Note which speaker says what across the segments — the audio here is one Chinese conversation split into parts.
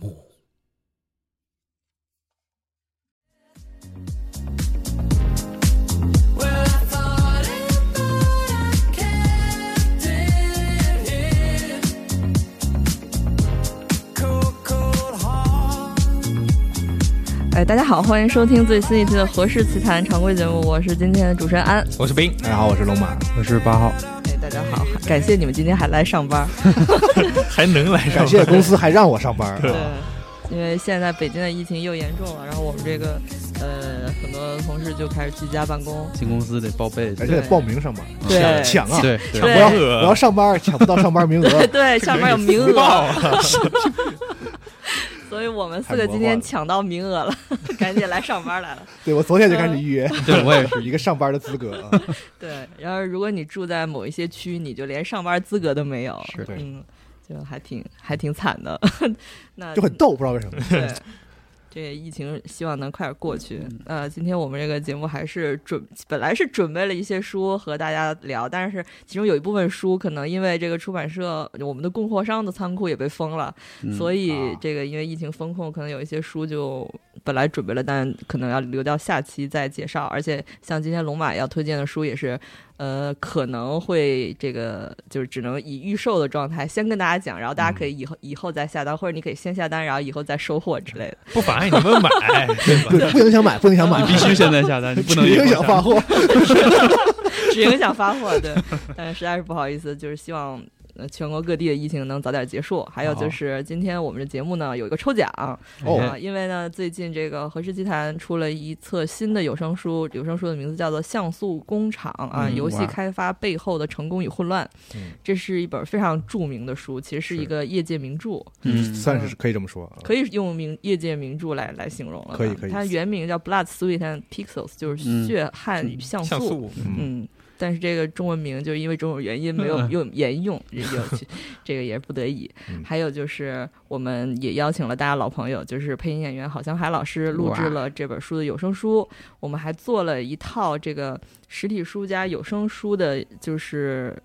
Speaker 1: 幕。
Speaker 2: Well, I thought it, but I kept it here. Cold, cold heart.
Speaker 3: 哎，大家好，欢迎收听最新一期的《何氏奇谈》常规节目，我是今天的主持人安。
Speaker 4: 我是冰，
Speaker 5: 大家好，我是龙马，我是八号，
Speaker 3: 哎，大家好，感谢你们今天还来上班。
Speaker 4: 还能来上
Speaker 5: 感谢公司还让我上班。
Speaker 3: 对，因为现在北京的疫情又严重了，然后我们这个呃很多同事就开始居家办公。
Speaker 6: 进公司得报备，
Speaker 5: 而且得报名上班，
Speaker 3: 对，
Speaker 5: 抢啊！
Speaker 6: 对
Speaker 5: 抢不要，
Speaker 4: 对
Speaker 5: 我要上班，抢不到上班名 额
Speaker 3: 对，上面有名
Speaker 4: 福报
Speaker 3: 额，
Speaker 4: 啊！
Speaker 3: 所以我们四个今天抢到名额了， 赶紧来上班来了。
Speaker 5: 对我昨天就开始预 约，
Speaker 6: 对我也 是，
Speaker 5: 是一个上班的资格啊。
Speaker 3: 对，然后如果你住在某一些区，你就连上班资格都没有。
Speaker 6: 是
Speaker 3: 嗯，就还挺还挺惨的。 那
Speaker 5: 就很逗，不知道为什 么。
Speaker 3: 对， 这疫情希望能快点过去。呃，今天我们这个节目还是准，本来是准备了一些书和大家聊，但是其中有一部分书可能因为这个出版社，我们的供货商的仓库也被封了，所以
Speaker 5: 啊
Speaker 3: 这个因为疫情封控，可能有一些书就本来准备了，但可能要留到下期再介绍。而且像今天龙马要推荐的书也是。呃，可能会这个就是只能以预售的状态先跟大家讲，然后大
Speaker 5: 嗯
Speaker 3: 家可以以后、以后再下单，或者你可以先下单，然后以后再收货之类 的。
Speaker 4: 不妨碍你们买，对吧？
Speaker 5: 对，不影响买，不影响买，
Speaker 6: 必须现在下单，你不能
Speaker 5: 只影响发
Speaker 6: 放。
Speaker 5: 货。
Speaker 3: 只影响发货，对。 但是实在是不好意思，就是希望呃全国各地的疫情能早点结束。还有就是今天我们的节目呢有一个抽奖啊、
Speaker 5: 哦，
Speaker 6: 哎
Speaker 3: 因为呢最近这个何氏集团出了一册新的有声书，有声书的名字叫做《像素工厂》啊，
Speaker 5: 嗯
Speaker 3: 游戏
Speaker 5: 哇
Speaker 3: 开发背后的成功与混乱。
Speaker 5: 嗯
Speaker 3: 这是一本非常著名的书，其实是一个业界名著。
Speaker 6: 嗯，
Speaker 5: 算是可以这么说啊。
Speaker 3: 可以用名业界名著来来形容了吧。
Speaker 5: 可以可以
Speaker 3: 它原名叫 Blood, Sweat and Pixels，就是
Speaker 6: 嗯
Speaker 3: 血汗与像
Speaker 4: 像
Speaker 3: 素。
Speaker 4: 素
Speaker 5: 嗯，
Speaker 3: 嗯，但是这个中文名就因为种种原因没 有用沿用，这有趣这个也是不得已
Speaker 5: 嗯。
Speaker 3: 还有就是，我们也邀请了大家老朋友，就是配音演员郝香海老师录
Speaker 6: 哇
Speaker 3: 制了这本书的有声书，我们还做了一套这个实体书加有声书的，就是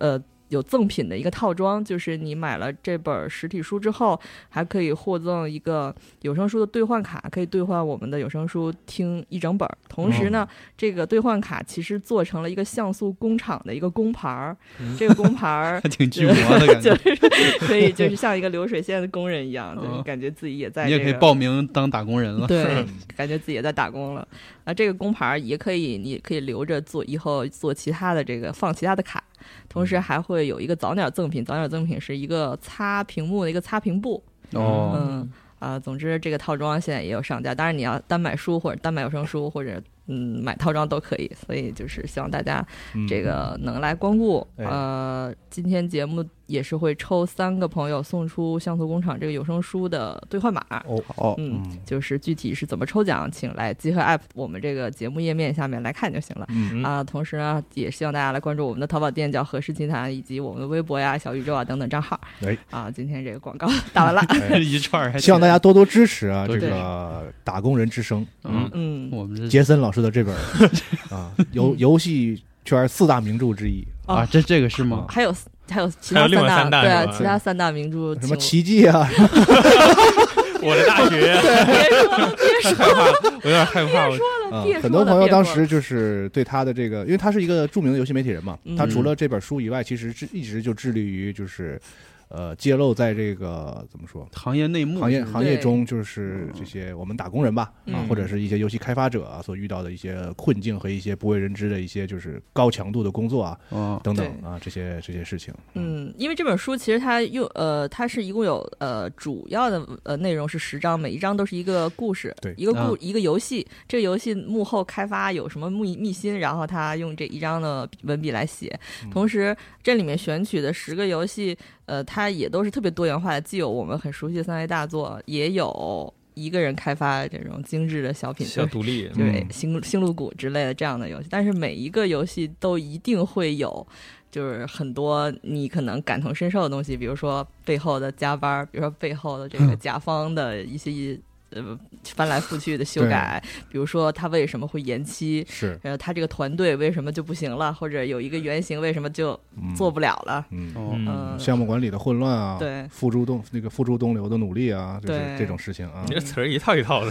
Speaker 3: 呃。有赠品的一个套装，就是你买了这本实体书之后，还可以获赠一个有声书的兑换卡，可以兑换我们的有声书听一整本儿。同时呢，这个兑换卡其实做成了一个像素工厂的一个工牌儿，这个工牌儿
Speaker 6: 还挺嗯 巨魔的 感
Speaker 3: 就
Speaker 6: 觉。
Speaker 3: 是可以就是像一个流水线的工人一样，就是
Speaker 6: 哦
Speaker 3: 感觉自己也在、
Speaker 6: 你
Speaker 3: 这个、
Speaker 6: 也可以报名当打工人了。
Speaker 3: 对，感觉自己也在打工了。啊，这个工牌儿也可以，你可以留着做以后做其他的这个放其他的卡，同
Speaker 6: 嗯
Speaker 3: 时还会有一个早鸟赠品，早鸟赠品是一个擦屏幕的一个擦屏布，
Speaker 6: 哦，
Speaker 3: 嗯啊、总之这个套装现在也有上架，当然你要单买书或者单买有声书或者。嗯，买套装都可以，所以就是希望大家
Speaker 5: 嗯
Speaker 3: 这个能来光顾。
Speaker 5: 哎
Speaker 3: 呃，今天节目也是会抽三个朋友送出像素工厂这个有声书的兑换码。
Speaker 5: 哦，
Speaker 6: 哦，
Speaker 3: 嗯，就是具体是怎么抽奖，请来集合 App 我们这个节目页面下面来看就行了。
Speaker 5: 嗯
Speaker 3: 啊，同时呢，也希望大家来关注我们的淘宝店，叫何氏集团，以及我们的微博呀、小宇宙啊等等账号。
Speaker 5: 哎
Speaker 3: 啊，今天这个广告 打完了。
Speaker 6: 哎一串儿还挺
Speaker 5: 希望大家多多支持啊，
Speaker 6: 多
Speaker 5: 这
Speaker 3: 支持
Speaker 5: 个打工人之声，
Speaker 6: 嗯，
Speaker 3: 嗯，
Speaker 6: 我们这
Speaker 5: 杰森老师的这本 啊，游游戏圈四大名著之一，
Speaker 6: 啊，这这个是吗？
Speaker 5: 嗯
Speaker 3: 还有还有其
Speaker 4: 还有
Speaker 3: 他
Speaker 4: 另外
Speaker 3: 三
Speaker 4: 三大
Speaker 3: 对
Speaker 4: 是
Speaker 3: 啊，
Speaker 4: 吧
Speaker 3: 其他三大名著
Speaker 5: 什么
Speaker 3: 请
Speaker 5: 奇迹啊，
Speaker 4: 我的大学，
Speaker 3: 别说了，别说
Speaker 4: 害怕，我有点害怕。我
Speaker 3: 了，
Speaker 5: 啊
Speaker 3: 别说了。
Speaker 5: 很多朋友
Speaker 3: 别说了
Speaker 5: 当时就是对他的这个，因为他是一个著名的游戏媒体人嘛，
Speaker 3: 嗯
Speaker 5: 他除了这本书以外，其实致一直就致力于就是，呃，揭露在这个怎么说
Speaker 6: 行业内幕
Speaker 5: 行业
Speaker 6: 是吧
Speaker 5: 行业中，就是这些我们打工人吧，啊
Speaker 3: 嗯，
Speaker 5: 或者是一些游戏开发者啊所遇到的一些困境和一些不为人知的一些就是高强度的工作啊
Speaker 6: 哦，
Speaker 5: 等等啊这些这些事情，
Speaker 3: 嗯，因为这本书其实它又呃，它是一共有呃主要的呃内容是十章，每一章都是一个故事，
Speaker 5: 对
Speaker 3: 一个故、
Speaker 6: 啊
Speaker 3: 一个游戏。这个游戏幕后开发有什么秘秘辛，然后他用这一章的文笔来写。
Speaker 5: 嗯
Speaker 3: 同时，这里面选取的十个游戏，呃，它也都是特别多元化的，既有我们很熟悉的三 A 大作，也有一个人开发这种精致的小品，就
Speaker 4: 小
Speaker 3: 是
Speaker 4: 独立，
Speaker 3: 就是
Speaker 5: 嗯
Speaker 3: 星星露谷之类的这样的游戏，但是每一个游戏都一定会有，就是很多你可能感同身受的东西，比如说背后的加班儿，比如说背后的这个
Speaker 5: 嗯
Speaker 3: 甲方的一些呃翻来覆去的修改，比如说他为什么会延期，
Speaker 5: 嗯是
Speaker 3: 然后他这个团队为什么就不行了，或者有一个原型为什么就
Speaker 5: 嗯
Speaker 3: 做不了了，
Speaker 5: 嗯。
Speaker 6: 哦
Speaker 4: 嗯
Speaker 3: 嗯，
Speaker 5: 项目管理的混乱啊，
Speaker 3: 对
Speaker 5: 付诸东那个付诸东流的努力啊，就是
Speaker 3: 对
Speaker 5: 这种事情 啊
Speaker 4: 你，这词儿一套一套的。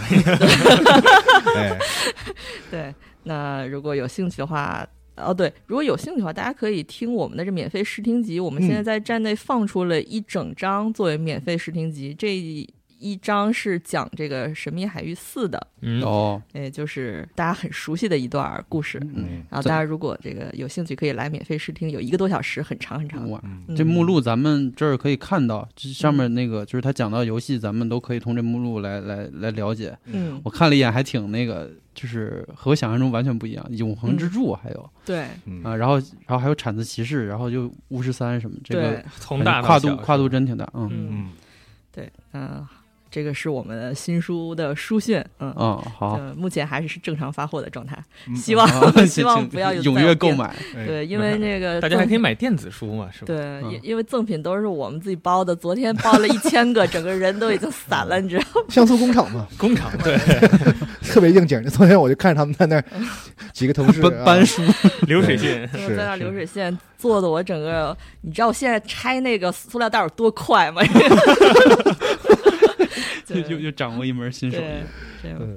Speaker 5: 哎，
Speaker 3: 对，那如果有兴趣的话，哦对，如果有兴趣的话，大家可以听我们的这免费试听集。我们现在
Speaker 5: 嗯
Speaker 3: 在站内放出了一整张作为免费试听集，这一张是讲这个《神秘海域四》的，
Speaker 4: 嗯，
Speaker 6: 哦，
Speaker 3: 也就是大家很熟悉的一段故事。
Speaker 6: 嗯，
Speaker 3: 然后大家如果这个有兴趣，可以来免费试听，有一个多小时，很长很长。
Speaker 6: 哇，
Speaker 5: 嗯
Speaker 3: 嗯
Speaker 6: 这目录咱们这儿可以看到，这上面那个就是他讲到游戏，咱们都可以通这目录来来来了解。
Speaker 3: 嗯，
Speaker 6: 我看了一眼，还挺那个，就是和我想象中完全不一样。永恒之柱还有
Speaker 3: 对
Speaker 5: 嗯
Speaker 6: 啊，然后然后还有铲子骑士，然后就巫师三什么，这个
Speaker 3: 对，
Speaker 4: 从大到
Speaker 6: 跨
Speaker 4: 小
Speaker 6: 度跨度真挺大，嗯
Speaker 3: 嗯
Speaker 5: 嗯，
Speaker 3: 对，嗯，这个是我们新书的书讯，嗯。
Speaker 6: 嗯，好，
Speaker 3: 呃，目前还是正常发货的状态，
Speaker 5: 嗯
Speaker 3: 希望、
Speaker 6: 啊
Speaker 3: 希望不要有
Speaker 6: 踊
Speaker 3: 再有
Speaker 6: 跃
Speaker 3: 变
Speaker 6: 购买，
Speaker 5: 哎
Speaker 3: 对，因为那个
Speaker 4: 大家还可以
Speaker 3: 赠
Speaker 4: 买电子书嘛，是吧？
Speaker 3: 对，
Speaker 6: 嗯
Speaker 3: 因因为赠品都是我们自己包的，昨天包了一千个，整个人都已经散
Speaker 6: 嗯
Speaker 3: 了，你知道吗？
Speaker 5: 像素工厂嘛，
Speaker 4: 工厂对，
Speaker 5: 特别应景。昨天我就看着他们在 那儿几个同事
Speaker 6: 搬
Speaker 5: 啊
Speaker 6: 搬书，
Speaker 4: 流水线。
Speaker 3: 就是在那
Speaker 5: 是
Speaker 3: 流水线做的我整个，你知道我现在拆那个塑料袋有多快 吗？
Speaker 6: 就
Speaker 3: 对
Speaker 6: 就就掌握一门新手艺
Speaker 3: 对，，这样
Speaker 5: 嗯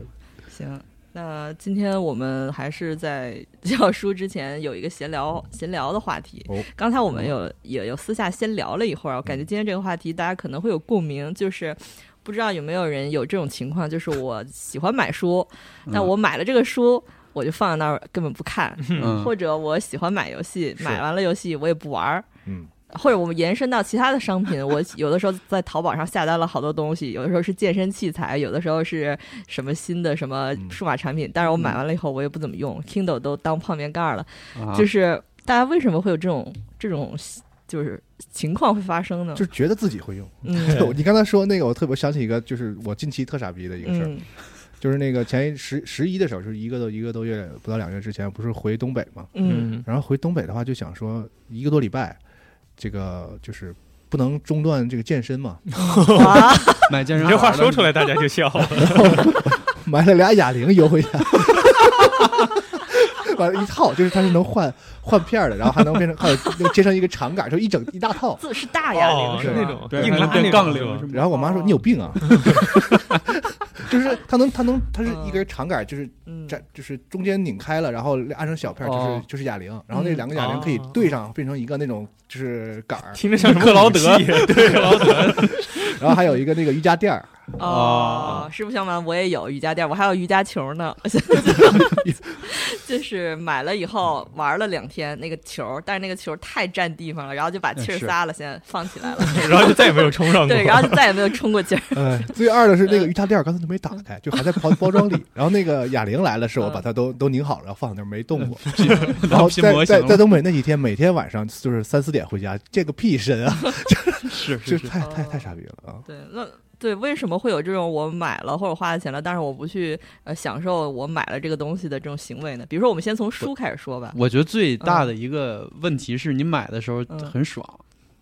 Speaker 3: 行。那今天我们还是在 介绍书之前有一个闲聊闲聊的话题。
Speaker 5: 哦嗯
Speaker 3: 刚才我们有也有私下先聊了一会儿，我感觉今天这个话题大家可能会有共鸣，就是不知道有没有人有这种情况，就是我喜欢买书，但我买了这个书。我就放在那儿根本不看，
Speaker 6: 嗯
Speaker 3: 或者我喜欢买游戏，买完了游戏我也不玩儿，
Speaker 5: 嗯，
Speaker 3: 或者我们延伸到其他的商品，我有的时候在淘宝上下单了好多东西，有的时候是健身器材，有的时候是什么新的什么数码产品，但是我买完了以后我也不怎么用，Kindle 都当泡面盖儿了。
Speaker 6: 啊
Speaker 3: 就是大家为什么会有这种这种就是情况会发生呢？
Speaker 5: 就是觉得自己会用。
Speaker 3: 嗯
Speaker 5: 你刚才说那 个，我特别想起一个，就是我近期特傻逼的一个事儿，
Speaker 3: 嗯
Speaker 5: 就是那个前一十十一的时候，就是一个多一个多月不到两个月之前，不是回东北嘛？
Speaker 3: 嗯
Speaker 4: 嗯，
Speaker 5: 然后回东北的话，就想说一个多礼拜，这个就是不能中断这个健身嘛，
Speaker 3: 啊，
Speaker 6: 买健
Speaker 4: 你
Speaker 6: 身
Speaker 4: 这话
Speaker 6: 环儿了
Speaker 4: 说出来，大家就笑了。
Speaker 5: 买了俩哑铃邮回家。 完了，一套就是它是能换换片儿的，然后还能变成还有那个接上一个长杆，就一整一大套。
Speaker 3: 自是大哑
Speaker 4: 哦
Speaker 3: 铃
Speaker 4: 是
Speaker 3: 是
Speaker 4: 那
Speaker 3: 吗
Speaker 4: 种
Speaker 6: 对，
Speaker 4: 硬
Speaker 6: 还能
Speaker 4: 拉那
Speaker 6: 变杠
Speaker 4: 种
Speaker 6: 铃
Speaker 4: 是
Speaker 6: 是吗？
Speaker 5: 然后我妈说：“你有病啊！” 就是它能，它能，它是一根长杆，就是
Speaker 3: 嗯
Speaker 5: 这就是中间拧开了，然后按成小片儿，就是、
Speaker 6: 哦
Speaker 5: 就是哑铃，然后那两个哑铃可以对上，变成一个那种就是杆儿，
Speaker 4: 听着像什么
Speaker 6: 克劳德
Speaker 4: 武器， 对，克劳德
Speaker 5: 然后还有一个那个瑜伽垫儿，
Speaker 3: 哦，实不相瞒，我也有瑜伽垫，我还有瑜伽球呢。 就是买了以后玩了两天那个球，但是那个球太占地方了，然后就把气儿撒了，现在放起来了。
Speaker 4: 然后就再也没有冲上过。
Speaker 3: 对，然后就再也没有冲过气儿。
Speaker 5: 哎，最二的是那个瑜伽垫儿，刚才都没打开，就还在包包装里。然后那个哑铃来了，是我把它都都拧好了，然后放在那儿没动过。嗯 然后
Speaker 6: 拼
Speaker 5: 在
Speaker 6: 模型
Speaker 5: 在
Speaker 6: 了
Speaker 5: 在东北那几天，每天晚上就是三四点回家，健个屁身 啊，
Speaker 6: 是
Speaker 5: 就是
Speaker 6: 是，
Speaker 5: 太太
Speaker 3: 哦
Speaker 5: 太傻逼了啊！
Speaker 3: 对，那对为什么会有这种我买了或者花了钱了，但是我不去呃享受我买了这个东西的这种行为呢？比如说，我们先从书开始说吧。
Speaker 6: 我觉得最大的一个问题是你买的时候
Speaker 3: 嗯
Speaker 6: 很爽，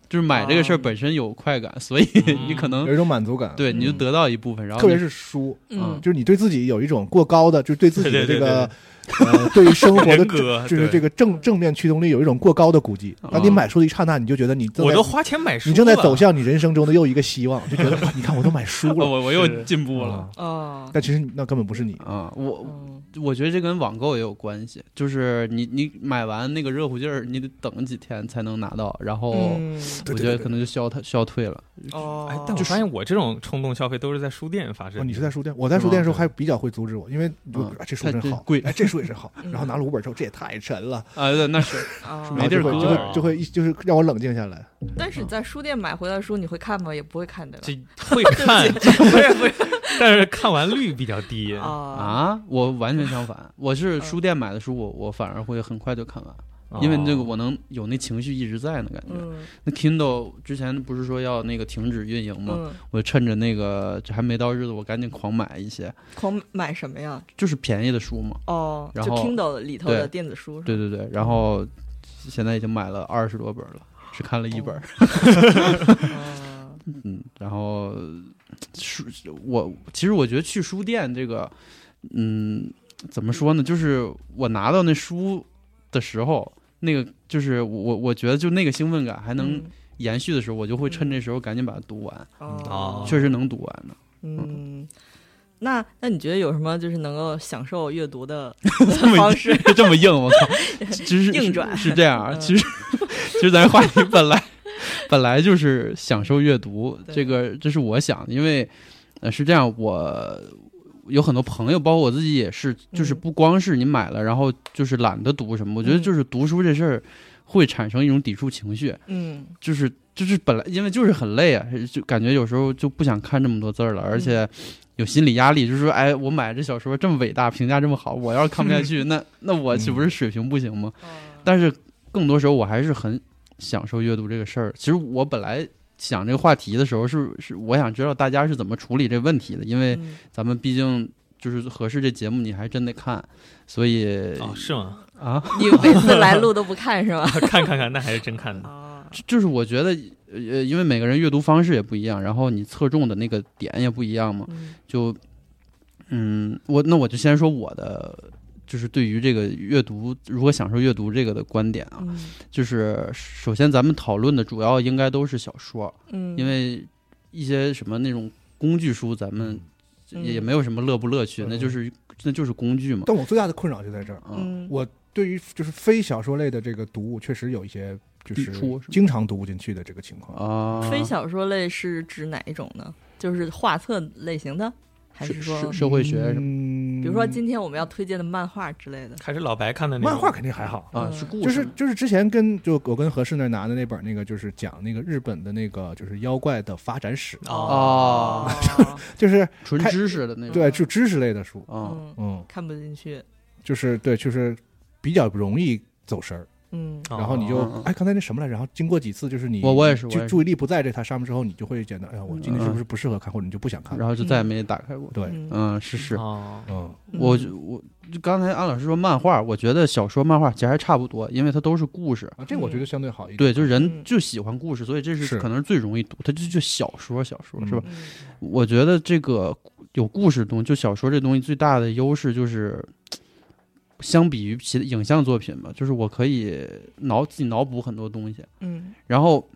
Speaker 6: 就是买这个事儿
Speaker 3: 哦
Speaker 6: 本身有快感，所以
Speaker 4: 嗯
Speaker 6: 你可
Speaker 5: 有
Speaker 6: 能
Speaker 5: 一种满足感。，
Speaker 6: 对你就
Speaker 3: 嗯
Speaker 6: 得到一部分，然后
Speaker 5: 特别
Speaker 6: 你
Speaker 5: 是书，啊
Speaker 3: 嗯
Speaker 5: 就是你对自己有一种过高的，就是对自己的
Speaker 4: 对对
Speaker 5: 这个呃，对于生活的
Speaker 4: 人
Speaker 5: 正
Speaker 4: 格
Speaker 5: 就是这
Speaker 4: 个，
Speaker 5: 个正正面驱动力有一种过高的鼓励。当你
Speaker 6: 嗯
Speaker 5: 买书的一刹那，你就觉得你正
Speaker 4: 我
Speaker 5: 在
Speaker 4: 都花钱买书，
Speaker 5: 你正在走，向你人生中的又一个希望，就觉得你看我都买书
Speaker 6: 哦
Speaker 5: 了，
Speaker 6: 我我又进步了
Speaker 5: 啊
Speaker 3: 哦，
Speaker 5: 但其实你那根本不是你。
Speaker 6: 啊！我
Speaker 3: 嗯
Speaker 6: 我觉得这跟网购也有关系，就是你你买完那个热乎劲儿，你得等几天才能拿到，然后
Speaker 3: 嗯
Speaker 5: 对
Speaker 6: 我
Speaker 5: 对
Speaker 6: 觉得
Speaker 5: 对对
Speaker 6: 可能就消它消退了。
Speaker 3: 哦，
Speaker 4: 哎，但我发现我这种冲动消费都是在书店发生
Speaker 5: 哦，
Speaker 4: 的。
Speaker 5: 你是在书店？我在书店的时候
Speaker 4: 嗯
Speaker 5: 还比较会阻止我，因为你就
Speaker 6: 嗯
Speaker 5: 啊这书
Speaker 6: 它
Speaker 5: 真
Speaker 6: 这
Speaker 5: 好，
Speaker 6: 贵
Speaker 5: 哎，这书也是好。
Speaker 3: 嗯
Speaker 5: 然后拿了五本之后，这也太沉了，
Speaker 6: 啊，对，那是
Speaker 3: 哦
Speaker 6: 没地儿
Speaker 5: 然后
Speaker 6: 搁啊
Speaker 5: 就会就会就会一就是让我冷静下来。
Speaker 3: 但是在书店买回来的书，你会看吗？也不会看的吧？
Speaker 4: 这会 看，
Speaker 3: 不是不是
Speaker 4: 但是看完率比较 低。
Speaker 3: 啊
Speaker 6: 啊，我完全相 反，我是
Speaker 3: 嗯
Speaker 6: 书店买的书，我我反而会很快就看完，
Speaker 4: 哦
Speaker 6: 因为那个我能有那情绪一直在呢，感觉。
Speaker 3: 嗯
Speaker 6: 那 Kindle 之前不是说要那个停止运营吗？
Speaker 3: 嗯，
Speaker 6: 我趁着那个这还没到日子，我赶紧狂买一些，
Speaker 3: 狂买什么呀？
Speaker 6: 就是便宜的书嘛。
Speaker 3: 哦，就
Speaker 6: 然后
Speaker 3: Kindle 里头的
Speaker 6: 对
Speaker 3: 电子书是吧
Speaker 6: 对对对，然后现在已经买了二十多本了，只看了一本。
Speaker 3: 哦
Speaker 6: 嗯，然后书我其实我觉得去书店这个，嗯，怎么说呢？就是我拿到那书的时候，那个就是我我觉得就那个兴奋感还能
Speaker 3: 嗯
Speaker 6: 延续的时候，我就会趁这时候赶紧把它读完，
Speaker 3: 哦
Speaker 4: 嗯
Speaker 6: 确实能读完的。
Speaker 3: 嗯，那那你觉得有什么就是能够享受阅读 的方式？
Speaker 6: 这么硬，我靠！其实
Speaker 3: 硬转
Speaker 6: 是是这 样啊。
Speaker 3: 嗯
Speaker 6: 其实其实咱话题本来本来就是享受阅读，
Speaker 3: 对
Speaker 6: 这个这是我想的，因为呃是这样，我有很多朋友，包括我自己也是，就是
Speaker 3: 嗯
Speaker 6: 不光是你买了，然后就是懒得读什么，我觉得
Speaker 3: 嗯
Speaker 6: 就是读书这事儿会产生一种抵触情绪，
Speaker 3: 嗯
Speaker 6: 就是就是本来因为就是很累啊，就感觉有时候就不想看这么多字儿了，而且有心理压力，就是说，哎，我买这小说这么伟大，评价这么好，我要是看不下去，那那我岂不是水平不行吗？
Speaker 3: 哦
Speaker 6: 但是更多时候我还是很享受阅读这个事儿。其实我本来想这个话题的时候是是我想知道大家是怎么处理这问题的，因为
Speaker 3: 嗯
Speaker 6: 咱们毕竟就是合适这节目你还真得看，所以
Speaker 4: 哦，是吗？
Speaker 6: 啊，
Speaker 3: 你每次来录都不看是吧？
Speaker 4: 看看看，那还是真看的。
Speaker 3: 啊，
Speaker 6: 就就是我觉得呃，因为每个人阅读方式也不一样，然后你侧重的那个点也不一样嘛，
Speaker 3: 嗯
Speaker 6: 就嗯，我那我就先说我的。就是对于这个阅读如何享受阅读这个的观点啊，
Speaker 3: 嗯
Speaker 6: 就是首先咱们讨论的主要应该都是小说，
Speaker 3: 嗯，
Speaker 6: 因为一些什么那种工具书，咱们
Speaker 3: 嗯
Speaker 6: 也也没有什么乐不乐趣，
Speaker 5: 嗯
Speaker 6: 那就是那就是工具嘛。
Speaker 5: 但我最大的困扰就在这儿，
Speaker 6: 啊，
Speaker 3: 嗯
Speaker 5: 我对于就是非小说类的这个读物，确实有一些就
Speaker 6: 抵
Speaker 5: 是
Speaker 6: 触是吗
Speaker 5: 经常读不进去的这个情况。
Speaker 6: 啊，
Speaker 3: 非小说类是指哪一种呢？就是画册类型的，还是说
Speaker 6: 社社会学什么
Speaker 5: 嗯，
Speaker 3: 比如说今天我们要推荐的漫画之类的？
Speaker 4: 还是老白看的那种
Speaker 5: 漫画肯定还好，
Speaker 6: 啊
Speaker 3: 嗯
Speaker 6: 是故事，
Speaker 5: 就是就是之前跟就我跟何适那儿拿的那本那个就是讲那个日本的那个就是妖怪的发展史，
Speaker 4: 哦，
Speaker 6: 哦，
Speaker 5: 就是
Speaker 6: 纯
Speaker 5: 开
Speaker 6: 知识的那种
Speaker 5: 对就知识类的书，
Speaker 6: 啊。
Speaker 3: 嗯，
Speaker 5: 嗯，
Speaker 3: 看不进去，
Speaker 5: 就是对就是比较容易走神儿，
Speaker 3: 嗯
Speaker 5: 然后你就
Speaker 6: 哦
Speaker 5: 哎刚才那什么来着，然后经过几次就是你
Speaker 6: 我我也是我也嗯
Speaker 5: 就是注意力不在这它上面之后，你就会觉得哎呀我今天是不是不适合看，或者你就不想看了，
Speaker 6: 然后就再也没打开过。
Speaker 5: 对，
Speaker 3: 嗯
Speaker 6: 嗯，是是，
Speaker 4: 哦，
Speaker 5: 嗯，
Speaker 6: 我
Speaker 3: 嗯
Speaker 6: 我就刚才安老师说漫画，我觉得小说、漫画其实还差不多，因为它都是故事。
Speaker 5: 啊这我觉得相对好一点，
Speaker 6: 对，就
Speaker 3: 嗯
Speaker 6: 人就喜欢故事，所以这是
Speaker 5: 是
Speaker 6: 可能是最容易读，它就就小说，小说是吧？
Speaker 3: 嗯
Speaker 6: 我觉得这个有故事的东西，就小说这东西最大的优势就是，相比于其影像作品嘛，就是我可以脑自己脑补很多东西，
Speaker 3: 嗯
Speaker 6: 然后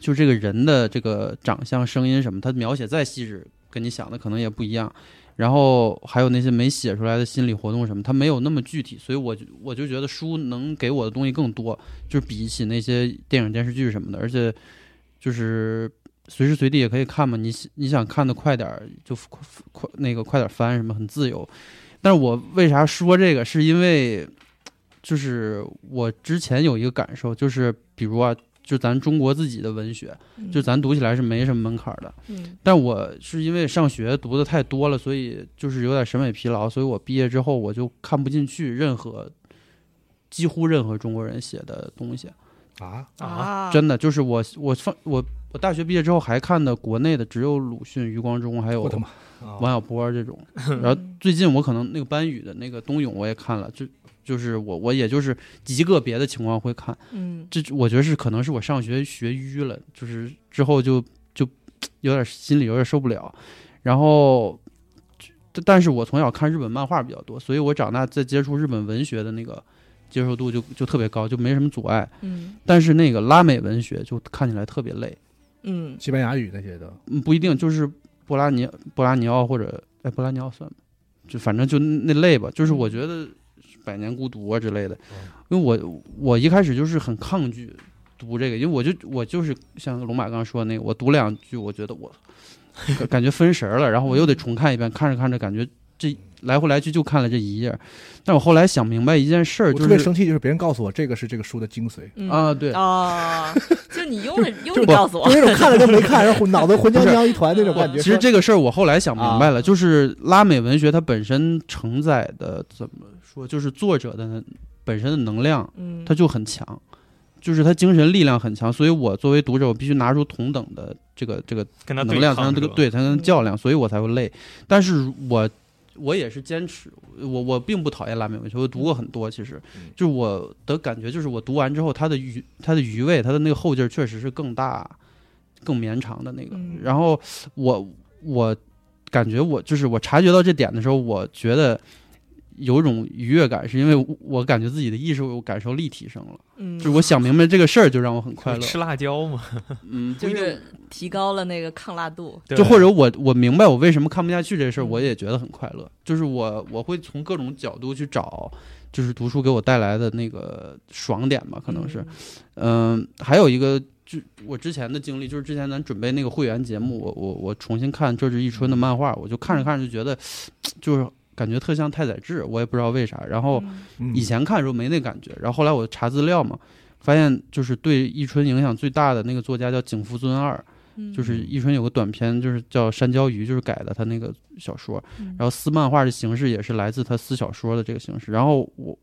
Speaker 6: 就这个人的这个长相、声音什么，他描写再细致，跟你想的可能也不一样。然后还有那些没写出来的心理活动什么，他没有那么具体，所以我就我就觉得书能给我的东西更多，就是比起那些电影电视剧什么的，而且就是随时随地也可以看嘛，你你想看的快点儿就快快那个快点儿翻什么，很自由。但是我为啥说这个，是因为就是我之前有一个感受，就是比如啊，就咱中国自己的文学，
Speaker 3: 嗯
Speaker 6: 就咱读起来是没什么门槛儿的。
Speaker 3: 嗯
Speaker 6: 但我是因为上学读的太多了，所以就是有点审美疲劳，所以我毕业之后我就看不进去任何几乎任何中国人写的东西。
Speaker 5: 啊，
Speaker 4: 啊
Speaker 3: 啊，
Speaker 6: 真的就是我我放我我大学毕业之后还看的国内的只有鲁迅、余光中还有
Speaker 5: 我的妈！啊
Speaker 6: 王小波这 种。然后最近我可能那个班宇的那个《冬泳》我也看了，就就是我我也就是极个别的情况会看，
Speaker 3: 嗯，
Speaker 6: 这我觉得是可能是我上学学淤了，就是之后就就有点心里有点受不了，然后。但但是我从小看日本漫画比较多，所以我长大在接触日本文学的那个接受度就就特别高，就没什么阻碍。
Speaker 3: 嗯
Speaker 6: 但是那个拉美文学就看起来特别累，
Speaker 3: 嗯，
Speaker 5: 西班牙语那些的，
Speaker 6: 嗯，不一定，就是波拉尼波拉尼奥或者哎波拉尼奥算吗？就反正就那类吧，就是我觉得《百年孤独》啊之类的，因为我我一开始就是很抗拒读这个，因为我就我就是像龙马刚刚说的那个，我读两句我觉得我感感觉分神儿了，然后我又得重看一遍，看着看着感觉这来回来去就看了这一页儿，但我后来想明白一件事儿，
Speaker 5: 我
Speaker 6: 就
Speaker 5: 特别
Speaker 6: 是
Speaker 5: 生气，就是别人告诉我这个是这个书的精髓，
Speaker 3: 嗯
Speaker 6: 啊对
Speaker 3: 哦，就你用 了用
Speaker 5: 就
Speaker 3: 你
Speaker 5: 不
Speaker 3: 告诉我
Speaker 5: 就，那种看了都没看，然后脑子混浆浆一团那种
Speaker 3: 不是
Speaker 5: 感觉。
Speaker 6: 其实这个事儿我后来想明白了，就是拉美文学它本身承载的怎么说，就是作者的本身的能量，
Speaker 3: 嗯，
Speaker 6: 它就很强，就是它精神力量很强，所以我作为读者，我必须拿出同等的这个这个
Speaker 4: 跟他
Speaker 6: 能量才能这个
Speaker 4: 对
Speaker 6: 对才能较量，所以我才会累。但是如我我也是坚持，我我并不讨厌拉美文学，我读过很多，其实
Speaker 5: 嗯
Speaker 6: 就是我的感觉就是我读完之后，它的余它的余味，它的那个后劲儿确实是更大、更绵长的那个。
Speaker 3: 嗯
Speaker 6: 然后我我感觉我就是我察觉到这点的时候，我觉得。有一种愉悦感，是因为我感觉自己的意识我感受立体声了，
Speaker 3: 嗯
Speaker 6: 就是我想明白这个事儿，就让我很快
Speaker 4: 了，
Speaker 6: 乐。
Speaker 4: 吃辣椒嘛，
Speaker 6: 嗯，不
Speaker 3: 就
Speaker 6: 一定
Speaker 3: 是提高了那个抗辣度，
Speaker 6: 就或
Speaker 4: 者
Speaker 6: 者我我明白我为什么看不下去这事儿，
Speaker 3: 嗯
Speaker 6: 我也觉得很快乐。就是我我会从各种角度去找，就是读书给我带来的那个爽点吧，可能是。嗯、还有一个就我之前的经历，就是之前咱准备那个会员节目，我我我重新看《这是一春》的漫画，我就看着看着就觉得， 就是感觉特像太宰治，我也不知道为啥。然后
Speaker 3: 嗯
Speaker 5: 嗯
Speaker 6: 以前看的时候没那感觉，然后后来我查资料嘛，发现就是对一春影响最大的那个作家叫井福尊二。
Speaker 3: 嗯
Speaker 6: 就是一春有个短篇，就是叫《山椒鱼》，就是改的他那个小说。
Speaker 3: 嗯
Speaker 6: 然后撕漫画的形式也是来自他撕小说的这个形式。然后我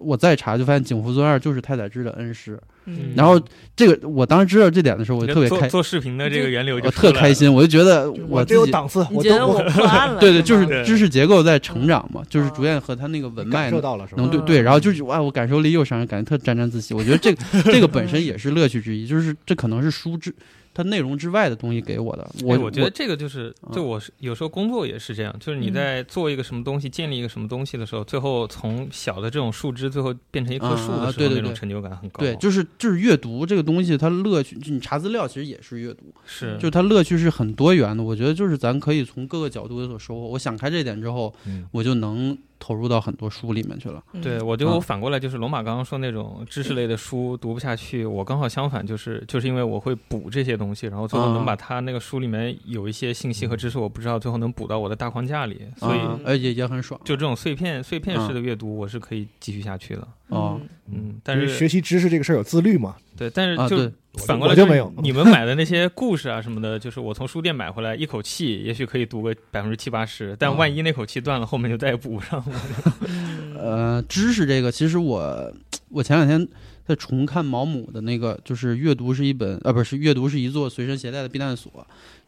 Speaker 6: 我再查就发现井福尊二就是太宰治的恩师。
Speaker 3: 嗯
Speaker 6: 然后这个我当时知道这点的时候，我
Speaker 4: 我
Speaker 6: 就特别开，
Speaker 4: 做视频的这个源流就
Speaker 6: 我
Speaker 4: 出来
Speaker 6: 特
Speaker 4: 了
Speaker 6: 开，心，我就觉得
Speaker 5: 我这
Speaker 6: 自
Speaker 5: 有
Speaker 6: 己。
Speaker 5: 档次，
Speaker 3: 你
Speaker 5: 我
Speaker 3: 觉
Speaker 5: 都
Speaker 3: 得我
Speaker 5: 我
Speaker 3: 破案 了？
Speaker 6: 对对，就是
Speaker 3: 吗
Speaker 4: 对
Speaker 6: 知识结构在成长嘛，就是
Speaker 3: 嗯
Speaker 6: 逐渐和他那个文
Speaker 5: 感
Speaker 6: 脉
Speaker 5: 受到了是吧
Speaker 6: 能？对
Speaker 3: 嗯
Speaker 6: 对，然后就是哇，我感受力又上，感觉特沾沾自喜。我觉得这个这个本身也是乐趣之一，就是这可能是书之它内容之外的东西给我的。
Speaker 4: 哎
Speaker 6: 我
Speaker 4: 我觉得这个就是
Speaker 6: 啊，
Speaker 4: 对
Speaker 1: 嗯
Speaker 4: 我是有时候工作也是这样，就是你
Speaker 3: 嗯
Speaker 4: 在做一个什么东西、建立一个什么东西的时候，最后从小的这种树枝，最后变成一棵树
Speaker 6: 啊啊
Speaker 4: 的时
Speaker 6: 对
Speaker 4: 候，
Speaker 6: 对
Speaker 4: 那种
Speaker 6: 对
Speaker 4: 成就感很高。啊
Speaker 6: 对，就是就是阅读这个东西，它乐趣，就你查资料其实也是阅读，
Speaker 4: 是
Speaker 6: 就是它乐趣是很多元的。我觉得就是咱可以从各个角度有所收获。我想开这点之后，
Speaker 5: 嗯
Speaker 6: 我就能投入到很多书里面去了。
Speaker 4: 对，
Speaker 3: 嗯
Speaker 4: 我就
Speaker 6: 啊
Speaker 4: 我反过来就是龙马刚刚说那种知识类的书读不下去，我刚好相反，就是就是因为我会补这些东西，然后最后
Speaker 6: 啊
Speaker 4: 能把它那个书里面有一些信息和知识我不知道，最后能补到我的大框架里，所以
Speaker 6: 啊，哎也也很爽
Speaker 4: 就这种碎片碎片式的阅读，我是可以继续下去的。
Speaker 6: 啊。
Speaker 3: 嗯
Speaker 4: 嗯，但是
Speaker 5: 学习知识这个事儿有自律嘛？
Speaker 4: 对，但是
Speaker 6: 啊
Speaker 4: 就
Speaker 6: 对
Speaker 4: 反过来
Speaker 5: 我就是没有
Speaker 4: 你们买的那些故事啊什么的，就是我从书店买回来，一口气也许可以读个百分之七八十，但万一那口气断了，后面就再也补不上了。
Speaker 3: 嗯
Speaker 6: 呃，知识这个，其实我我前两天在重看毛姆的那个，就是阅读是一本啊，不是阅读是一座随身携带的避难所。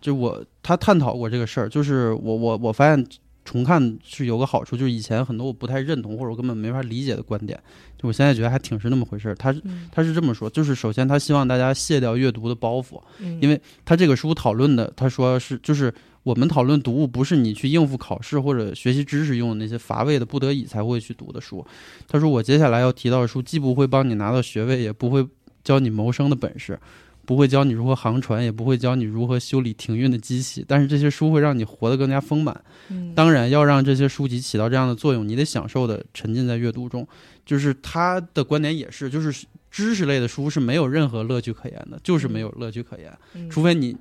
Speaker 6: 就我他探讨过这个事儿，就是我我我发现重看是有个好处，就是以前很多我不太认同或者我根本没法理解的观点，就我现在觉得还挺是那么回事儿。他是
Speaker 3: 嗯
Speaker 6: 他是这么说，就是首先他希望大家卸掉阅读的包袱，
Speaker 3: 嗯
Speaker 6: 因为他这个书讨论的，他说是就是我们讨论读物，不是你去应付考试或者学习知识用的那些乏味的不得已才会去读的书。他说我接下来要提到的书，既不会帮你拿到学位，也不会教你谋生的本事，不会教你如何航船，也不会教你如何修理停运的机器。但是这些书会让你活得更加丰满。
Speaker 3: 嗯
Speaker 6: 当然，要让这些书籍起到这样的作用，你得享受的沉浸在阅读中。就是他的观点也是，就是知识类的书是没有任何乐趣可言的，就是没有乐趣可言。
Speaker 3: 嗯
Speaker 6: 除非你，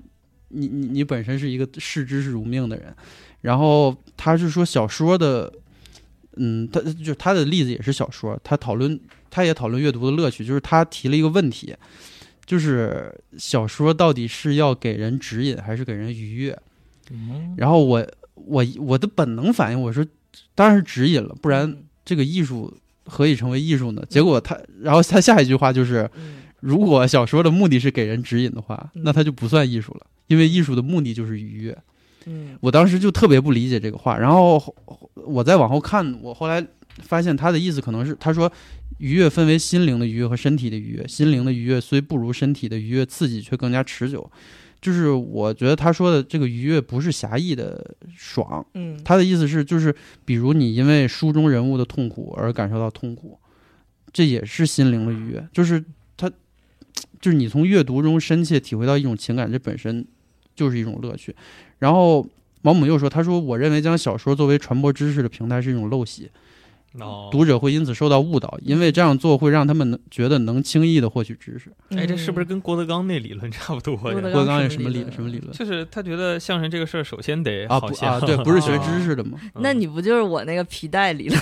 Speaker 6: 你你你本身是一个视知识如命的人。然后他是说小说的，嗯，他就是他的例子也是小说，他讨论他也讨论阅读的乐趣，就是他提了一个问题，就是小说到底是要给人指引还是给人愉悦？
Speaker 4: 嗯，
Speaker 6: 然后我我我的本能反应我说，当然是指引了，不
Speaker 3: 嗯
Speaker 6: 然这个艺术何以成为艺术呢？结果他，然后他下一句话就是。
Speaker 3: 嗯
Speaker 6: 如果小说的目的是给人指引的话，
Speaker 3: 嗯
Speaker 6: 那它就不算艺术了，因为艺术的目的就是愉悦。
Speaker 3: 嗯
Speaker 6: 我当时就特别不理解这个话，然后后我再往后看，我后来发现他的意思可能是他说愉悦分为心灵的愉悦和身体的愉悦，心灵的愉悦虽不如身体的愉悦刺激，却更加持久。就是我觉得他说的这个愉悦不是狭义的爽，
Speaker 3: 嗯，
Speaker 6: 他的意思是就是比如你因为书中人物的痛苦而感受到痛苦，这也是心灵的愉悦，就是他就是你从阅读中深切体会到一种情感，这本身就是一种乐趣。然后毛姆又说：“他说，我认为将小说作为传播知识的平台是一种陋习，
Speaker 4: 哦，
Speaker 6: 读者会因此受到误导，因为这样做会让他们能觉得能轻易的获取知识。
Speaker 4: 哎，这是不是
Speaker 3: 嗯
Speaker 4: 跟郭德纲那理论差不多
Speaker 3: 郭德
Speaker 4: 呀？
Speaker 6: 郭德纲
Speaker 3: 纲
Speaker 6: 有
Speaker 3: 什
Speaker 6: 什
Speaker 3: 么
Speaker 6: 么
Speaker 3: 理
Speaker 6: 理
Speaker 3: 论
Speaker 6: 什么理论
Speaker 4: 就是他觉得相声这嗯个事儿，首先得
Speaker 6: 啊？
Speaker 4: 好
Speaker 6: 不
Speaker 4: 笑
Speaker 6: 啊， 对，不是学知识的嘛？
Speaker 3: 嗯那你不就是我那个皮带理论？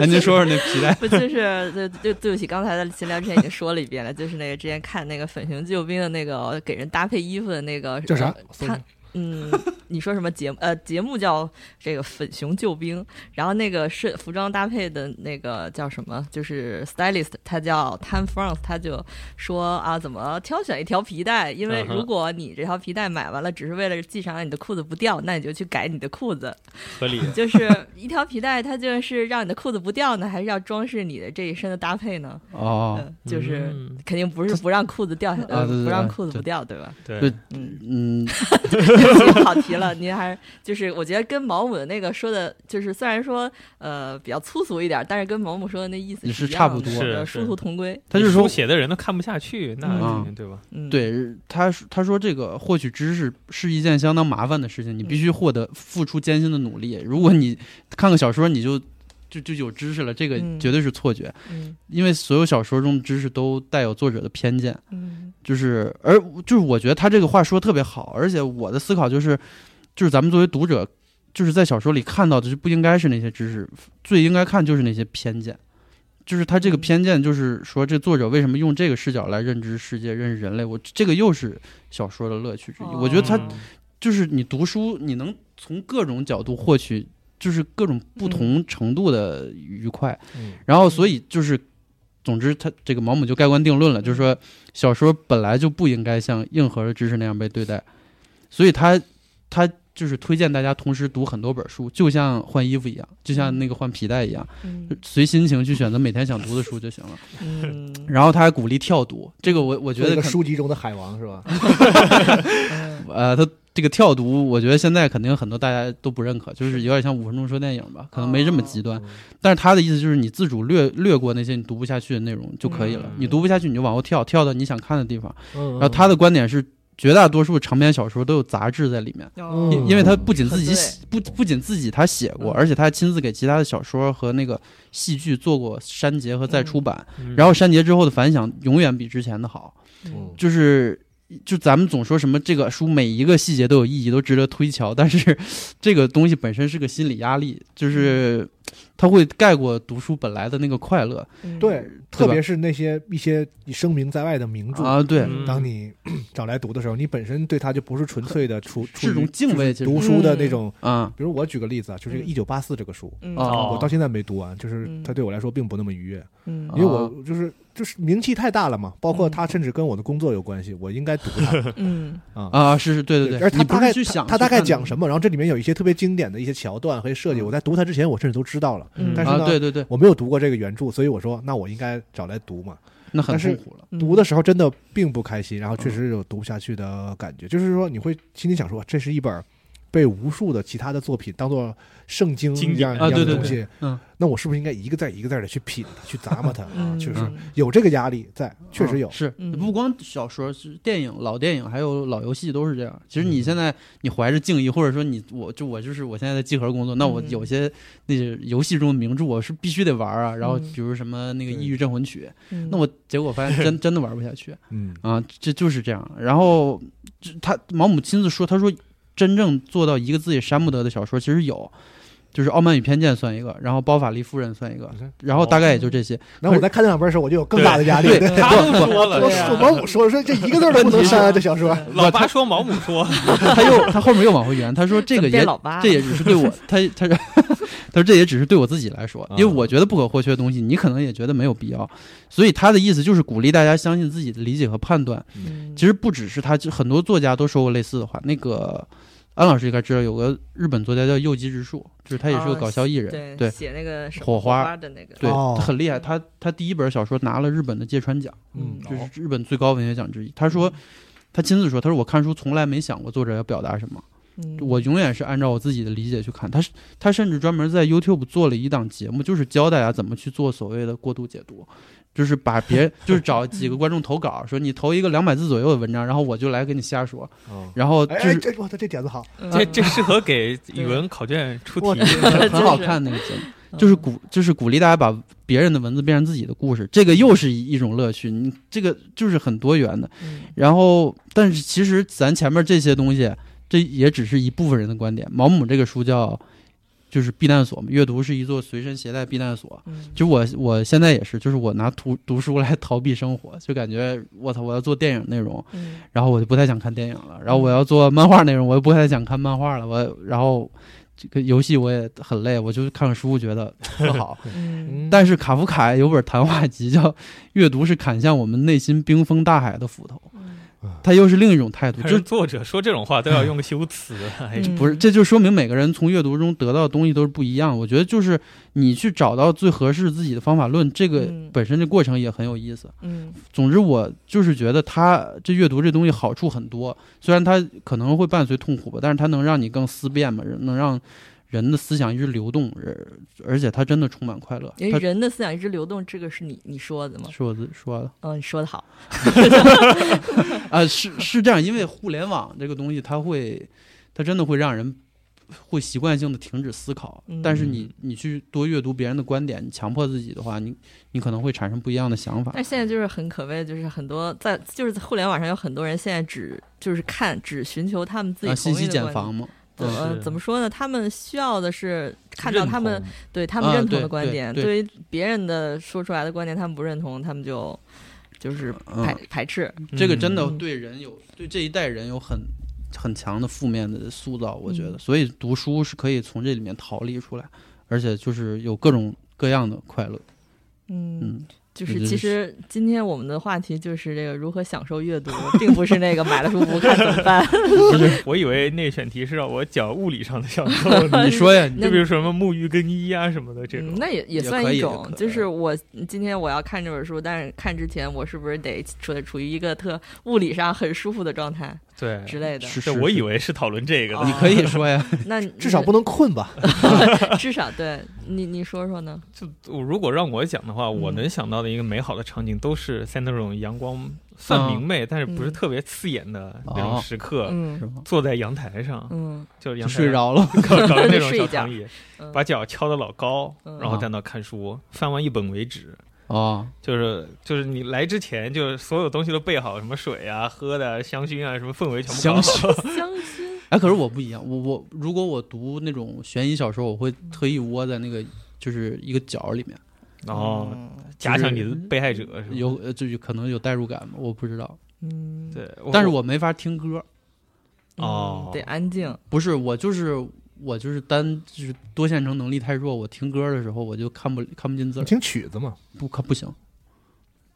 Speaker 6: 哎， 您说说那皮带
Speaker 3: 不就是对对对不起，刚才在闲聊之前已经说了一遍了，就是那个之前看那个《粉熊救兵》的那个给人搭配衣服的那个呃
Speaker 5: 叫啥？
Speaker 3: 他嗯，你说什么节目？呃，节目叫这个《粉熊救兵》，然后那个是服装搭配的那个叫什么？就是 stylist，他叫 Tan France，他就说啊，怎么挑选一条皮带？因为
Speaker 4: 嗯哼
Speaker 3: 如果你这条皮带买完了，只是为了系上了你的裤子不掉，那你就去改你的裤子。
Speaker 4: 合理。
Speaker 3: 就是一条皮带，它就是让你的裤子不掉呢，还是要装饰你的这一身的搭配呢？
Speaker 6: 哦，
Speaker 3: 嗯，就是
Speaker 4: 嗯
Speaker 3: 肯定不是不让裤子掉下，
Speaker 6: 啊
Speaker 3: 呃
Speaker 6: 对对
Speaker 3: 不让
Speaker 6: 对
Speaker 3: 裤子
Speaker 6: 对
Speaker 3: 不掉，对吧？
Speaker 4: 对
Speaker 6: 对
Speaker 3: 嗯，
Speaker 6: 嗯，
Speaker 3: 对不起跑题了。您还是就是，我觉得跟毛姆的那个说的，就是虽然说呃比较粗俗一点，但是跟毛姆说的那意思
Speaker 6: 也是
Speaker 3: 一样
Speaker 6: 差不
Speaker 3: 的
Speaker 6: 多
Speaker 3: 呃
Speaker 4: 是
Speaker 3: 殊
Speaker 4: 是
Speaker 3: 途同归。
Speaker 6: 他就说
Speaker 4: 书写的人都看不下去，那肯定对吧？
Speaker 3: 嗯，，
Speaker 6: 对，他说他说这个获取知识是一件相当麻烦的事情，你
Speaker 3: 嗯
Speaker 6: 必须获得付出艰辛的努力。如果你看个小说，你就就就有知识了，这个
Speaker 3: 嗯
Speaker 6: 绝对是错觉，
Speaker 3: 嗯
Speaker 6: 因为所有小说中的知识都带有作者的偏见。
Speaker 3: 嗯
Speaker 6: 就是而就是我觉得他这个话说得特别好，而且我的思考就是，就是咱们作为读者，就是在小说里看到的就不应该是那些知识，最应该看就是那些偏见。就是他这个
Speaker 3: 嗯
Speaker 6: 偏见，就是说这作者为什么用这个视角来认知世界、认识人类？我这个又是小说的乐趣之一。我觉得他
Speaker 3: 哦
Speaker 6: 就是你读书，你能从各种角度获取，就是各种不同程度的愉快。
Speaker 4: 嗯
Speaker 6: 然后，所以就是，总之他，这个毛姆就盖棺定论了，就是说，小说本来就不应该像硬核的知识那样被对待。所以他，他就是推荐大家同时读很多本书，就像换衣服一样，就像那个换皮带一样，
Speaker 3: 嗯
Speaker 6: 随心情去选择每天想读的书就行了。
Speaker 3: 嗯
Speaker 6: 然后他还鼓励跳读，这个我我觉
Speaker 5: 做一
Speaker 6: 得
Speaker 5: 个
Speaker 6: 可
Speaker 5: 书籍中的海王是 吧？
Speaker 3: 嗯
Speaker 6: 呃，他这个跳读，我觉得现在肯定很多大家都不认可，就是有点像五分钟说电影吧，可能没这么极端。但是他的意思就是你自主略略过那些你读不下去的内容就可以了，
Speaker 4: 嗯
Speaker 6: 你读不下去你就往后跳，跳到你想看的地方。
Speaker 5: 然
Speaker 6: 然后他的观点是，绝大多数长篇小说都有杂质在里面。
Speaker 3: 哦
Speaker 5: 嗯
Speaker 6: 因因为他不仅自己
Speaker 3: 很对
Speaker 6: 写不不仅自己他写过，
Speaker 3: 嗯
Speaker 6: 而且他还亲自给其他的小说和那个戏剧做过删节和再出版，
Speaker 4: 嗯
Speaker 6: 然后删节之后的反响永远比之前的好。
Speaker 3: 嗯
Speaker 6: 就是就咱们总说什么这个书每一个细节都有意义，都值得推敲，但是这个东西本身是个心理压力，就是它会盖过读书本来的那个快乐
Speaker 3: 嗯
Speaker 5: 对，特别是那些一些你声名在外的名著，
Speaker 6: 啊。对，
Speaker 4: 嗯
Speaker 5: 当你 找来读的时候，你本身对它就不是纯粹的出出
Speaker 6: 这种
Speaker 5: 于
Speaker 6: 敬畏其实
Speaker 5: 读书的那种。
Speaker 6: 啊，
Speaker 5: 比如我举个例子啊，就是《
Speaker 3: 嗯
Speaker 5: 一九八四》这个书，
Speaker 3: 嗯
Speaker 6: 哦
Speaker 5: 我到现在没读完，就是
Speaker 3: 嗯
Speaker 5: 它对我来说并不那么愉悦，
Speaker 3: 嗯
Speaker 5: 因为我
Speaker 6: 哦嗯
Speaker 5: 就是就是名气太大了嘛，包括它甚至跟我的工作有关系，我应该读 它
Speaker 3: 嗯
Speaker 5: 啊。
Speaker 6: 啊，是是，对对对，
Speaker 5: 而他
Speaker 6: 你不
Speaker 5: 大概
Speaker 6: 是去想
Speaker 5: 他大概讲
Speaker 6: 么？
Speaker 5: 什么，然后这里面有一些特别经典的一些桥段和设计，
Speaker 6: 嗯
Speaker 5: 我在读它之前我甚至都知道了，
Speaker 3: 嗯
Speaker 5: 但是
Speaker 6: 啊，
Speaker 5: 呢
Speaker 6: 对对对，
Speaker 5: 我没有读过这个原著，所以我说那我应该找来读嘛。
Speaker 6: 那很
Speaker 5: 但
Speaker 6: 痛
Speaker 5: 是
Speaker 6: 苦
Speaker 3: 嗯
Speaker 6: 了。
Speaker 5: 读的时候真的并不开心，然后确实有读不下去的感觉，就是说你会心里想说，这是一本被无数的其他的作品当做圣经
Speaker 4: 经典
Speaker 5: 一样一
Speaker 6: 啊
Speaker 5: 样
Speaker 6: 对
Speaker 5: 的
Speaker 6: 对
Speaker 5: 东西，
Speaker 6: 嗯，
Speaker 5: 那我是不是应该一个字儿一个字的去品它、去咂摸它啊？
Speaker 3: 嗯
Speaker 5: 确实
Speaker 6: 嗯
Speaker 5: 有这个压力在，确实有。
Speaker 6: 是
Speaker 3: 嗯
Speaker 6: 不光小说，是电影、老电影，还有老游戏都是这样。其实
Speaker 5: 嗯
Speaker 6: 你现在你怀着敬意，或者说你我就我就是我现在在集合工作，那我
Speaker 3: 嗯
Speaker 6: 有些那些游戏中的名著我是必须得玩啊。然后
Speaker 3: 嗯
Speaker 6: 比如什么那个《
Speaker 5: 对
Speaker 6: 异域镇魂曲》，
Speaker 3: 嗯
Speaker 6: 那我结果发 现真真的玩不下去
Speaker 5: 嗯，
Speaker 6: 啊，这就是这样。然后这他毛姆亲自说，他说真正做到一个字也删不得的小说其实有。就是《傲慢与偏见》算一个，然后《包法利夫人》算一个
Speaker 5: 你看，哦
Speaker 6: 然后大概也就这些。
Speaker 5: 那我在看这两本的时候，我就有更大的压力。
Speaker 6: 对
Speaker 5: 对
Speaker 4: 他都说
Speaker 5: 我
Speaker 4: 了，
Speaker 5: 说毛姆说说这一个字儿都不能删啊，这小说。
Speaker 4: 老八说毛姆说，
Speaker 6: 他又他后面又往回圆，他说这
Speaker 3: 怎
Speaker 6: 个
Speaker 3: 么变
Speaker 6: 也
Speaker 3: 老八了
Speaker 6: 这也只是对我，他他他说这也只是对我自己来说，因为我觉得不可或缺的东西，你可能也觉得没有必要。所以他的意思就是鼓励大家相信自己的理解和判断。
Speaker 3: 嗯
Speaker 6: 其实不只是他，就很多作家都说过类似的话。那个安老师应该知道，有个日本作家叫右吉直树，就是他也是个
Speaker 3: 哦
Speaker 6: 搞笑艺人，
Speaker 3: 对
Speaker 6: 对
Speaker 3: 写那个什么
Speaker 6: 火花
Speaker 3: 的那个，
Speaker 6: 对，
Speaker 5: 哦
Speaker 6: 他很厉害。他他第一本小说拿了日本的芥川奖，
Speaker 5: 嗯
Speaker 3: 嗯，
Speaker 6: 就是日本最高文学奖之一。他说。他亲自说：“他说我看书从来没想过作者要表达什么，
Speaker 3: 嗯
Speaker 6: 我永远是按照我自己的理解去看。他是他甚至专门在 YouTube 做了一档节目，就是教大家怎么去做所谓的过度解读，就是把别人就是找几个观众投稿，说你投一个两百字左右的文章，然后我就来跟你瞎说，
Speaker 5: 哦
Speaker 6: 然后就
Speaker 5: 哎哎，
Speaker 6: 是
Speaker 5: 这我操，这点子好，
Speaker 3: 嗯
Speaker 4: 这这适合给语文考卷出
Speaker 3: 我
Speaker 4: 题。
Speaker 6: 很很好看那个节目，
Speaker 5: 嗯
Speaker 3: 嗯
Speaker 6: 就是鼓就是鼓励大家把别人的文字变成自己的故事，这个又是一种乐趣，你这个就是很多元的。
Speaker 3: 嗯
Speaker 6: 然后，但是其实咱前面这些东西，这也只是一部分人的观点。毛姆这个书叫就是避难所嘛，阅读是一座随身携带避难所。
Speaker 3: 嗯
Speaker 6: 就我我现在也是，就是我拿读读书来逃避生活，就感觉我操，我要做电影内容，
Speaker 3: 嗯
Speaker 6: 然后我就不太想看电影了，然后我要做漫画内容，我又不太想看漫画了，我然后这个游戏我也很累，我就看个书觉得特好。
Speaker 3: 嗯
Speaker 6: 但是卡夫卡有本谈话集叫《阅读是砍向我们内心冰封大海的斧头》，它又是另一种态度，
Speaker 4: 可
Speaker 6: 就是
Speaker 4: 作者说这种话都要用个修辞，哎呀，
Speaker 3: 嗯
Speaker 6: 不是，这就说明每个人从阅读中得到的东西都是不一样。我觉得就是你去找到最合适自己的方法论，这个
Speaker 3: 嗯
Speaker 6: 本身这过程也很有意思。
Speaker 3: 嗯
Speaker 6: 总之，我就是觉得它这阅读这东西好处很多，虽然它可能会伴随痛苦吧，但是它能让你更思辨嘛，能让人的思想一直流动，而而且它真的充满快乐。
Speaker 3: 因
Speaker 6: 它
Speaker 3: 为人的思想一直流动，这个是你你说的吗？
Speaker 6: 是我自说的
Speaker 3: 嗯，你说的好。
Speaker 6: 啊、是是这样，因为互联网这个东西，它会，它真的会让人会习惯性的停止思考。
Speaker 3: 嗯
Speaker 6: 但是你你去多阅读别人的观点，你强迫自己的话，你你可能会产生不一样的想法。
Speaker 3: 但现在就是很可悲，就是很多在就是在互联网上有很多人现在只就是看只寻求他们自己
Speaker 6: 啊，信
Speaker 3: 同意
Speaker 6: 息
Speaker 3: 的
Speaker 6: 茧
Speaker 3: 观点。
Speaker 6: 房嘛，
Speaker 3: 怎
Speaker 4: 嗯
Speaker 3: 么
Speaker 4: 是
Speaker 3: 怎么说呢？他们需要的是看到他们
Speaker 4: 认同
Speaker 3: 对他们
Speaker 6: 啊
Speaker 3: 认同
Speaker 6: 对
Speaker 3: 的观
Speaker 6: 对
Speaker 3: 点，
Speaker 6: 对
Speaker 3: 于别人的说出来的观点，他们不认同，他们就就是
Speaker 6: 嗯
Speaker 3: 排、排斥。
Speaker 6: 这个真的
Speaker 3: 嗯
Speaker 6: 对人有对这一代人有很很强的负面的塑造，我觉得。
Speaker 3: 嗯
Speaker 6: 所以读书是可以从这里面逃离出来，而且就是有各种各样的快乐。
Speaker 3: 嗯，
Speaker 6: 嗯，
Speaker 3: 就
Speaker 6: 我觉
Speaker 3: 是
Speaker 6: 得
Speaker 3: 其
Speaker 6: 是
Speaker 3: 实今天我们的话题就是这个如何享受阅读，并不是那个买了书不看怎么办。
Speaker 4: 我以为那个选题是让我讲物理上的享受，
Speaker 6: 你说呀，你
Speaker 3: 那
Speaker 4: 就比如什么沐浴更衣啊什么的这种
Speaker 3: 嗯，。那也也
Speaker 6: 也
Speaker 3: 算
Speaker 6: 可以
Speaker 3: 一
Speaker 6: 也
Speaker 3: 种
Speaker 6: 可，
Speaker 3: 就是
Speaker 6: 以
Speaker 3: 我今天我要看这本书，但是看之前我是不是得处处于一个特物理上很舒服的状态
Speaker 4: 对，
Speaker 3: 之类的？
Speaker 6: 是
Speaker 4: 这
Speaker 6: 是
Speaker 4: 我以
Speaker 6: 是
Speaker 4: 为哎是讨论这个的，
Speaker 3: 哦
Speaker 6: 你可以说呀，
Speaker 3: 那
Speaker 5: 至少
Speaker 3: 你
Speaker 5: 不能困 吧？
Speaker 3: 至少对你你说说呢？
Speaker 4: 我如果让我讲的话，我
Speaker 3: 嗯
Speaker 4: 能想到的一个美好的场景，都是在那种阳光算明媚，但是不是特别刺眼的那种时刻，
Speaker 3: 嗯
Speaker 6: 是 吗？
Speaker 4: 坐在阳台上，
Speaker 3: 嗯
Speaker 4: 就是阳
Speaker 6: 就
Speaker 4: 台
Speaker 6: 睡，着了。
Speaker 4: 搞 搞那种
Speaker 3: 睡
Speaker 4: 小
Speaker 3: 一觉
Speaker 4: 躺椅，
Speaker 3: 嗯，
Speaker 4: 把脚敲得老高，
Speaker 3: 嗯
Speaker 4: 然后在那看书，翻完一本为止。
Speaker 6: 哦，
Speaker 4: 就是就是你来之前，就是所有东西都备好，什么水啊、喝的、香薰啊、什么氛围全部搞好
Speaker 6: 香薰。
Speaker 3: 相亲
Speaker 6: 哎，可是我不一样，我我如果我读那种悬疑小说，我会特意窝在那个就是一个角里面，
Speaker 4: 哦，，
Speaker 3: 嗯
Speaker 4: 假想你的被害者是吧？
Speaker 6: 有呃就有可能有代入感嘛，我不知道。
Speaker 3: 嗯，
Speaker 4: 对，
Speaker 5: 哦
Speaker 6: 但是我没法听歌，
Speaker 3: 嗯
Speaker 4: 哦
Speaker 3: 得安静，
Speaker 6: 不是我就是我就是单就是多线程能力太弱，我听歌的时候我就看不看不进字
Speaker 5: 你
Speaker 6: 儿，
Speaker 5: 听曲子嘛，
Speaker 6: 不看不行。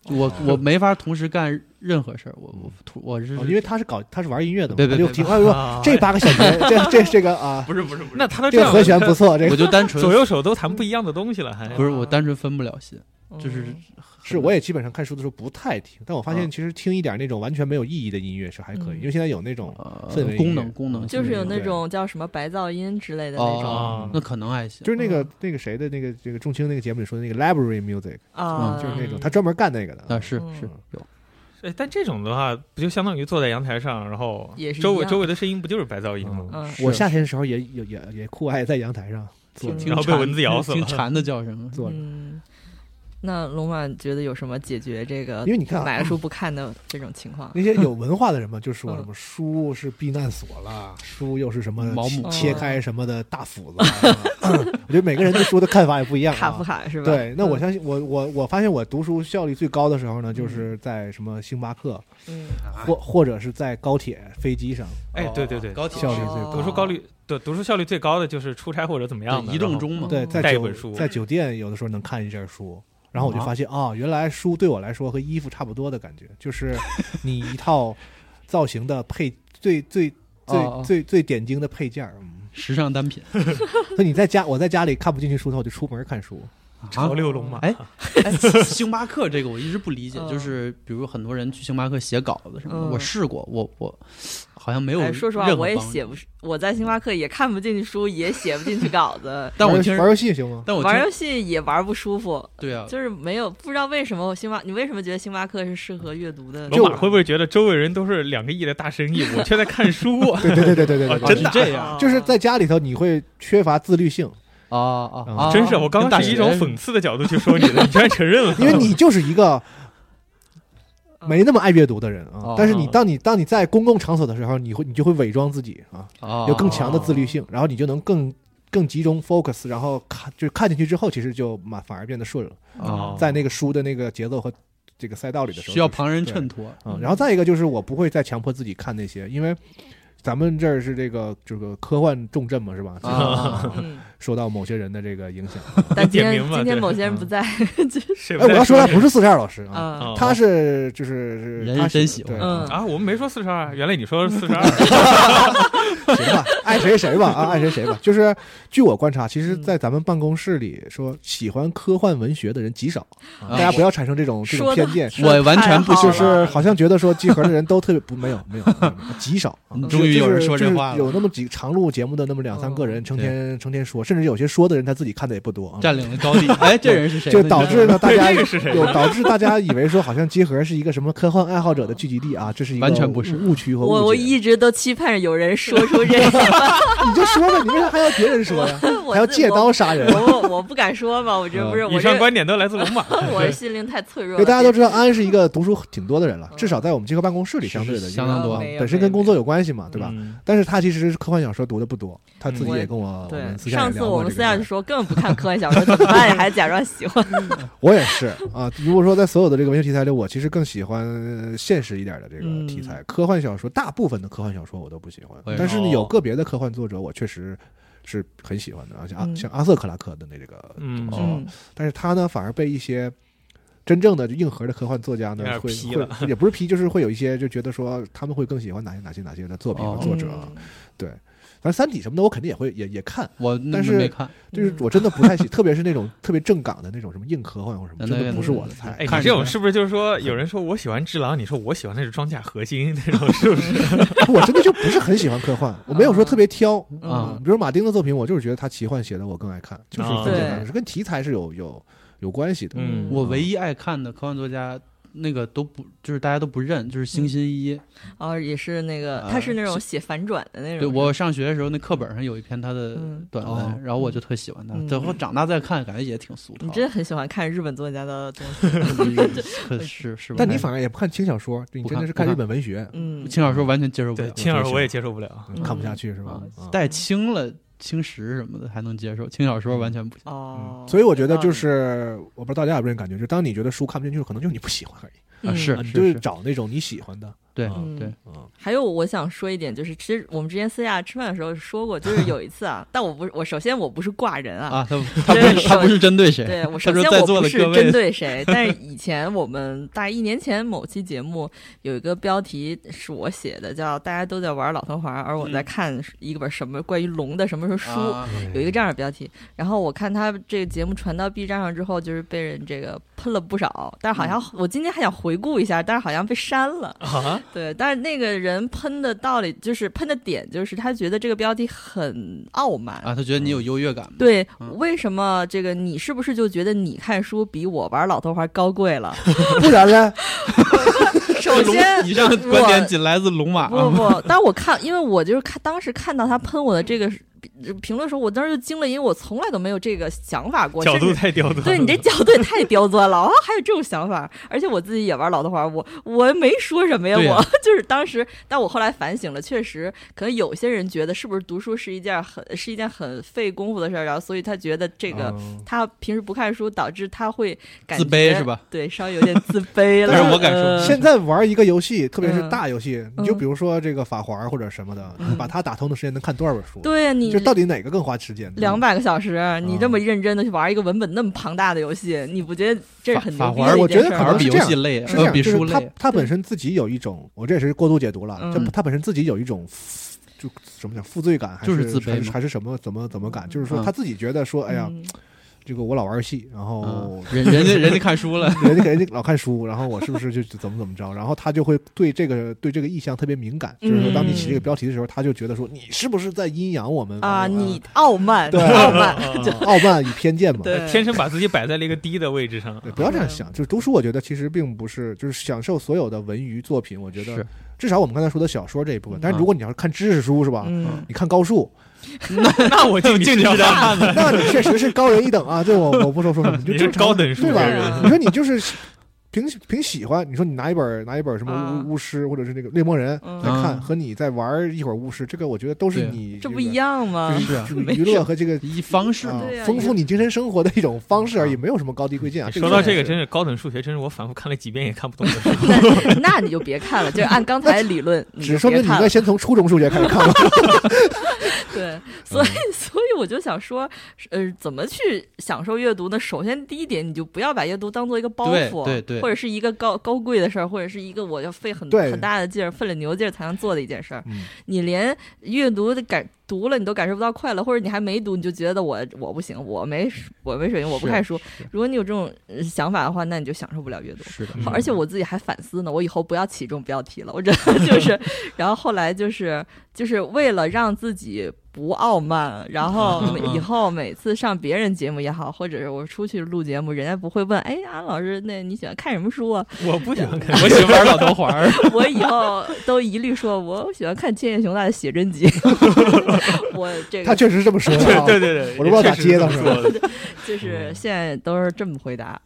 Speaker 6: 我我没法同时干任何事儿，我我我是
Speaker 5: 哦因为他是搞他是玩音乐的嘛，
Speaker 6: 别别
Speaker 5: 他就
Speaker 6: 别
Speaker 5: 听，
Speaker 6: 别
Speaker 5: 哎呦，
Speaker 4: 啊
Speaker 5: 这八个小节，这这这个啊，
Speaker 6: 不是不是不是，
Speaker 4: 那他都
Speaker 5: 这
Speaker 4: 这
Speaker 5: 个
Speaker 4: 样
Speaker 5: 和弦不错，这
Speaker 6: 我
Speaker 5: 个
Speaker 6: 就单纯
Speaker 4: 左右手都弹不一样的东西了，还
Speaker 6: 不是我单纯分不了心，就是
Speaker 3: 嗯
Speaker 5: 是我也基本上看书的时候不太听，但我发现
Speaker 6: 嗯
Speaker 5: 其实听一点那种完全没有意义的音乐是还可以，
Speaker 3: 嗯
Speaker 5: 因为现在有那种
Speaker 6: 呃
Speaker 5: 氛围音乐嗯
Speaker 6: 功能功能
Speaker 3: 就是有那
Speaker 5: 对
Speaker 3: 种叫什么白噪音之类的那种
Speaker 6: 哦，那可能还行
Speaker 5: 就。是那
Speaker 3: 嗯
Speaker 5: 个那个谁的那个这个仲青那个节目里说的那个 library music，
Speaker 3: 啊，
Speaker 5: 就是那种
Speaker 4: 嗯
Speaker 5: 他专门干那个
Speaker 6: 啊，
Speaker 5: 的，
Speaker 6: 是
Speaker 3: 嗯
Speaker 6: 是有，
Speaker 4: 哎，但这种的话，不就相当于坐在阳台上，然后
Speaker 3: 也是一
Speaker 4: 周围
Speaker 3: 样
Speaker 4: 周围的声音不就是白噪音吗？
Speaker 5: 嗯
Speaker 3: 嗯
Speaker 5: 我夏天的时候也也也也酷爱在阳台上坐
Speaker 3: 听
Speaker 5: 着
Speaker 6: 听
Speaker 4: 然后被
Speaker 6: 蝉
Speaker 4: 蚊子咬死
Speaker 6: 听
Speaker 4: 了
Speaker 6: 蝉的叫声，
Speaker 5: 坐着，
Speaker 3: 嗯，那龙马觉得有什么解决这个
Speaker 5: 因为你看啊
Speaker 3: 呃买了书不嗯看的这种情况？
Speaker 5: 那些有文化的人嘛，就说什么书是避难所啦，书又是什么
Speaker 6: 毛
Speaker 3: 嗯
Speaker 6: 姆
Speaker 5: 切开什么的大斧子啦。 我觉得每个人对书的看法也不一样、啊。
Speaker 3: 卡夫卡是吧？
Speaker 5: 对，那我
Speaker 3: 嗯
Speaker 5: 相信我我我发现我读书效率最高的时候呢，
Speaker 6: 嗯
Speaker 5: 就是在什么星巴克，
Speaker 3: 嗯
Speaker 6: 啊
Speaker 5: 或或者是在高铁、飞机上。
Speaker 4: 哎，对对对，
Speaker 6: 哦高铁哦
Speaker 5: 效率最高
Speaker 4: 读书高率对读书效率最高的就是出差或者怎么样的
Speaker 6: 对移动中嘛
Speaker 5: 对，在
Speaker 4: 带一
Speaker 5: 酒
Speaker 4: 本书
Speaker 5: 在酒店有的时候能看一下书，然后我就
Speaker 6: 啊
Speaker 5: 发现啊、原来书对我来说和衣服差不多的感觉，就是你一套造型的配最最最、
Speaker 6: 哦哦
Speaker 5: 最最点睛的配件儿。嗯，
Speaker 6: 时尚单品
Speaker 5: 所以你在家我在家里看不进去书的话，我就出门看书。
Speaker 4: 潮流龙马，
Speaker 6: 哎，哎，星巴克这个我一直不理解，就是比如很多人去星巴克写稿子什么的，
Speaker 3: 嗯
Speaker 6: 我试过，我我好像没有
Speaker 3: 哎，
Speaker 6: 任何
Speaker 3: 说
Speaker 6: 帮助。，
Speaker 3: 实话，我也写不，我在星巴克也看不进去书，也写不进去稿子
Speaker 6: 但我
Speaker 5: 玩游
Speaker 6: 听人
Speaker 5: 玩游戏行吗？
Speaker 6: 但我
Speaker 3: 玩
Speaker 6: 听
Speaker 3: 游戏也玩不舒服，
Speaker 6: 对啊，
Speaker 3: 就是没有不知道为什么星巴，你为什么觉得星巴克是适合阅读的？
Speaker 6: 哦
Speaker 4: 龙马会不会觉得周围人都是两个亿的大生意，我却在 看书？
Speaker 5: 对对对对对对对
Speaker 4: 哦
Speaker 5: 对，
Speaker 4: 真的
Speaker 6: 是这样
Speaker 5: 就是在家里头你会缺乏自律性，
Speaker 6: 啊啊
Speaker 5: 嗯
Speaker 6: 啊！
Speaker 4: 真是，我刚刚是以一种讽刺的角度去说你的，你居然承 认了。
Speaker 5: 因为你就是一个
Speaker 3: 嗯
Speaker 5: 没那么爱阅读的人啊
Speaker 6: 哦。
Speaker 5: 但是你
Speaker 4: 哦
Speaker 5: 当你当你在公共场所的时候，你会你就会伪装自己啊，
Speaker 6: 啊，
Speaker 5: 有更强的自律性，然后你就能更更集中 focus，然后看就看进去之后，其实就蛮反而变得顺了，
Speaker 4: 哦
Speaker 6: 啊，
Speaker 5: 在那个书的那个节奏和这个赛道里的时候，
Speaker 6: 需要
Speaker 5: 就是
Speaker 6: 旁人衬托。
Speaker 5: 嗯，然后再一个就是我不会再强迫自己看那些，因为。咱们这儿是这个这个科幻重镇嘛，是吧？
Speaker 6: 啊，
Speaker 3: 嗯，
Speaker 5: 受到某些人的这个影 响。
Speaker 3: 但今
Speaker 4: 点
Speaker 3: 天
Speaker 4: 名吧
Speaker 3: 今天
Speaker 4: 对
Speaker 3: 某些人不在，
Speaker 4: 谁
Speaker 5: 哎，我要说的不是四十二老师啊，
Speaker 3: 啊，
Speaker 5: 他是就是
Speaker 6: 人
Speaker 5: 他
Speaker 6: 真
Speaker 5: 是
Speaker 6: 喜欢
Speaker 5: 对
Speaker 3: 嗯
Speaker 4: 哦啊，我们没说四十二，原来你说四十二。
Speaker 5: 行吧，爱谁谁吧啊，爱谁谁吧。就是据我观察，其
Speaker 3: 嗯
Speaker 5: 实，在咱们办公室里说喜欢科幻文学的人极少，
Speaker 6: 啊
Speaker 5: 大家不要产生这种这种
Speaker 3: 说得
Speaker 5: 偏见，
Speaker 3: 说得
Speaker 6: 我完全不
Speaker 3: 太好
Speaker 5: 就
Speaker 3: 了
Speaker 5: 是好像觉得说集合的人都特别不没有没有没有没有极少啊。
Speaker 6: 终于有人说这话
Speaker 5: 就是有
Speaker 6: 了，哦
Speaker 5: 那么几常录节目的那么两三个人，成天成天说，甚至有些说的人他自己看的也不多啊。
Speaker 6: 占领了高 地。哎，这人是谁？
Speaker 5: 就导致 呢，大
Speaker 4: 对，
Speaker 5: 家
Speaker 4: 这个是谁？
Speaker 5: 有导致大家以为说好像集合是一个什么科幻爱好者的聚集地啊，这是一个
Speaker 6: 完全不是
Speaker 5: 误区和误解。
Speaker 3: 我我一直都期盼着有人说出这 个，
Speaker 5: 你就说吧，你为啥还要别人说呀？
Speaker 3: 我
Speaker 5: 还要借刀杀人？啊
Speaker 3: 我我我不敢说嘛，我这不是
Speaker 4: 嗯以
Speaker 3: 我
Speaker 4: 上
Speaker 3: 这
Speaker 4: 观点都来自龙马。
Speaker 3: 我这心灵太脆弱
Speaker 5: 因
Speaker 3: 了。
Speaker 5: 为大家都知道，安是一个读书挺多的人了，至少在我们这个办公室里，
Speaker 6: 是
Speaker 5: 相对的
Speaker 6: 是
Speaker 5: 因为
Speaker 6: 相当多
Speaker 5: 啊
Speaker 3: 嗯没有
Speaker 5: 本身跟工作有关系嘛，对吧？
Speaker 4: 嗯
Speaker 5: 但是他其实科幻小说读的不多，他自己
Speaker 3: 嗯
Speaker 5: 也跟我我
Speaker 3: 对
Speaker 5: 们，私下也
Speaker 3: 上次
Speaker 5: 聊
Speaker 3: 我
Speaker 5: 过
Speaker 3: 们
Speaker 5: 这
Speaker 3: 私下
Speaker 5: 个
Speaker 3: 就
Speaker 5: 事儿。
Speaker 3: 说根本不看科幻小说，怎么办？还假装喜欢？
Speaker 5: 我也是啊，如果说在所有的这个文学题材里，我其实更喜欢呃现实一点的这个
Speaker 3: 嗯
Speaker 5: 题材。科幻小说大部分的科幻小说我都不喜欢
Speaker 6: 我，也哦
Speaker 5: 但是
Speaker 4: 是
Speaker 5: 有个别的科幻作者我确实是很喜欢的，啊，像阿
Speaker 3: 嗯
Speaker 5: 像阿瑟克拉克的那这个
Speaker 4: 嗯，
Speaker 5: 哦但是他呢，反而被一些真正的硬核的科幻作家呢
Speaker 4: 有点，
Speaker 5: 会
Speaker 4: 批了
Speaker 5: 会也不是批，就是会有一些就觉得说他们会更喜欢哪些哪些哪些的作品和
Speaker 6: 哦
Speaker 5: 作者。
Speaker 3: 嗯
Speaker 5: 对，反正《三体》什么的，我肯定也会也也
Speaker 4: 嗯
Speaker 5: 看，
Speaker 6: 我
Speaker 5: 但是
Speaker 6: 没看，
Speaker 5: 就是我真的不太喜， 特别是那种特别正港的那种什么硬科幻或什么，
Speaker 6: 那
Speaker 5: 真
Speaker 6: 那
Speaker 5: 的
Speaker 6: 个
Speaker 5: 不是我的菜。
Speaker 4: 哎，你
Speaker 6: 看
Speaker 4: 这
Speaker 6: 出来
Speaker 4: 种是不是就是说，有人说我喜欢只狼，你说我喜欢那是装甲核心 那种，是不是？
Speaker 5: 我真的就不是很喜欢科幻，我没有说特别挑。嗯
Speaker 6: 啊
Speaker 5: 比如马丁的作品，我就是觉得他奇幻写的我更爱看，就是
Speaker 4: 啊
Speaker 5: 很简单，
Speaker 3: 对
Speaker 5: 是跟题材是有有有关系的。
Speaker 4: 嗯
Speaker 6: 我唯一爱看的科幻作家，那个都不就是大家都不认，就是星星一。
Speaker 3: 哦，也是那个，
Speaker 5: 呃
Speaker 6: 啊
Speaker 3: 他是那种
Speaker 6: 是
Speaker 3: 写反转的那
Speaker 6: 对
Speaker 3: 种。
Speaker 6: 我上学的时候，那课本上有一篇他的
Speaker 3: 嗯
Speaker 6: 短
Speaker 5: 哦
Speaker 6: 文，然后我就特喜欢他。
Speaker 3: 嗯
Speaker 6: 等后长大再看，感觉也挺俗
Speaker 3: 你
Speaker 6: 套。
Speaker 3: 真很喜欢看日本作家的东 西。
Speaker 6: 可是是吧？
Speaker 5: 但你反而也不看轻小说，就你
Speaker 6: 不
Speaker 5: 真
Speaker 6: 看
Speaker 5: 的是
Speaker 6: 不
Speaker 5: 看日
Speaker 6: 看
Speaker 5: 本文学，
Speaker 3: 嗯，
Speaker 6: 轻小说完全接受不
Speaker 4: 对，
Speaker 6: 了，
Speaker 4: 亲耳我也接受不了。
Speaker 5: 嗯看不下去是吧？啊
Speaker 6: 带轻了轻食什么的还能接受，轻小
Speaker 5: 嗯
Speaker 6: 说完全不行。
Speaker 3: 哦，
Speaker 5: 所以我觉得就是，我不知道大家有没有这种感觉，就是当你觉得书看不进去，可能就是你不喜 欢而已，
Speaker 3: 嗯
Speaker 6: 啊是
Speaker 5: 啊你
Speaker 6: 是
Speaker 5: 就是
Speaker 6: 是
Speaker 5: 找那种你喜欢 的。
Speaker 6: 对
Speaker 5: 啊
Speaker 3: 嗯
Speaker 6: 对，
Speaker 5: 啊，
Speaker 3: 还有我想说一点，就是其实我们之前私下吃饭的时候说过，就是有一次啊，但我不是我首先我不是挂人 啊，
Speaker 6: 啊，他他不是他不是针对谁，啊
Speaker 3: 对我
Speaker 6: 他
Speaker 3: 首
Speaker 6: 说
Speaker 3: 先
Speaker 6: 在
Speaker 3: 我
Speaker 6: 座
Speaker 3: 不
Speaker 6: 的
Speaker 3: 是
Speaker 6: 各
Speaker 3: 针
Speaker 6: 位
Speaker 3: 对谁，但是以前我们大概一年前某期节目有一个标题是我写的，叫“大家都在玩老头环”，而我在
Speaker 6: 嗯
Speaker 3: 看一个本什么关于龙的什么什么书，
Speaker 6: 啊
Speaker 3: 有一个这样的标题。然后我看他这个节目传到 B 站上之后，就是被人这个喷了不少，但是好像
Speaker 6: 嗯
Speaker 3: 我今天还想回顾一下，但是好像被删了。
Speaker 4: 啊，
Speaker 3: 对，但是那个人喷的道理就是喷的点，就是他觉得这个标题很傲慢
Speaker 6: 啊，他觉得你有优越感吗？
Speaker 3: 对，
Speaker 6: 嗯
Speaker 3: 为什么这个你是不是就觉得你看书比我玩老头环高贵 了？
Speaker 5: 不然呢？
Speaker 3: 首
Speaker 6: 龙
Speaker 3: 先，
Speaker 6: 以上观点仅来自龙马啊
Speaker 3: 不不，但我看，因为我就是看当时看到他喷我的这个呃评论说，我当时就惊了，因为我从来都没有这个想法过，
Speaker 4: 角
Speaker 3: 甚
Speaker 4: 度
Speaker 3: 至
Speaker 4: 太刁 钻了。
Speaker 3: 对你这角度也太刁钻了啊！还有这种想法，而且我自己也玩老的话，我我没说什么呀，
Speaker 6: 对呀
Speaker 3: 我 就是当时，但我后来反省了，确实可能有些人觉得是不是读书是一件很是一件很费功夫的事儿，然后所以他觉得这个、
Speaker 5: 嗯
Speaker 3: 他平时不看书，导致他会感觉
Speaker 6: 哦自卑是吧？
Speaker 3: 对，稍微有点自卑了。
Speaker 6: 但是我敢说
Speaker 3: 呃
Speaker 5: 现在玩一个游戏，特别是大游戏，
Speaker 3: 嗯
Speaker 5: 你就比如说这个法环或者什么的，你把它打通的时间能看多少本书？
Speaker 3: 对呀，你
Speaker 5: 就到底哪个更花时间？
Speaker 3: 两百个小时，
Speaker 6: 嗯
Speaker 3: 你这么认真的去玩一个文本那么庞大的游戏，你不觉得这是
Speaker 6: 法
Speaker 3: 很
Speaker 6: 法
Speaker 3: 牛逼
Speaker 6: 环
Speaker 3: 的
Speaker 6: 儿，
Speaker 3: 一
Speaker 5: 我
Speaker 3: 件
Speaker 5: 觉
Speaker 3: 事
Speaker 5: 得
Speaker 3: 儿
Speaker 5: 可
Speaker 6: 反
Speaker 3: 吗
Speaker 6: 而
Speaker 5: 能是
Speaker 6: 比
Speaker 5: 这
Speaker 6: 游
Speaker 5: 样
Speaker 6: 戏累，
Speaker 5: 是这
Speaker 6: 呃，
Speaker 5: 样，
Speaker 6: 比
Speaker 5: 就是
Speaker 6: 书
Speaker 5: 它
Speaker 6: 累。
Speaker 5: 它本
Speaker 3: 对
Speaker 5: 身自己有一种，我这也是过度解读了，这
Speaker 3: 嗯
Speaker 5: 它本身自己有一种就怎么讲负罪感，还
Speaker 6: 就是是自卑
Speaker 5: 还是
Speaker 6: 嘛
Speaker 5: 还是什么怎么怎么感？就是说
Speaker 6: 嗯
Speaker 5: 他自己觉得说，哎呀，
Speaker 3: 嗯
Speaker 5: 这个我老玩游戏，然后
Speaker 6: 嗯，人人家人家看书了，
Speaker 5: 人家给人家老看书，然后我是不是就就怎么怎么着？然后他就会对这个对这个意象特别敏感，就是说当你起这个标题的时候，他就觉得说你是不是在阴阳我们
Speaker 3: 嗯啊，
Speaker 5: 我们
Speaker 3: 你傲慢，
Speaker 5: 对
Speaker 3: 傲 慢，就
Speaker 5: 啊傲慢与偏见嘛？
Speaker 3: 对嗯
Speaker 4: 天生把自己摆在了一个低的位置上。
Speaker 5: 对，不要这样想。就是读书，我觉得其实并不是就是享受所有的文娱作品，我觉得
Speaker 6: 是
Speaker 5: 至少我们刚才说的小说这一部分
Speaker 3: 嗯。
Speaker 5: 但是如果你要是看知识书是吧？
Speaker 3: 嗯，
Speaker 5: 你看高数，
Speaker 4: 那我就敬
Speaker 6: 你
Speaker 4: 你
Speaker 6: 知道吗
Speaker 5: 那你确实是高人一等啊！这我我不说说什么，你就
Speaker 4: 你是
Speaker 5: 正常
Speaker 4: 高等数
Speaker 5: 对
Speaker 4: 学
Speaker 3: 人
Speaker 5: 吧？你说你就是凭凭喜欢，你说你拿一本拿一本什么
Speaker 3: 啊
Speaker 5: 巫巫师或者是那个猎魔人
Speaker 3: 嗯
Speaker 5: 在看，
Speaker 6: 嗯
Speaker 5: 和你在玩一会儿巫师，这个我觉得都是
Speaker 6: 对
Speaker 5: 你
Speaker 3: 这
Speaker 5: 个
Speaker 3: 不一，样吗
Speaker 5: 就？
Speaker 6: 是
Speaker 5: 是
Speaker 6: 啊
Speaker 5: 就是
Speaker 3: 没
Speaker 5: 娱乐和这个
Speaker 6: 一方式
Speaker 5: 啊
Speaker 3: 嗯对啊
Speaker 5: 丰富你精神生活的一种方式而已，
Speaker 6: 啊
Speaker 5: 没有什么高低贵贱啊。
Speaker 4: 说到这个，
Speaker 5: 是
Speaker 4: 真是高等数学，真是我反复看了几遍也看不懂的。
Speaker 3: 那那你就别看了，就是按刚才理论，你就
Speaker 5: 只说明
Speaker 3: 别
Speaker 5: 你应
Speaker 3: 看
Speaker 5: 该
Speaker 3: 了
Speaker 5: 先从初中数学开始看吧。
Speaker 3: 对，所
Speaker 5: 嗯
Speaker 3: 以所以我就想说，呃，怎么去享受阅读呢？首先第一点，你就不要把阅读当做一个包
Speaker 6: 对
Speaker 3: 袱，
Speaker 6: 对对
Speaker 3: 或者是一个高高贵的事儿，或者是一个我要费很
Speaker 5: 对
Speaker 3: 很大的劲儿、费了牛劲儿才能做的一件事儿。
Speaker 5: 嗯
Speaker 3: 你连阅读的感读了，你都感受不到快乐，或者你还没读，你就觉得我我不行，我没我没水平，我不
Speaker 6: 是
Speaker 3: 看书
Speaker 6: 是。
Speaker 3: 如果你有这种呃想法的话，那你就享受不了阅读。
Speaker 6: 是的，
Speaker 4: 嗯
Speaker 3: 而且我自己还反思呢，我以后不要起这种标题了。我真的就是， 然后后来就是就是为了让自己不傲慢，然后
Speaker 6: 嗯
Speaker 3: 每以后每次上别人节目也好，或者是我出去录节目，人家不会问，哎，安老师，那你喜欢看什么书啊？
Speaker 4: 嗯我不想看，我喜欢玩老头环儿。
Speaker 3: 我以后都一律说，我喜欢看千叶雄大的写真集。 我这
Speaker 5: 他
Speaker 3: 个
Speaker 5: 确实这么说的啊。
Speaker 4: 对对对，
Speaker 5: 我都不知道咋接
Speaker 4: 的
Speaker 5: 当时。
Speaker 6: 嗯
Speaker 3: 就是现在都是这么回答，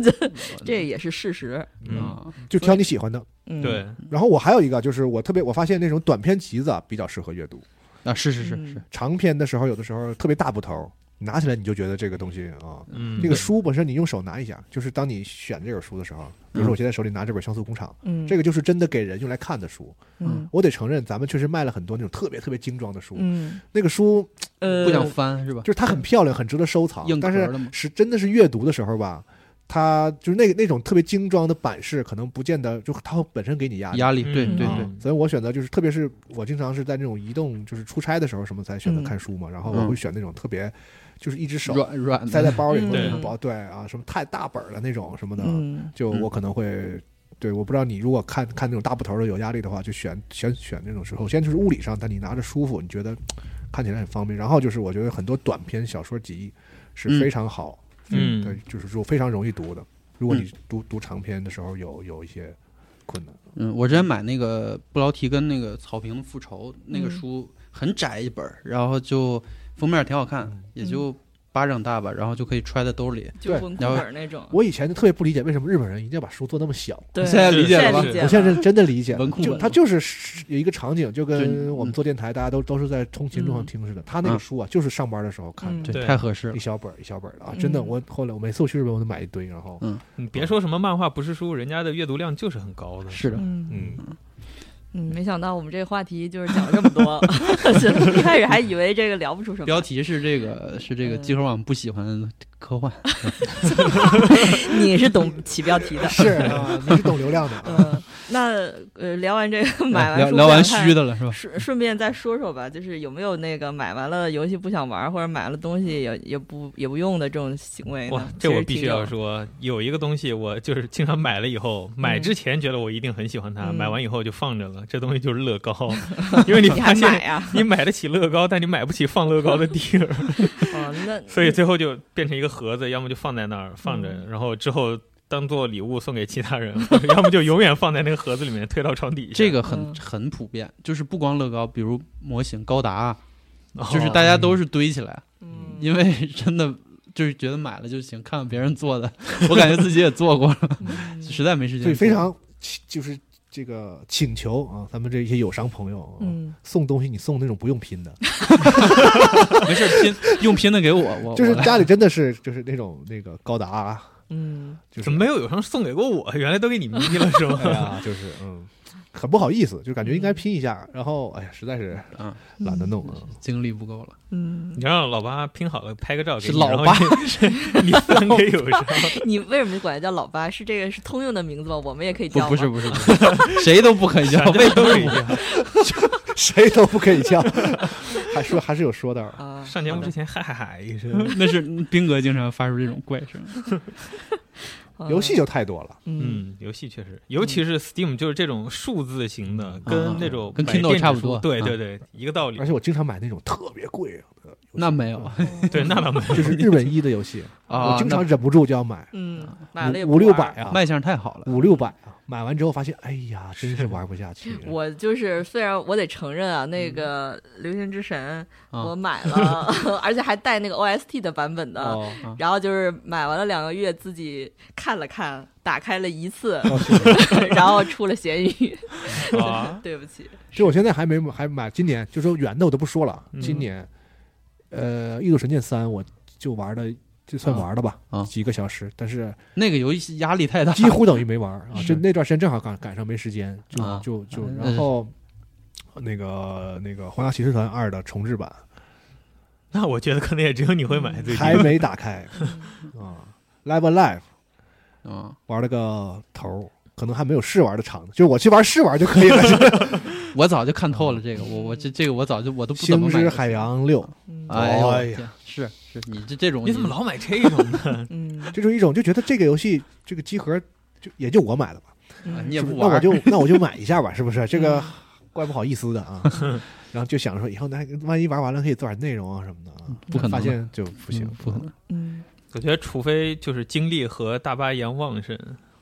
Speaker 3: 这也是事实。
Speaker 4: 嗯，
Speaker 6: 啊，
Speaker 5: 就挑你喜欢的。
Speaker 3: 嗯，
Speaker 4: 对，
Speaker 5: 然后我还有一个，就是我特别我发现那种短篇集子啊比较适合阅读，
Speaker 6: 啊是是是
Speaker 3: 嗯
Speaker 6: 是，
Speaker 5: 长篇的时候有的时候特别大部头，你拿起来你就觉得这个东西啊，
Speaker 4: 嗯，
Speaker 5: 这个书本身你用手拿一下，就是当你选这本书的时候，
Speaker 6: 嗯
Speaker 5: 比如说我现在手里拿这本《像素工厂》，
Speaker 3: 嗯，
Speaker 5: 这个就是真的给人用来看的书。
Speaker 3: 嗯
Speaker 5: 我得承认，咱们确实卖了很多那种特别特别精装的书，
Speaker 3: 嗯
Speaker 5: 那个书
Speaker 3: 呃，
Speaker 6: 不想翻是吧？
Speaker 5: 就是它很漂亮，很值得收藏
Speaker 6: 硬，壳
Speaker 5: 但
Speaker 6: 儿
Speaker 5: 是
Speaker 6: 的嘛，
Speaker 5: 是真的是阅读的时候吧。它就是那个那种特别精装的版式，可能不见得就它本身给你压力，
Speaker 6: 压力对
Speaker 4: 嗯
Speaker 6: 对对
Speaker 5: 啊，所以我选择就是，特别是我经常是在那种移动，就是出差的时候什么才
Speaker 3: 嗯
Speaker 5: 选择看书嘛，然后
Speaker 4: 嗯
Speaker 5: 我会选那种特别，就是一只手
Speaker 6: 软软的
Speaker 5: 塞在包里
Speaker 3: 嗯
Speaker 5: 或者什
Speaker 4: 对
Speaker 5: 么包，对啊，什么太大本儿的那种什么的，
Speaker 3: 嗯
Speaker 5: 就我可能会。对，我不知道你如果看看那种大部头的有压力的话，就选选选那种时候，先就是物理上，但你拿着舒服，你觉得看起来很方便。然后就是我觉得很多短篇小说集是非常好，
Speaker 4: 嗯
Speaker 5: 对，就是说非常容易读的。如果你读、读长篇的时候有有一些困难，
Speaker 6: 嗯，我之前买那个布劳提跟那个草坪的复仇那个
Speaker 3: 嗯
Speaker 6: 书很窄一本儿，然后就封面挺好看，
Speaker 3: 嗯
Speaker 6: 也就巴掌大吧，然后就可以揣在兜里。
Speaker 3: 就
Speaker 5: 对
Speaker 3: 文库
Speaker 6: 然后
Speaker 3: 本儿那种。
Speaker 5: 我以前就特别不理解为什么日本人一定要把书做那么小，
Speaker 3: 对，啊
Speaker 6: 现在理解了吧
Speaker 3: 现在
Speaker 5: 我现在是真的理解了，
Speaker 6: 文库
Speaker 5: 就
Speaker 6: 本
Speaker 5: 它就是是有一个场景，就
Speaker 6: 对
Speaker 5: 跟我们做电台，大家都都是在通勤路上
Speaker 3: 嗯
Speaker 5: 听似的。他那个
Speaker 6: 嗯
Speaker 5: 书啊，就是上班的时候看的，
Speaker 3: 嗯
Speaker 4: 对
Speaker 6: 对，太合适了
Speaker 5: 一。小本儿一小本儿的啊，
Speaker 3: 嗯
Speaker 5: 真的。我后来我每次我去日本，我都买一堆，然后
Speaker 6: 嗯
Speaker 4: 你别说什么漫画不是书，人家的阅读量就是很高的。
Speaker 6: 是的，
Speaker 3: 嗯
Speaker 5: 嗯，。
Speaker 3: 嗯，没想到我们这个话题就是讲了这么多，就一开始还以为这个聊不出什么。
Speaker 6: 标题是这个是这个
Speaker 3: 嗯
Speaker 6: 集合网不喜欢科幻，
Speaker 3: 你是懂起标题的
Speaker 5: 是 啊，你是懂流量的
Speaker 3: 嗯、
Speaker 5: 啊。
Speaker 3: 那呃，聊完这个 买完
Speaker 6: 聊
Speaker 3: 书
Speaker 6: 聊完
Speaker 3: 不想看
Speaker 6: 虚的了是吧？
Speaker 3: 顺顺便再说说吧，就是有没有那个买完了游戏不想玩，或者买了东西也也不也不用的这种行为呢？
Speaker 4: 哇，
Speaker 3: 其
Speaker 4: 这我
Speaker 3: 实
Speaker 4: 必
Speaker 3: 挺
Speaker 4: 须要
Speaker 3: 有。
Speaker 4: 说，有一个东西我就是经常买了以后，买之前觉得我一定很喜欢它，
Speaker 3: 嗯
Speaker 4: 买完以后就放着了。这东西就是乐 高，因为你
Speaker 3: 你
Speaker 4: 发
Speaker 3: 还买啊
Speaker 4: 现
Speaker 3: 呀、
Speaker 4: 你买得起乐高，但你买不起放乐高的 地儿，
Speaker 3: 哦，那
Speaker 4: 所以最后就变成一个盒子，要么就放在那儿放着，
Speaker 3: 嗯
Speaker 4: 然后之后当做礼物送给其他人， 或者要么就永远放在那个盒子里面，推到床底下。
Speaker 6: 这个很
Speaker 3: 嗯
Speaker 6: 很普遍，就是不光乐高，比如模型高达，就是大家都是堆起来，
Speaker 3: 哦嗯，
Speaker 6: 因为真的就是觉得买了就行，看看别人做的，我感觉自己也做过了，
Speaker 3: 嗯
Speaker 6: 实在没时间
Speaker 5: 所
Speaker 6: 做。
Speaker 5: 以非常请就是这个请求啊，咱们这些友商朋友、啊、
Speaker 3: 嗯
Speaker 5: 送东西，你送那种不用拼的，
Speaker 6: 没事拼用拼的给我，我
Speaker 5: 就是
Speaker 6: 我来
Speaker 5: 家里真的是就是那种那个高达啊，
Speaker 3: 嗯，
Speaker 5: 就是
Speaker 4: 怎么没有友商送给过我？原来都给你迷了是
Speaker 5: 哎
Speaker 4: 吗？
Speaker 5: 呀，就是嗯，很不好意思，就感觉应该拼一下，然后哎呀，实在是
Speaker 6: 嗯
Speaker 5: 懒得弄啊。
Speaker 6: 精力不够了。
Speaker 3: 嗯，
Speaker 4: 你让老八拼好了拍个照给
Speaker 6: 是
Speaker 4: 你，
Speaker 6: 老八
Speaker 4: 然后你你分给友商，
Speaker 3: 你为什么管它叫老八？是这个是通用的名字吗？我们也可以
Speaker 6: 不
Speaker 3: 叫吗
Speaker 6: 不是不是不是，谁都不可以叫，为什
Speaker 4: 都是一
Speaker 6: 么
Speaker 4: 样。
Speaker 5: 谁都不可以叫， 还说还是有说道儿。
Speaker 3: 啊，
Speaker 4: 上节目之前嗨嗨嗨一声，
Speaker 6: 那是兵哥经常发出这种怪声？
Speaker 3: 好的
Speaker 5: 游戏就太多了，
Speaker 3: 啊嗯
Speaker 4: 嗯，游戏确实，尤其是 Steam 就是这种数字型的，跟那种
Speaker 6: 嗯跟
Speaker 4: 买电子
Speaker 6: Kindle 差不多
Speaker 4: 书对
Speaker 6: 啊
Speaker 4: 对对，一个道理
Speaker 5: 而。且我经常买那种特别贵的，
Speaker 6: 那没有
Speaker 4: 对，那倒没有，
Speaker 5: 就是日本一的游戏，
Speaker 6: 啊，
Speaker 5: 我经常忍不住就要买，
Speaker 3: 嗯，买了也
Speaker 5: 五五
Speaker 3: 不
Speaker 5: 六
Speaker 3: 玩
Speaker 5: 百
Speaker 3: 儿。
Speaker 5: 啊
Speaker 6: 那，卖相太好了。
Speaker 5: 五六百啊，买完之后发现，哎呀，真是玩不下去。
Speaker 3: 我就是，虽然我得承认啊，那个《流星之神》
Speaker 6: 啊
Speaker 3: 我买了， 而且还带那个 OST 的版本的，
Speaker 6: 哦，啊
Speaker 3: 然后就是买完了两个月，自己看了看，打开了一次，
Speaker 5: 要是
Speaker 3: 然后出了咸鱼。
Speaker 4: 啊
Speaker 3: 对不起，
Speaker 5: 就我现在还没还买，今年就说远的我都不说了
Speaker 4: 嗯，
Speaker 5: 今年，呃，《异度神剑三》我就玩了，就算玩了吧
Speaker 6: 啊啊，
Speaker 5: 几个小时，但是
Speaker 6: 那个游戏压力太 大，
Speaker 5: 几乎等于没玩啊。
Speaker 6: 是
Speaker 5: 就那段时间正好赶赶上没时间，
Speaker 6: 啊
Speaker 5: 就就就
Speaker 6: 啊那
Speaker 5: 然后那个那个《皇家骑士团二》的重置版
Speaker 4: 那我觉得可能也只有你会买最近。
Speaker 5: 还没打开啊，《Live Alive》
Speaker 6: 啊，
Speaker 5: 玩了个头儿，可能还没有试玩的长呢，就是我去玩试玩就可 以了。
Speaker 6: 我早就看透了这个，我我这这个我早就我都不怎
Speaker 5: 星
Speaker 6: 么买
Speaker 5: 之
Speaker 6: 游戏。
Speaker 5: 海洋六。
Speaker 3: 嗯
Speaker 6: 哎呦，我
Speaker 5: 哎
Speaker 6: 的
Speaker 5: 呀
Speaker 6: 天是是，你这这种
Speaker 4: 你怎么老买这种呢？
Speaker 3: 嗯，
Speaker 5: 这种一种就觉得这个游戏这个集合就也就我买了吧，
Speaker 6: 啊
Speaker 3: 嗯
Speaker 6: 你也
Speaker 5: 是不
Speaker 6: 不
Speaker 5: 是
Speaker 6: 玩
Speaker 5: 那
Speaker 6: 儿？
Speaker 5: 我就那我就买一下吧，是不是？这个怪不好意思的 啊。然后就想说以后那万一玩完了可以做点内容啊什么的啊，
Speaker 6: 不可能
Speaker 5: 发现就不行
Speaker 6: 嗯，不可能。
Speaker 3: 嗯
Speaker 4: 我觉得除非就是精力和大巴一样旺盛，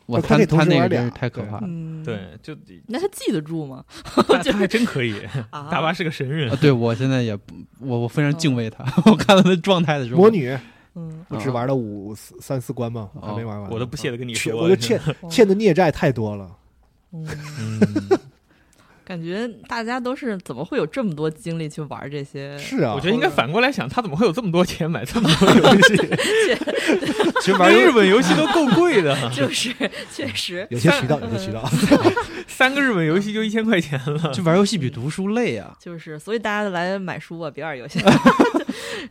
Speaker 6: 我
Speaker 5: 他
Speaker 6: 他
Speaker 5: 可以同
Speaker 6: 他
Speaker 5: 时
Speaker 6: 那个
Speaker 5: 玩
Speaker 6: 真是
Speaker 5: 俩
Speaker 6: 太可
Speaker 5: 对
Speaker 6: 怕了。
Speaker 3: 嗯，，
Speaker 4: 对， 就
Speaker 3: 那他记得住吗？
Speaker 4: 他他还真可以，
Speaker 3: 啊，
Speaker 4: 大巴是个神
Speaker 6: 啊
Speaker 4: 人，，
Speaker 6: 对我现在也不，我我非常敬畏他。 我看到他状态的时候，
Speaker 5: 魔女
Speaker 3: 嗯，
Speaker 5: 我只玩了五四三四关嘛，还没玩完。
Speaker 4: 我都不屑的跟你
Speaker 5: 欠
Speaker 4: 说，
Speaker 5: 我就欠欠的孽债太多了。
Speaker 3: 嗯，
Speaker 4: 嗯，
Speaker 3: 感觉大家都是怎么会有这么多精力去玩这些？
Speaker 5: 是啊，
Speaker 4: 我觉得应该反过来想，他怎么会有这么多钱买这么多游戏？
Speaker 5: 其实玩
Speaker 4: 玩日本游戏都够贵的，
Speaker 3: 就是 确实，
Speaker 5: 啊有些渠道，有些渠道。
Speaker 4: 三个日本游戏就一千块钱 了。
Speaker 6: 就玩游戏比读书累啊。
Speaker 3: 就是，所以大家来买书啊，别玩 游戏。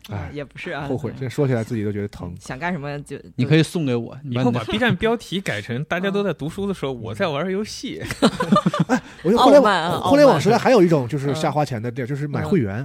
Speaker 3: 啊也不是啊，
Speaker 5: 哎后悔，
Speaker 6: 嗯
Speaker 5: 这说起来自己都觉得疼。
Speaker 3: 想干什么就
Speaker 6: 你可以送给我，你
Speaker 4: 以
Speaker 6: 把
Speaker 4: 后
Speaker 6: 你的
Speaker 4: 把 B 站标题改成大家都在读书的时候，我在玩游戏。
Speaker 6: 嗯
Speaker 5: 我觉得互联
Speaker 3: 傲慢啊
Speaker 5: 网
Speaker 3: 傲慢
Speaker 5: 互联网时代还有一种就是
Speaker 3: 嗯
Speaker 5: 瞎花钱的地儿，就是买会员。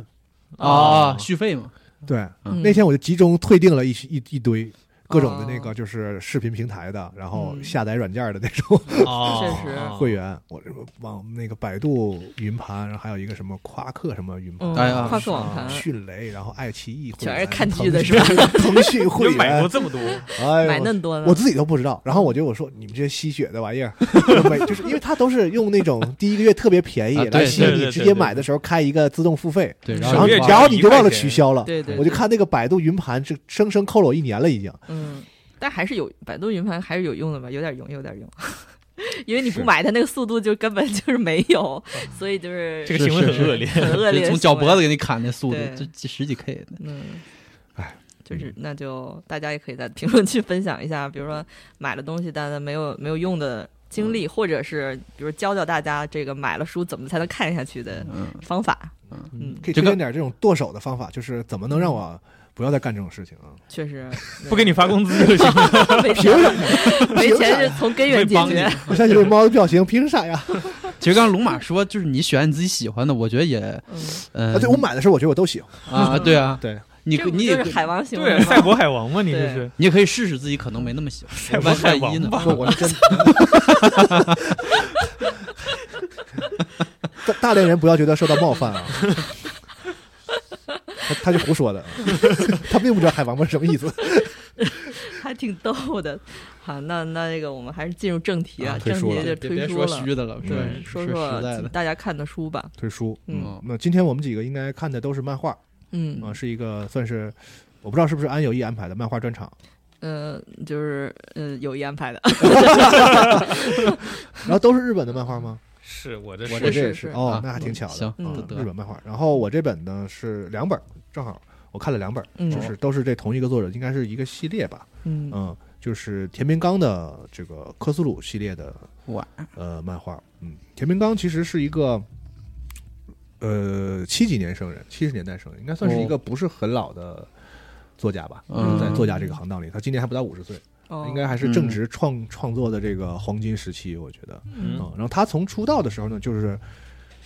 Speaker 5: 哦
Speaker 6: 啊续费嘛，
Speaker 5: 对，
Speaker 6: 嗯
Speaker 5: 那天我就集中退订了一一一堆各种的那
Speaker 3: 哦
Speaker 5: 个就是视频平台的，然后
Speaker 3: 嗯
Speaker 5: 下载软件的那种
Speaker 4: 哦
Speaker 3: 确实
Speaker 5: 会员，我这个往那个百度云盘，然后还有一个什么夸克什么云盘
Speaker 3: 嗯，
Speaker 6: 哎呀
Speaker 3: 夸克
Speaker 5: 啊
Speaker 3: 网盘，
Speaker 5: 迅雷，然后爱奇艺会员，
Speaker 3: 全是看剧的是吧
Speaker 5: 腾讯？腾讯
Speaker 4: 你
Speaker 5: 会
Speaker 4: 就买过
Speaker 5: 员，
Speaker 4: 这么多，
Speaker 5: 哎呦
Speaker 3: 买那么多呢？
Speaker 5: 我自己都不知道。然后我就我说你们这些吸血的玩意儿， 就没就是因为它都是用那种第一个月特别便宜
Speaker 6: 啊对
Speaker 5: 来吸引
Speaker 4: 对对
Speaker 5: 你，
Speaker 4: 对
Speaker 5: 直
Speaker 4: 对
Speaker 5: 接买的时候开一个自动付费，
Speaker 6: 对，
Speaker 3: 嗯
Speaker 6: 然
Speaker 5: 然后
Speaker 6: 后
Speaker 4: 首页
Speaker 6: 你
Speaker 4: 只
Speaker 5: 然后你就忘
Speaker 4: 1块
Speaker 5: 了
Speaker 4: 钱
Speaker 5: 取消了。
Speaker 3: 对对，
Speaker 5: 我就
Speaker 3: 对
Speaker 5: 看那个百度云盘，这生生扣了我一年了，已经。
Speaker 3: 嗯，但还是有百度云盘还是有用的吧，有点用，有点用。 因为你不
Speaker 5: 是哦
Speaker 3: 买它那个速度就根本就是没有，所以就是
Speaker 4: 这个行为
Speaker 6: 是是
Speaker 4: 很
Speaker 6: 是
Speaker 4: 恶劣。
Speaker 3: 很恶劣
Speaker 6: 就
Speaker 3: 的
Speaker 6: 从
Speaker 3: 行
Speaker 6: 脚
Speaker 3: 为
Speaker 6: 脖子。给你砍那速度，
Speaker 3: 对
Speaker 6: 就几十几 K 的。
Speaker 3: 嗯，
Speaker 5: 唉，
Speaker 3: 就是那就大家也可以在评论区分享一下，比如说买了东西但没有没有用的经历，或者是比如教教大家这个买了书怎么才能看下去的
Speaker 6: 嗯，
Speaker 3: 方法。
Speaker 6: 嗯
Speaker 3: 嗯，
Speaker 5: 可以
Speaker 6: 这
Speaker 5: 推
Speaker 6: 个
Speaker 5: 荐点这种剁手的方法，就是怎么能让我不要再干这种事情啊？
Speaker 3: 确实
Speaker 4: 不给你发工资就 行了。
Speaker 3: 没钱，没钱是从根源解
Speaker 6: 帮你
Speaker 3: 决。
Speaker 5: 我想起这猫的表情，凭啥呀？
Speaker 6: 其实刚刚龙马说，就是你选你自己喜欢的，我觉得也，
Speaker 3: 嗯，
Speaker 6: 嗯、
Speaker 5: 啊，对我买的时候，我觉得我都喜欢。
Speaker 6: 啊，对啊，
Speaker 5: 对，
Speaker 6: 你
Speaker 3: 这不
Speaker 6: 你也
Speaker 3: 就
Speaker 6: 可
Speaker 3: 是
Speaker 6: 以
Speaker 3: 海王行
Speaker 4: 对
Speaker 3: 为，吗
Speaker 4: 赛博海王嘛，你这是
Speaker 6: 你也可以试试自己可能没那 么喜
Speaker 4: 赛
Speaker 6: 欢，
Speaker 4: 博海
Speaker 6: 万
Speaker 4: 王
Speaker 6: 万一 呢？
Speaker 4: 吧？
Speaker 5: 我我是真大大连人不要觉得受到冒犯啊。他他就胡说的，他并不知道海王八是什么意思。
Speaker 3: 还挺逗的。好，那那那个我们还是进入正题
Speaker 5: 啊
Speaker 3: 正
Speaker 5: 退
Speaker 3: 题
Speaker 5: 书了
Speaker 3: 就
Speaker 6: 别别
Speaker 3: 推
Speaker 6: 说
Speaker 3: 书了。嗯
Speaker 6: 虚的了，
Speaker 3: 对，说
Speaker 6: 说实在
Speaker 3: 说
Speaker 6: 的，
Speaker 3: 大家看的书吧。
Speaker 5: 推书，
Speaker 3: 嗯
Speaker 5: 那今天我们几个应该看的都是漫画，
Speaker 3: 嗯
Speaker 5: 啊，是一个算是我不知道是不是安有意安排的漫画专场。
Speaker 3: 呃，就是呃，有意安排的，
Speaker 5: 然后都是日本的漫画吗？
Speaker 4: 是我的
Speaker 5: 我
Speaker 3: 是
Speaker 5: 这
Speaker 3: 是
Speaker 5: 也
Speaker 3: 是
Speaker 5: 哦
Speaker 6: 啊，
Speaker 5: 那还挺巧的，
Speaker 6: 行
Speaker 5: 啊
Speaker 3: 得
Speaker 6: 得
Speaker 5: 日本漫画。然后我这本呢是两本，正好我看了两本，
Speaker 3: 嗯
Speaker 5: 就是都是这同一个作者，应该是一个系列吧，
Speaker 3: 嗯
Speaker 5: 嗯，就是田明刚的这个科苏鲁系列的
Speaker 6: 哇，
Speaker 5: 呃漫画，嗯，田明刚其实是一个。呃，七几年生人，七十年代生人，应该算是一个不是很老的作家吧，
Speaker 6: 嗯
Speaker 5: 在作家这个行当里，他今年还不到五十岁，
Speaker 3: 哦
Speaker 5: 应该还是正值创创作的这个黄金时期，我觉得。
Speaker 4: 嗯
Speaker 5: 嗯，然后他从出道的时候呢，就是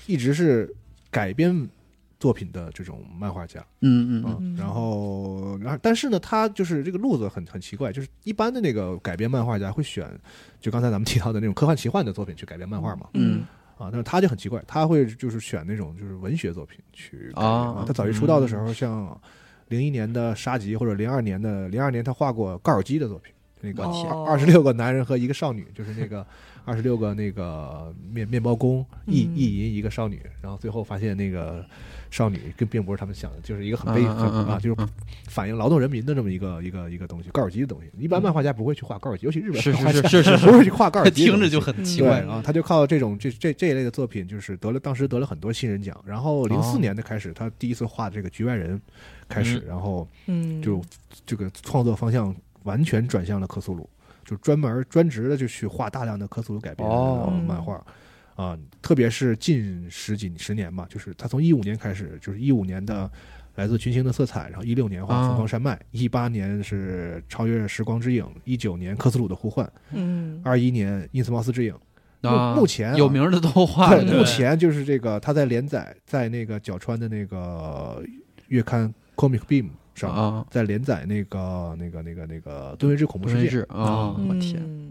Speaker 5: 一直是改编作品的这种漫画家，
Speaker 6: 嗯嗯嗯，
Speaker 5: 嗯，然后，然后，但是呢，他就是这个路子很很奇怪，就是一般的那个改编漫画家会选，就刚才咱们提到的那种科幻奇幻的作品去改编漫画嘛，
Speaker 3: 嗯
Speaker 5: 啊，但是他就很奇怪，他会就是选那种就是文学作品去改编
Speaker 6: 啊
Speaker 5: 他早期出道的时候，像零一年的《沙棘》或者零二年的零二年他画过高尔基的作品，那个
Speaker 3: 哦
Speaker 5: 二十六个男人和一个少女，就是 那个二十六个那个面面包工意
Speaker 3: 嗯
Speaker 5: 意淫一个少女，然后最后发现那个少女跟并不是他们想的，就是一个很悲
Speaker 6: 嗯嗯嗯
Speaker 5: 很啊，
Speaker 6: 嗯
Speaker 5: 就是
Speaker 6: 嗯
Speaker 5: 反映劳动人民的这么一个一个一个东西，高尔基的东西。一般漫画家不会去画高尔基，尤其日本
Speaker 6: 嗯是
Speaker 5: 漫画
Speaker 6: 是
Speaker 5: 家
Speaker 6: 是是
Speaker 5: 不
Speaker 6: 是
Speaker 5: 会去画高尔
Speaker 6: 是，
Speaker 5: 基的东西，
Speaker 6: 听着就很奇
Speaker 5: 对
Speaker 6: 怪
Speaker 3: 嗯
Speaker 5: 啊
Speaker 6: 啊，，
Speaker 5: 他就靠这种这这这一类的作品，就是得了当时得了很多新人奖。然后零
Speaker 6: 哦
Speaker 5: 四年的开始，他第一次画这个局外人开始，
Speaker 4: 嗯
Speaker 5: 然后
Speaker 3: 嗯，
Speaker 5: 就这个创作方向完全转向了克苏鲁，就专门专职的就去画大量的克苏鲁改编的
Speaker 6: 哦
Speaker 5: 呃漫画。啊，特别是近十几十年吧，就是他从一五年开始，就是一五年的来自群星的色彩，然后一六年画
Speaker 6: 啊
Speaker 5: 疯狂山脉，一八年是超越时光之影，一九年克苏鲁的呼唤，
Speaker 3: 嗯
Speaker 5: 二一年因斯茅斯之影，
Speaker 6: 啊
Speaker 5: 目目前啊
Speaker 6: 有名的都画
Speaker 5: 对，
Speaker 4: 对
Speaker 5: 目前就是这个他在连载在那个角川的那个月刊 Comic Beam 上，
Speaker 6: 啊，
Speaker 5: 在连载那个那个那个那个《盾卫之恐怖
Speaker 6: 不
Speaker 5: 事
Speaker 6: 认
Speaker 5: 件》
Speaker 6: 识啊，我天，
Speaker 3: 嗯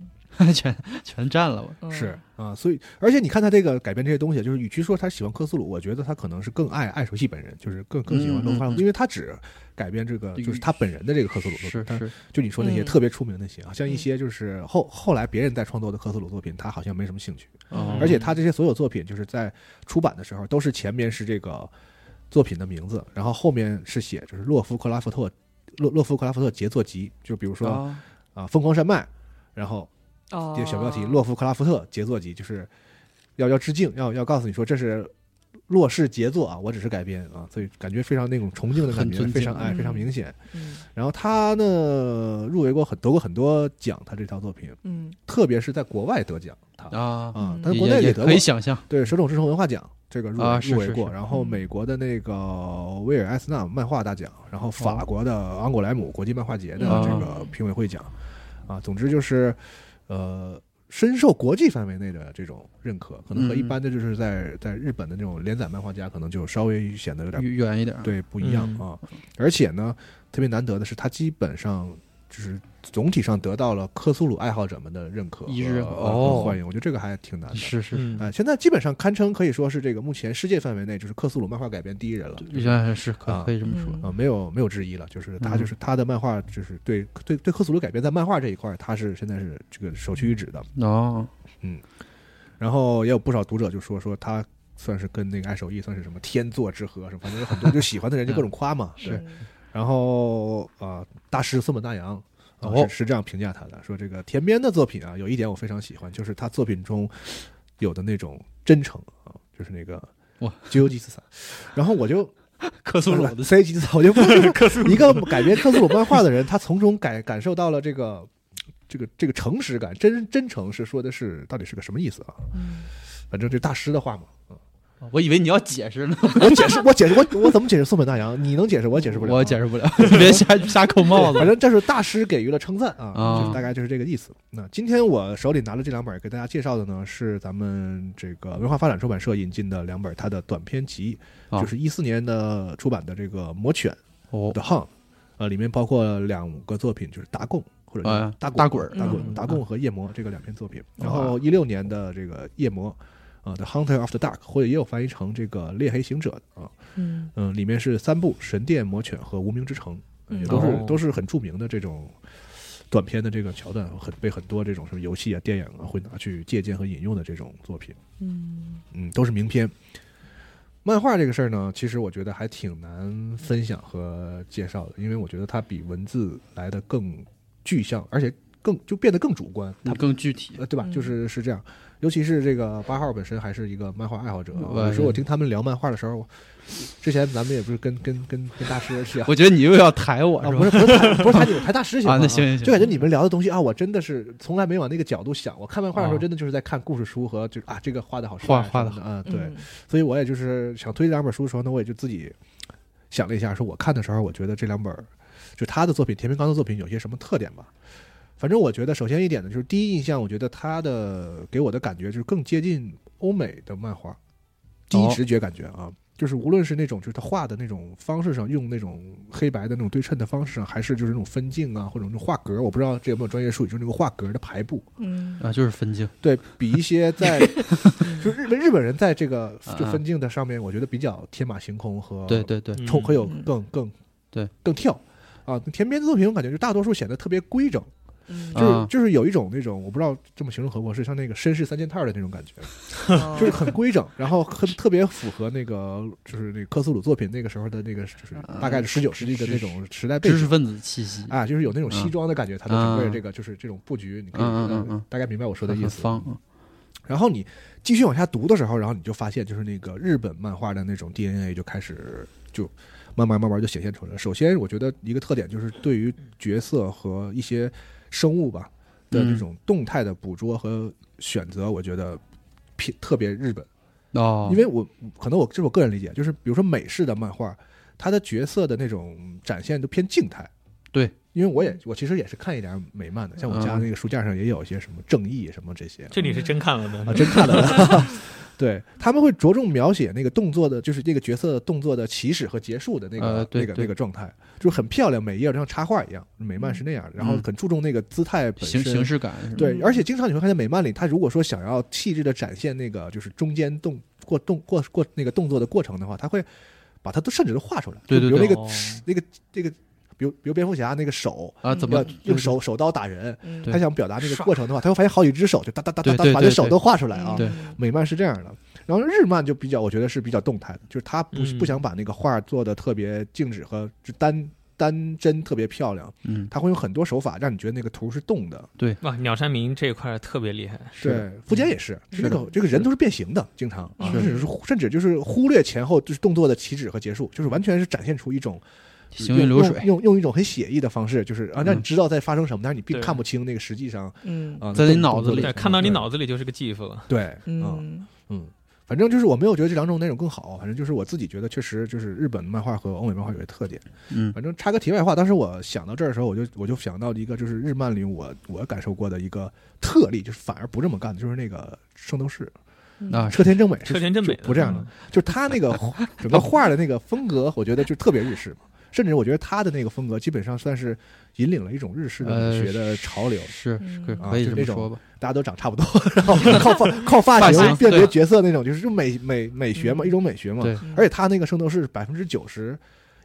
Speaker 6: 全全占了我，
Speaker 3: 嗯
Speaker 5: 是啊，所以而且你看他这个改编这些东西，就是与其说他喜欢科苏鲁，我觉得他可能是更爱爱手戏本人，就是更更喜欢东方，
Speaker 6: 嗯嗯嗯
Speaker 5: 因为他只改编这个就是他本人的这个科苏鲁作
Speaker 6: 是
Speaker 5: 品，他
Speaker 6: 是，
Speaker 5: 就你说那些
Speaker 3: 嗯
Speaker 5: 特别出名那些啊，像一
Speaker 3: 嗯
Speaker 5: 些就是后后来别人在创作的科苏鲁作品，他好像没什么兴趣。
Speaker 6: 哦
Speaker 5: 而且他这些所有作品，就是在出版的时候，都是前面是这个作品的名字，然后后面是写就是洛夫克拉夫特洛洛夫克拉夫特杰作集，就比如说啊、
Speaker 6: 啊
Speaker 5: 疯狂山脉》，然后
Speaker 3: 哦
Speaker 5: 这个小标题《洛夫克拉夫特杰作集》，就是要要致敬，要要告诉你说这是洛氏杰作啊，我只是改编啊，所以感觉非常那种崇敬的感
Speaker 6: 很
Speaker 5: 觉，
Speaker 6: 尊敬
Speaker 5: 非常爱，
Speaker 3: 嗯
Speaker 5: 非常明显。
Speaker 3: 嗯
Speaker 5: 然后他呢入围过很得过很多奖，他这套作品，
Speaker 3: 嗯
Speaker 5: 特别是在国外得奖，他
Speaker 6: 啊，
Speaker 5: 啊
Speaker 3: 嗯，
Speaker 5: 但是国内
Speaker 6: 也也
Speaker 5: 得
Speaker 6: 可
Speaker 5: 过
Speaker 6: 以。想象，
Speaker 5: 对，手冢治虫文化奖这个入围、
Speaker 6: 啊是
Speaker 5: 入围
Speaker 6: 是
Speaker 5: 过，
Speaker 6: 是
Speaker 5: 然后美国的那个威尔埃斯纳漫画大奖，然后法国的昂古莱姆国际漫画节的
Speaker 6: 哦
Speaker 5: 这个评委会奖，啊，总之就是，呃。深受国际范围内的这种认可，可能和
Speaker 6: 嗯
Speaker 5: 一般的就是在在日本的那种连载漫画家，可能就稍微显得有点
Speaker 6: 远远一点儿，
Speaker 5: 对不一样
Speaker 6: 嗯
Speaker 5: 啊。而且呢，特别难得的是，他基本上就是总体上得到了科苏鲁爱好者们的认可
Speaker 6: 一致
Speaker 5: 和
Speaker 6: 哦
Speaker 5: 和欢迎。我觉得这个还挺难的。
Speaker 6: 是是，
Speaker 4: 嗯
Speaker 5: 呃，现在基本上堪称可以说是这个目前世界范围内就是克苏鲁漫画改编第一人了，
Speaker 6: 嗯
Speaker 5: 就是啊、
Speaker 6: 原是可
Speaker 5: 啊
Speaker 6: 可以这么说，
Speaker 3: 嗯
Speaker 5: 没有没有之一了，就是他
Speaker 6: 嗯
Speaker 5: 就是他的漫画就是对对对克苏鲁改编在漫画这一块儿，他是现在是这个首屈一指的。
Speaker 6: 哦，
Speaker 5: 然后也有不少读者就说说他算是跟那个爱手艺算是什么天作之合什么，反正有很多就喜欢的人就各种夸嘛，对。然后啊、呃大师松本大洋。啊
Speaker 6: 哦
Speaker 5: 是是这样评价他的，说这个田边的作品啊，有一点我非常喜欢，就是他作品中有的那种真诚啊，就是那个
Speaker 6: 哇
Speaker 5: 咎由自取。然后我就
Speaker 6: 克苏鲁 的
Speaker 5: C 吉萨，我就不 一个改编克苏鲁漫画的人，他从中感感受到了这个这个这个诚实感，真真诚是说的是到底是个什么意思啊？反正这大师的话嘛，
Speaker 6: 啊我以为你要解释呢，
Speaker 5: 我解释我解释我我怎么解释松本大洋？你能解释我解释不了啊，
Speaker 6: 我解释不了，你别瞎瞎扣
Speaker 3: 哦
Speaker 6: 帽子
Speaker 5: 反正这是大师给予了称赞啊，
Speaker 6: 啊
Speaker 5: 就是大概就是这个意思。那今天我手里拿的这两本给大家介绍的呢，是咱们这个文化发展出版社引进的两本它的短篇集，
Speaker 6: 啊
Speaker 3: 哦
Speaker 5: 就是一四年的出版的这个《魔犬
Speaker 6: 哦》
Speaker 5: 的《Hunt》，呃，里面包括两个作品，就是《达贡》或者叫
Speaker 6: 哎
Speaker 5: 《打
Speaker 6: 打
Speaker 5: 滚儿
Speaker 6: 滚儿》
Speaker 5: 打滚
Speaker 3: 嗯哦
Speaker 5: 达贡》和《夜魔》这个两篇作品。
Speaker 6: 哇
Speaker 5: 然后一六年的这个《夜魔》。啊，《The Hunter of the Dark》，或者也有翻译成这个《猎黑行者》啊，
Speaker 3: 嗯
Speaker 5: 嗯，里面是三部《神殿魔犬》和《无名之城》，
Speaker 3: 嗯
Speaker 5: 也都是、
Speaker 4: 哦
Speaker 5: 都是很著名的这种短片的这个桥段，很被很多这种什么游戏啊、电影啊会拿去借鉴和引用的这种作品，
Speaker 3: 嗯
Speaker 5: 嗯，都是名篇。漫画这个事儿呢，其实我觉得还挺难分享和介绍的，因为我觉得它比文字来的更具象，而且更就变得更主观。它
Speaker 6: 更具体。
Speaker 5: 呃，对吧？
Speaker 3: 嗯
Speaker 5: 就是是这样，尤其是这个八号本身还是一个漫画爱好者。呃
Speaker 6: 嗯
Speaker 5: 有时候我听他们聊漫画的时候，我之前咱们也不是跟跟跟跟大 师聊，
Speaker 6: 我觉得你又要抬我
Speaker 5: 啊，
Speaker 6: 是
Speaker 5: 不
Speaker 6: 吧？
Speaker 5: 是不是抬不是 抬你们抬大师行吗
Speaker 6: 啊那行行行
Speaker 5: 就感觉你们聊的东西啊，我真的是从来没往那个角度想。我看漫画的时候，
Speaker 6: 啊
Speaker 5: 真的就是在看故事书和就是啊，这个画的好帅，
Speaker 6: 画画得
Speaker 5: 的啊，对。
Speaker 3: 嗯
Speaker 5: 所以我也就是想推这两本书的时候呢，我也就自己想了一下，说我看的时候，我觉得这两本儿就他的作品，田明刚的作品有些什么特点吧。反正我觉得，首先一点呢，就是第一印象，我觉得他的给我的感觉就是更接近欧美的漫画，第一直觉感觉啊，就是无论是那种就是他画的那种方式上，用那种黑白的那种对称的方式上，还是就是那种分镜啊，或者那种画格，我不知道这有没有专业术语，就是那个画格的排布，
Speaker 3: 嗯
Speaker 6: 啊，就是分镜，
Speaker 5: 对比一些 在就日本日本人在这个就分镜的上面，我觉得比较天马行空和
Speaker 6: 嗯对对对，
Speaker 5: 冲会有
Speaker 3: 嗯
Speaker 5: 更更
Speaker 6: 对
Speaker 5: 更跳啊。田边的作品我感觉就大多数显得特别规整，
Speaker 3: 嗯，
Speaker 5: 就是、
Speaker 6: 啊
Speaker 5: 就是有一种那种我不知道这么形容合不合适，像那个绅士三件套的那种感觉，
Speaker 3: 哦
Speaker 5: 就是很规整，然后很特别符合那个就是那个克苏鲁作品那个时候的那个就是大概是十九世纪的那种时代背
Speaker 6: 知识
Speaker 5: 景。
Speaker 6: 分子气息，
Speaker 5: 啊，就是有那种西装的感觉，它的整个
Speaker 6: 嗯
Speaker 5: 这个就是这种布局，你可以
Speaker 6: 嗯嗯嗯嗯
Speaker 5: 大概明白我说的
Speaker 6: 很
Speaker 5: 意思。
Speaker 6: 方啊
Speaker 5: 然后你继续往下读的时候，然后你就发现，就是那个日本漫画的那种 DNA 就开始就慢慢慢慢就显现出来了。首先，我觉得一个特点就是对于角色和一些生物吧的
Speaker 6: 嗯
Speaker 5: 这种动态的捕捉和选择，我觉得偏特别日本。
Speaker 6: 哦，
Speaker 5: 因为我可能我这是我个人理解，就是比如说美式的漫画，它的角色的那种展现都偏静态。
Speaker 6: 对，
Speaker 5: 因为我也我其实也是看一点美漫的，像我家
Speaker 6: 嗯
Speaker 5: 那个书架上也有一些什么正义什么这些。
Speaker 4: 这你是真看了哦的
Speaker 5: 啊，真看 了。对，他们会着重描写那个动作的，就是这个角色动作的起始和结束的那个、
Speaker 6: 呃对
Speaker 5: 那个
Speaker 6: 对
Speaker 5: 那个状态，就是很漂亮，每一页就像插画一样。美漫是那样，然后
Speaker 6: 嗯
Speaker 5: 很注重那个姿态本
Speaker 6: 形
Speaker 5: 身。
Speaker 6: 形式感是吧
Speaker 5: 对，
Speaker 3: 嗯
Speaker 5: 而且经常你会看见美漫里，他如果说想要细致的展现那个就是中间动过动过过那个动作的过程的话，他会把它都甚至都画出来。
Speaker 6: 对对
Speaker 5: 就比如
Speaker 6: 对哦
Speaker 5: 那个、那个那个，比如比如蝙蝠侠那个手
Speaker 6: 啊，怎么
Speaker 5: 嗯要用手手刀打人，
Speaker 3: 嗯
Speaker 6: 对
Speaker 5: 他想表达那个过程的话，他会发现好几只手就哒哒哒哒哒
Speaker 6: 对对
Speaker 5: 把那
Speaker 6: 对
Speaker 5: 手都画出来啊。
Speaker 6: 对
Speaker 3: 嗯
Speaker 5: 美漫是这样的，然后日漫就比较，我觉得是比较动态的，就是他不、
Speaker 4: 嗯
Speaker 5: 不想把那个画做的特别静止和就单单帧特别漂亮，
Speaker 6: 嗯
Speaker 5: 他会用很多手法让你觉得那个图是动的。
Speaker 4: 哇，鸟山明这一块儿特别厉害，
Speaker 5: 对，福建也是，
Speaker 6: 嗯是
Speaker 5: 那
Speaker 6: 的
Speaker 5: 个这个人都是变形的，经常啊，
Speaker 3: 是
Speaker 5: 甚至是甚至就是忽略前后就是动作的起止和结束，就是完全是展现出一种
Speaker 6: 行云流水，
Speaker 5: 用用用一种很写意的方式，就是啊让你
Speaker 6: 嗯
Speaker 5: 知道在发生什么，但是你并
Speaker 4: 对
Speaker 5: 看不清那个实际上
Speaker 3: 嗯
Speaker 5: 啊
Speaker 6: 在你脑子里
Speaker 4: 对，看到你脑
Speaker 5: 子
Speaker 4: 子里就是个继父了。
Speaker 5: 对啊
Speaker 3: 嗯
Speaker 5: 嗯，反正就是我没有觉得这两种哪种更好，反正就是我自己觉得确实就是日本漫画和欧美漫画有些特点。
Speaker 6: 嗯
Speaker 5: 反正插个题外话，当时我想到这儿的时候，我就我就想到了一个就是日漫里我我感受过的一个特例，就是反而不这么干的，就是那个圣斗士
Speaker 6: 啊，
Speaker 5: 车田正美是
Speaker 4: 车田正美
Speaker 5: 就不这
Speaker 6: 嗯
Speaker 5: 样的，就是他那个整个画的那个风格，我觉得就特别日 式嘛。甚至我觉得他的那个风格基本上算是引领了一种日式的
Speaker 6: 呃
Speaker 5: 美学的潮流，
Speaker 6: 是是可
Speaker 3: 嗯
Speaker 6: 以可以
Speaker 5: 啊就
Speaker 6: 这
Speaker 5: 那
Speaker 6: 么
Speaker 5: 种
Speaker 6: 说吧，
Speaker 5: 大家都长差不多， 然后靠 发靠发
Speaker 6: 发
Speaker 5: 型
Speaker 6: 型
Speaker 5: 辨别
Speaker 6: 对
Speaker 5: 角色那种，就是就美美美学嘛，
Speaker 3: 嗯
Speaker 5: 一种美学嘛。
Speaker 6: 对
Speaker 3: 嗯
Speaker 5: 而且他那个圣斗士百分之九十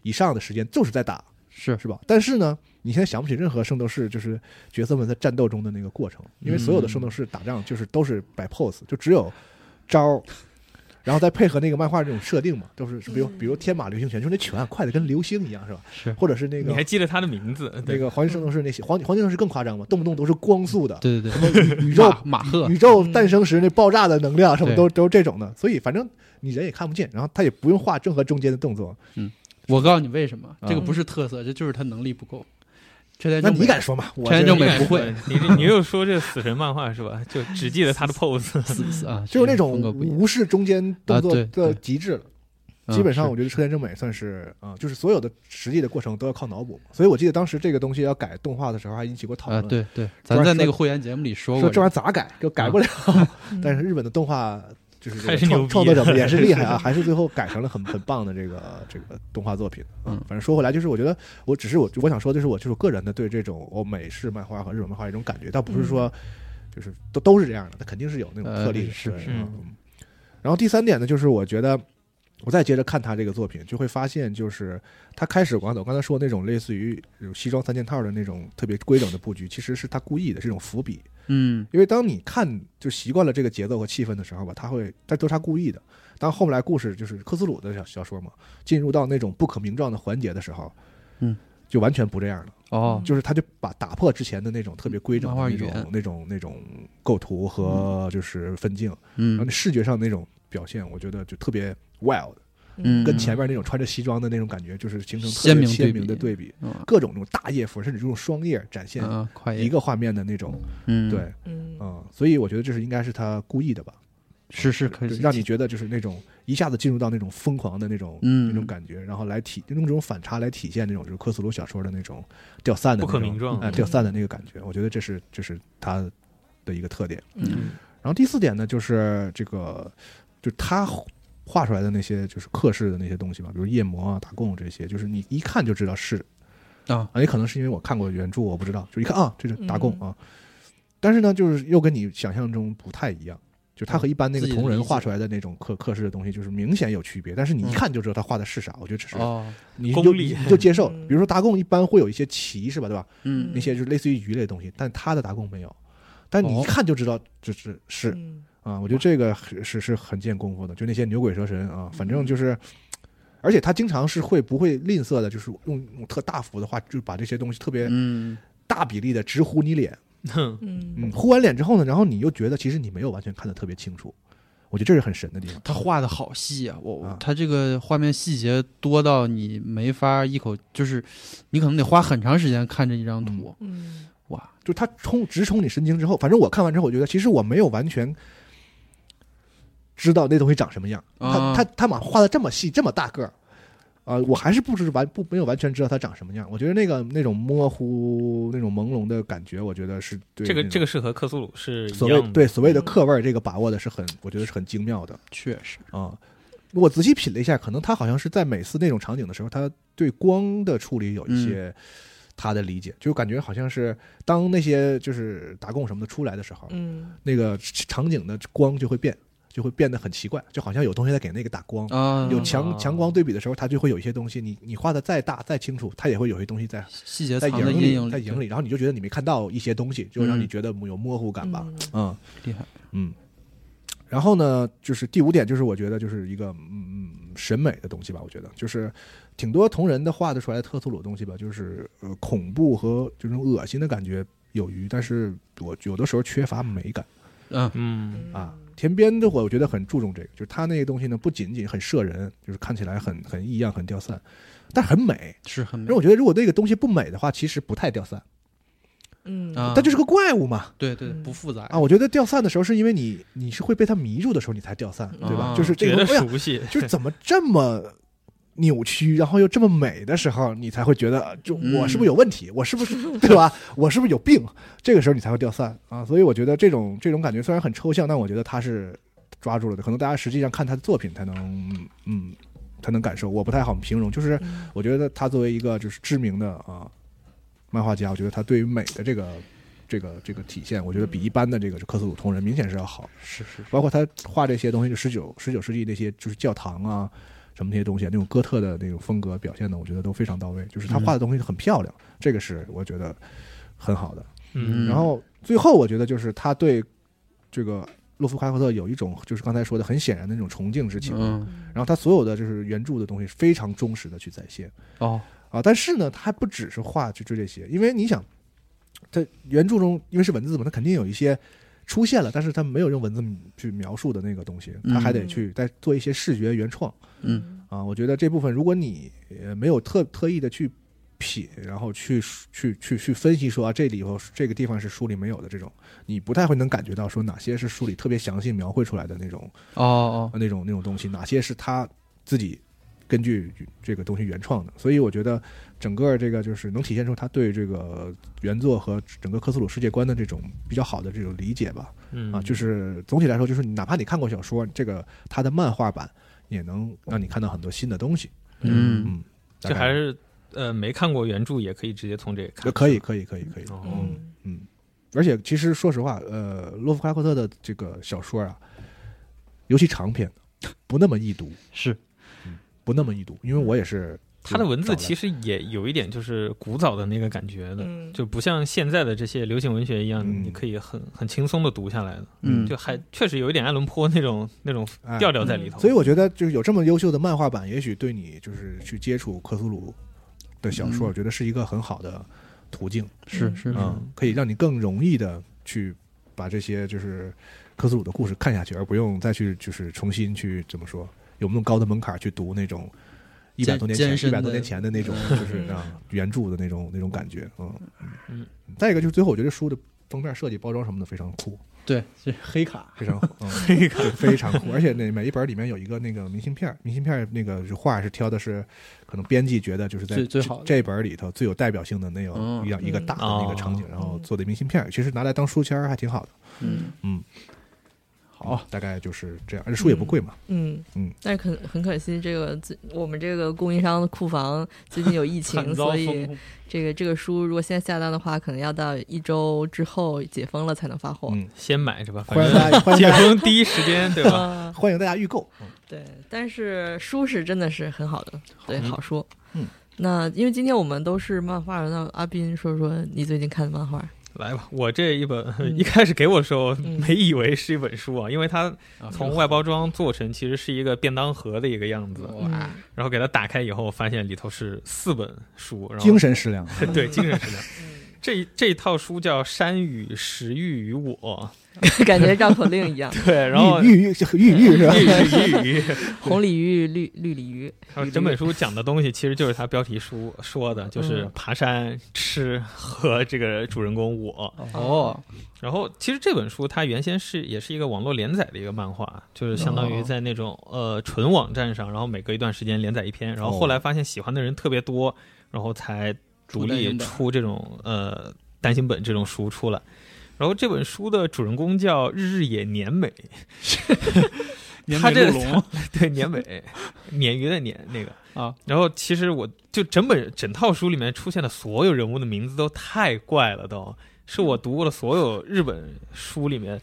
Speaker 5: 以上的时间就是在打，
Speaker 6: 是
Speaker 5: 是吧？但是呢，你现在想不起任何圣斗士就是角色们在战斗中的那个过程，因为所有的圣斗士打仗就是都是摆 pose，就只有招 儿。然后再配合那个漫画这种设定嘛，都是比如比如天马流星拳，就是那拳啊快的跟流星一样，是吧？
Speaker 6: 嗯是嗯
Speaker 5: 或者是那
Speaker 4: 你
Speaker 5: 个
Speaker 4: 还记得他的名字？
Speaker 5: 那
Speaker 4: 对，
Speaker 5: 个黄金圣斗士那些黄黄金圣斗士更夸张嘛，动不动都是光速的，
Speaker 6: 对对对，
Speaker 5: 宇宙
Speaker 6: 马马赫
Speaker 5: 宇宙诞生时那爆炸的能量什么
Speaker 6: 对
Speaker 5: 都都是这种的，所以反正你人也看不见，然后他也不用画任何中间的动作。
Speaker 6: 我告诉你为什么，
Speaker 5: 啊
Speaker 6: 这个不是特色，这就是他能力不够。车田
Speaker 5: 那
Speaker 6: 正美
Speaker 5: 你敢说吗？我
Speaker 6: 陈
Speaker 5: 这
Speaker 6: 彦正
Speaker 4: 你
Speaker 6: 美
Speaker 4: 敢
Speaker 6: 不
Speaker 4: 说
Speaker 6: 会，
Speaker 4: 你这你又说这死神漫画是吧？就只记 得他的 pose，
Speaker 6: 死死啊，
Speaker 5: 就是那
Speaker 6: 风
Speaker 5: 种
Speaker 6: 格不一样，
Speaker 5: 无视中间动作
Speaker 6: 啊对
Speaker 5: 的
Speaker 6: 对
Speaker 5: 极致了。
Speaker 6: 嗯
Speaker 5: 基本上
Speaker 6: 是
Speaker 5: 我觉得车田正美算是啊、就是所有的实际的过程都要靠脑补。所以我记得当时这个东西要改动画的时候还引起过讨
Speaker 6: 啊，
Speaker 5: 论，
Speaker 6: 对对，
Speaker 5: 说
Speaker 6: 咱在那个会员节目里说
Speaker 5: 说
Speaker 6: 过
Speaker 5: 这
Speaker 6: 这
Speaker 5: 玩
Speaker 6: 个，
Speaker 5: 意儿咋改，就改不了。
Speaker 3: 嗯
Speaker 5: 但是日本的动画就是这个
Speaker 4: 还是牛
Speaker 5: 创创
Speaker 4: 逼
Speaker 5: 作者们也是厉害啊， 还是最后改成了很很棒的这个 这个动画作品。
Speaker 6: 嗯
Speaker 5: 反正说回来，就是我觉得我只是我我想说，就是我就是我个人的对这种欧美式漫画和日本漫画一种感觉，倒不是说就是都都是这样的，它肯定是有那种特例的，
Speaker 6: 呃是
Speaker 5: 对
Speaker 4: 是
Speaker 5: 嗯然后第三点呢，就是我觉得我再接着看他这个作品，就会发现，就是他开始我刚才我刚才说那种类似于西装三件套的那种特别规整的布局，其实是他故意的，是一种伏笔。
Speaker 6: 嗯
Speaker 5: 因为当你看就习惯了这个节奏和气氛的时候吧，他会，但都是他故意的。当后来故事就是科斯鲁的小小说嘛，进入到那种不可名状的环节的时候，
Speaker 6: 嗯，
Speaker 5: 就完全不这样了。
Speaker 6: 哦
Speaker 5: 就是他就把打破之前的那种特别规整
Speaker 6: 嗯漫
Speaker 5: 的那
Speaker 6: 画语
Speaker 5: 种
Speaker 6: 言
Speaker 5: 那种那种构图和就是分镜，然后
Speaker 6: 嗯
Speaker 5: 那视觉上那种表现，我觉得就特别 wild，
Speaker 6: 嗯，
Speaker 5: 跟前面那种穿着西装的那种感觉，就是形成特
Speaker 6: 鲜
Speaker 5: 别
Speaker 6: 明对
Speaker 5: 鲜
Speaker 6: 比
Speaker 5: 明的对比，
Speaker 6: 嗯
Speaker 5: 各种那种大页幅甚至这种双页展现
Speaker 6: 啊快
Speaker 5: 一个画面的那种，
Speaker 6: 嗯
Speaker 5: 对，
Speaker 3: 嗯
Speaker 5: 嗯，所以我觉得这是应该是他故意的吧，
Speaker 6: 是是可
Speaker 5: 对
Speaker 6: 以
Speaker 5: 让你觉得就是那种一下子进入到那种疯狂的那种
Speaker 6: 嗯
Speaker 5: 那种感觉，然后来体用这种反差来体现那种就是科斯鲁小说的那种掉散的
Speaker 4: 不可
Speaker 5: 那种
Speaker 4: 名状
Speaker 5: 哎，掉散的那个感觉，我觉得这是这是他的一个特点。
Speaker 3: 嗯
Speaker 5: 然后第四点呢，就是这个，就他画出来的那些就是克氏的那些东西吧，比如夜魔啊、打贡这些，就是你一看就知道是
Speaker 6: 啊
Speaker 5: 啊，也可能是因为我看过原著，我不知道，就一看啊，这是打贡
Speaker 3: 嗯
Speaker 5: 啊。但是呢，就是又跟你想象中不太一样，就他和一般那个
Speaker 6: 自己的
Speaker 5: 同人
Speaker 6: 理解嗯
Speaker 5: 画出来的那种克克氏的东西，就是明显有区别。但是你一看就知道他画的是啥，我觉得这是
Speaker 6: 哦
Speaker 5: 你
Speaker 4: 功
Speaker 5: 就
Speaker 4: 力
Speaker 5: 你就接受。
Speaker 3: 嗯
Speaker 5: 比如说达贡一般会有一些鳍是吧，对吧？
Speaker 6: 嗯
Speaker 5: 那些就是类似于鱼类的东西，但他的达贡没有。但你一
Speaker 6: 哦
Speaker 5: 看就知道，就是是
Speaker 3: 嗯
Speaker 5: 啊，我觉得这个是是是很见功夫的，就那些牛鬼蛇神啊，反正就是，而且他经常是会不会吝啬的，就是用用特大幅的话，就把这些东西特别
Speaker 6: 嗯
Speaker 5: 大比例的直呼你脸，
Speaker 4: 哼，
Speaker 3: 嗯
Speaker 5: 嗯，呼完脸之后呢，然后你又觉得其实你没有完全看得特别清楚，我觉得这是很神的地方。
Speaker 6: 他画的好细啊，我、
Speaker 5: 啊
Speaker 6: 他这个画面细节多到你没法一口，就是你可能得花很长时间看这一张图，
Speaker 3: 嗯
Speaker 6: 哇，
Speaker 5: 就他冲直冲你神经之后，反正我看完之后，我觉得其实我没有完全知道那东西长什么样。
Speaker 6: 啊
Speaker 5: 他他他妈画的这么细，这么大个儿，啊、我还是不知完不没有完全知道它长什么样。我觉得那个那种模糊、那种朦胧的感觉，我觉得是对
Speaker 4: 这个
Speaker 5: 那种
Speaker 4: 这个是和克苏鲁是一
Speaker 5: 所谓
Speaker 4: 样的，
Speaker 5: 对所谓的克味儿这个把握的是很，我觉得是很精妙的
Speaker 6: 确实，
Speaker 5: 啊、我仔细品了一下，可能他好像是在每次那种场景的时候，他对光的处理有一
Speaker 6: 嗯
Speaker 5: 些他的理解，就感觉好像是当那些就是打贡什么的出来的时候，
Speaker 3: 嗯
Speaker 5: 那个场景的光就会变，就会变得很奇怪，就好像有东西在给那个打光。
Speaker 6: 啊，
Speaker 5: 有
Speaker 4: 嗯
Speaker 5: 强强光对比的时候，它就会有一些东西，你你画的再大再清楚，它也会有一些东西在
Speaker 6: 细节
Speaker 5: 在
Speaker 6: 藏
Speaker 5: 影
Speaker 6: 阴
Speaker 5: 里，
Speaker 6: 影
Speaker 5: 在影
Speaker 6: 里，
Speaker 5: 里，然后你就觉得你没看到一些东西，就让
Speaker 6: 嗯
Speaker 5: 你觉得有模糊感吧。嗯
Speaker 6: 厉害，
Speaker 5: 嗯，然后呢，就是第五点，就是我觉得就是一个嗯嗯审美的东西吧，我觉得就是挺多同人的画得出来的特苏鲁的东西吧，就是呃恐怖和这种恶心的感觉有余，但是我有的时候缺乏美感
Speaker 6: 嗯
Speaker 4: 嗯，
Speaker 5: 啊。田边的话，我觉得很注重这个，就是他那个东西呢，不仅仅很摄人，就是看起来很很异样、很掉散，但很美。
Speaker 6: 是很美
Speaker 5: 让我觉得，如果那个东西不美的话，其实不太掉散，
Speaker 3: 嗯
Speaker 6: 啊，
Speaker 5: 但就是个怪物嘛，
Speaker 6: 对对
Speaker 3: 嗯
Speaker 6: 不复杂
Speaker 5: 啊，我觉得掉散的时候是因为你你是会被它迷住的时候你才掉散，对吧？
Speaker 6: 啊
Speaker 5: 就是这
Speaker 4: 觉
Speaker 5: 个
Speaker 4: 得
Speaker 5: 东西，哎呀，
Speaker 4: 熟悉，
Speaker 5: 就是怎么这么扭曲，然后又这么美的时候，你才会觉得就
Speaker 6: 嗯
Speaker 5: 我是不是有问题？我是不是对吧？我是不是有病？这个时候你才会掉散啊！所以我觉得这种这种感觉虽然很抽象，但我觉得他是抓住了的。可能大家实际上看他的作品才能嗯才能感受，我不太好形容。就是我觉得他作为一个就是知名的啊漫画家，我觉得他对于美的这个。这个这个体现，我觉得比一般的这个科斯鲁同人明显是要好。
Speaker 6: 是是
Speaker 5: 包括他画这些东西，就十九十九世纪那些就是教堂啊什么那些东西，那种哥特的那种风格表现的，我觉得都非常到位。就是
Speaker 6: 嗯
Speaker 5: 他画的东西很漂亮，这个是我觉得很好的。
Speaker 4: 嗯
Speaker 6: 嗯
Speaker 5: 然后最后我觉得就是他对这个洛夫克拉特有一种就是刚才说的很显然的那种崇敬之情。
Speaker 6: 嗯
Speaker 5: 然后他所有的就是原著的东西非常忠实的去再现
Speaker 6: 哦
Speaker 5: 啊，但是呢，他还不只是画就就这些，因为你想，在原著中因为是文字嘛，他肯定有一些出现了，但是他没有用文字去描述的那个东西，他还得去再做一些视觉原创
Speaker 6: 嗯
Speaker 5: 啊。我觉得这部分如果你呃没有特特意的去品，然后去去去去分析说啊，这里头这个地方是书里没有的这种，你不太会能感觉到说哪些是书里特别详细描绘出来的那种
Speaker 6: 哦哦
Speaker 5: 啊那种那种东西，哪些是他自己根据这个东西原创的。所以我觉得整个这个就是能体现出他对这个原作和整个科斯鲁世界观的这种比较好的这种理解吧。
Speaker 4: 嗯
Speaker 5: 啊，就是总体来说，就是你哪怕你看过小说，这个他的漫画版也能让你看到很多新的东西。
Speaker 6: 嗯
Speaker 5: 嗯，
Speaker 4: 这还是呃没看过原著也可以直接从这个看，
Speaker 5: 呃可以，可以，可以，可以。
Speaker 4: 哦
Speaker 3: 嗯
Speaker 5: 嗯，而且其实说实话，呃，洛夫克拉 克特的这个小说啊，尤其长篇，不那么易读。
Speaker 6: 是
Speaker 5: 不那么易读，因为我也是
Speaker 4: 嗯他的文字其
Speaker 5: 实
Speaker 4: 实也有一点就是古早的那个感觉的，
Speaker 3: 嗯
Speaker 4: 就不像现在的这些流行文学一样，
Speaker 5: 嗯
Speaker 4: 你可以很很轻松的读下来的，
Speaker 6: 嗯，
Speaker 4: 就还确实有一点爱伦坡那种那种
Speaker 5: 啊
Speaker 4: 调调在里头。
Speaker 5: 嗯哎所以我觉得就是有这么优秀的漫画版，也许对你就是去接触克苏鲁的小说，
Speaker 6: 嗯
Speaker 5: 我觉得是一个很好的途径，
Speaker 6: 是是是，
Speaker 5: 嗯，可以让你更容易的去把这些就是克苏鲁的故事看下去，而不用再去就是重新去怎么说，有那么高的门槛去读那种。一百
Speaker 6: 艰
Speaker 5: 多年
Speaker 6: 艰
Speaker 5: 前，
Speaker 6: 深
Speaker 5: 一百多
Speaker 6: 的
Speaker 5: 年前的那种，就是
Speaker 3: 嗯
Speaker 5: 啊原著的那种那种感觉，嗯
Speaker 4: 嗯。
Speaker 5: 再一个就是最后，我觉得书的封面设计、包装什么的非常酷，
Speaker 6: 对，这黑卡，
Speaker 5: 非常好，黑卡 非常酷，而且那每一本里面有一个那个明信片儿，明信片儿那个画是挑的是可能编辑觉得就是在
Speaker 6: 最最
Speaker 5: 这
Speaker 6: 好的
Speaker 5: 这本里头最有代表性的那有
Speaker 6: 嗯
Speaker 5: 一样一个
Speaker 3: 嗯
Speaker 5: 大的那个场景，
Speaker 4: 哦
Speaker 5: 然后做的明信片儿，其实拿来当书签儿还挺好的。
Speaker 6: 嗯
Speaker 5: 嗯，
Speaker 6: 好，
Speaker 5: 大概就是这样，而且书也不贵嘛。
Speaker 3: 嗯
Speaker 5: 嗯，
Speaker 3: 但是很很可惜，这个最我们这个供应商的库房最近有疫情，
Speaker 4: 惨遭
Speaker 3: 所以
Speaker 4: 风控
Speaker 3: 这个这个书如果现在下单的话，可能要到一周之后解封了才能发货。
Speaker 5: 嗯，
Speaker 4: 先买是吧？反
Speaker 5: 欢迎大
Speaker 4: 正
Speaker 5: 家，嗯欢迎
Speaker 4: 解
Speaker 5: 大家，
Speaker 4: 封第一时间对吧？
Speaker 3: 啊，
Speaker 5: 欢迎大家预购。嗯
Speaker 3: 对，但是书是真的是很好的，对，好书。
Speaker 5: 嗯，
Speaker 3: 那因为今天我们都是漫画，那阿斌说说你最近看的漫画。
Speaker 4: 来吧，我这一本
Speaker 3: 嗯
Speaker 4: 一开始给我的时候
Speaker 3: 嗯
Speaker 4: 没以为是一本书啊，因为它
Speaker 6: 啊
Speaker 4: 从外包装做成其实是一个便当盒的一个样
Speaker 5: 嗯
Speaker 4: 子，
Speaker 3: 嗯
Speaker 6: 哇，
Speaker 4: 然后给它打开以后，发现里头是四本书，然后
Speaker 5: 精神嗯食粮，
Speaker 4: 对精神食 粮。这这套书叫《山与食欲与 我
Speaker 3: 感觉绕口令一样，》，
Speaker 4: 对，然后
Speaker 5: 玉玉玉玉是吧？
Speaker 4: 欲语欲语，
Speaker 3: 红鲤鱼、绿绿鲤鱼，
Speaker 4: 然后整本书讲的东西其实就是它标题书说的，
Speaker 5: 嗯
Speaker 4: 就是爬山、吃和这个主人公我。
Speaker 3: 嗯
Speaker 6: 哦，
Speaker 4: 然后其实这本书它原先是也是一个网络连载的一个漫画，就是相当于在那种呃纯网站上，然后每隔一段时间连载一篇，然后后来发现喜欢的人特别多，然后才独立出这种呃单行本这种书出来。然后这本书的主人公叫日日野年美，
Speaker 6: 年
Speaker 4: 他
Speaker 6: 美
Speaker 4: 这
Speaker 6: 鹿龙，
Speaker 4: 对年美，鲶鱼的鲶那个
Speaker 6: 啊。
Speaker 4: 然后其实我就整本整套书里面出现的所有人物的名字都太怪了都，是
Speaker 6: 嗯
Speaker 4: 我读过的所有日本书里面，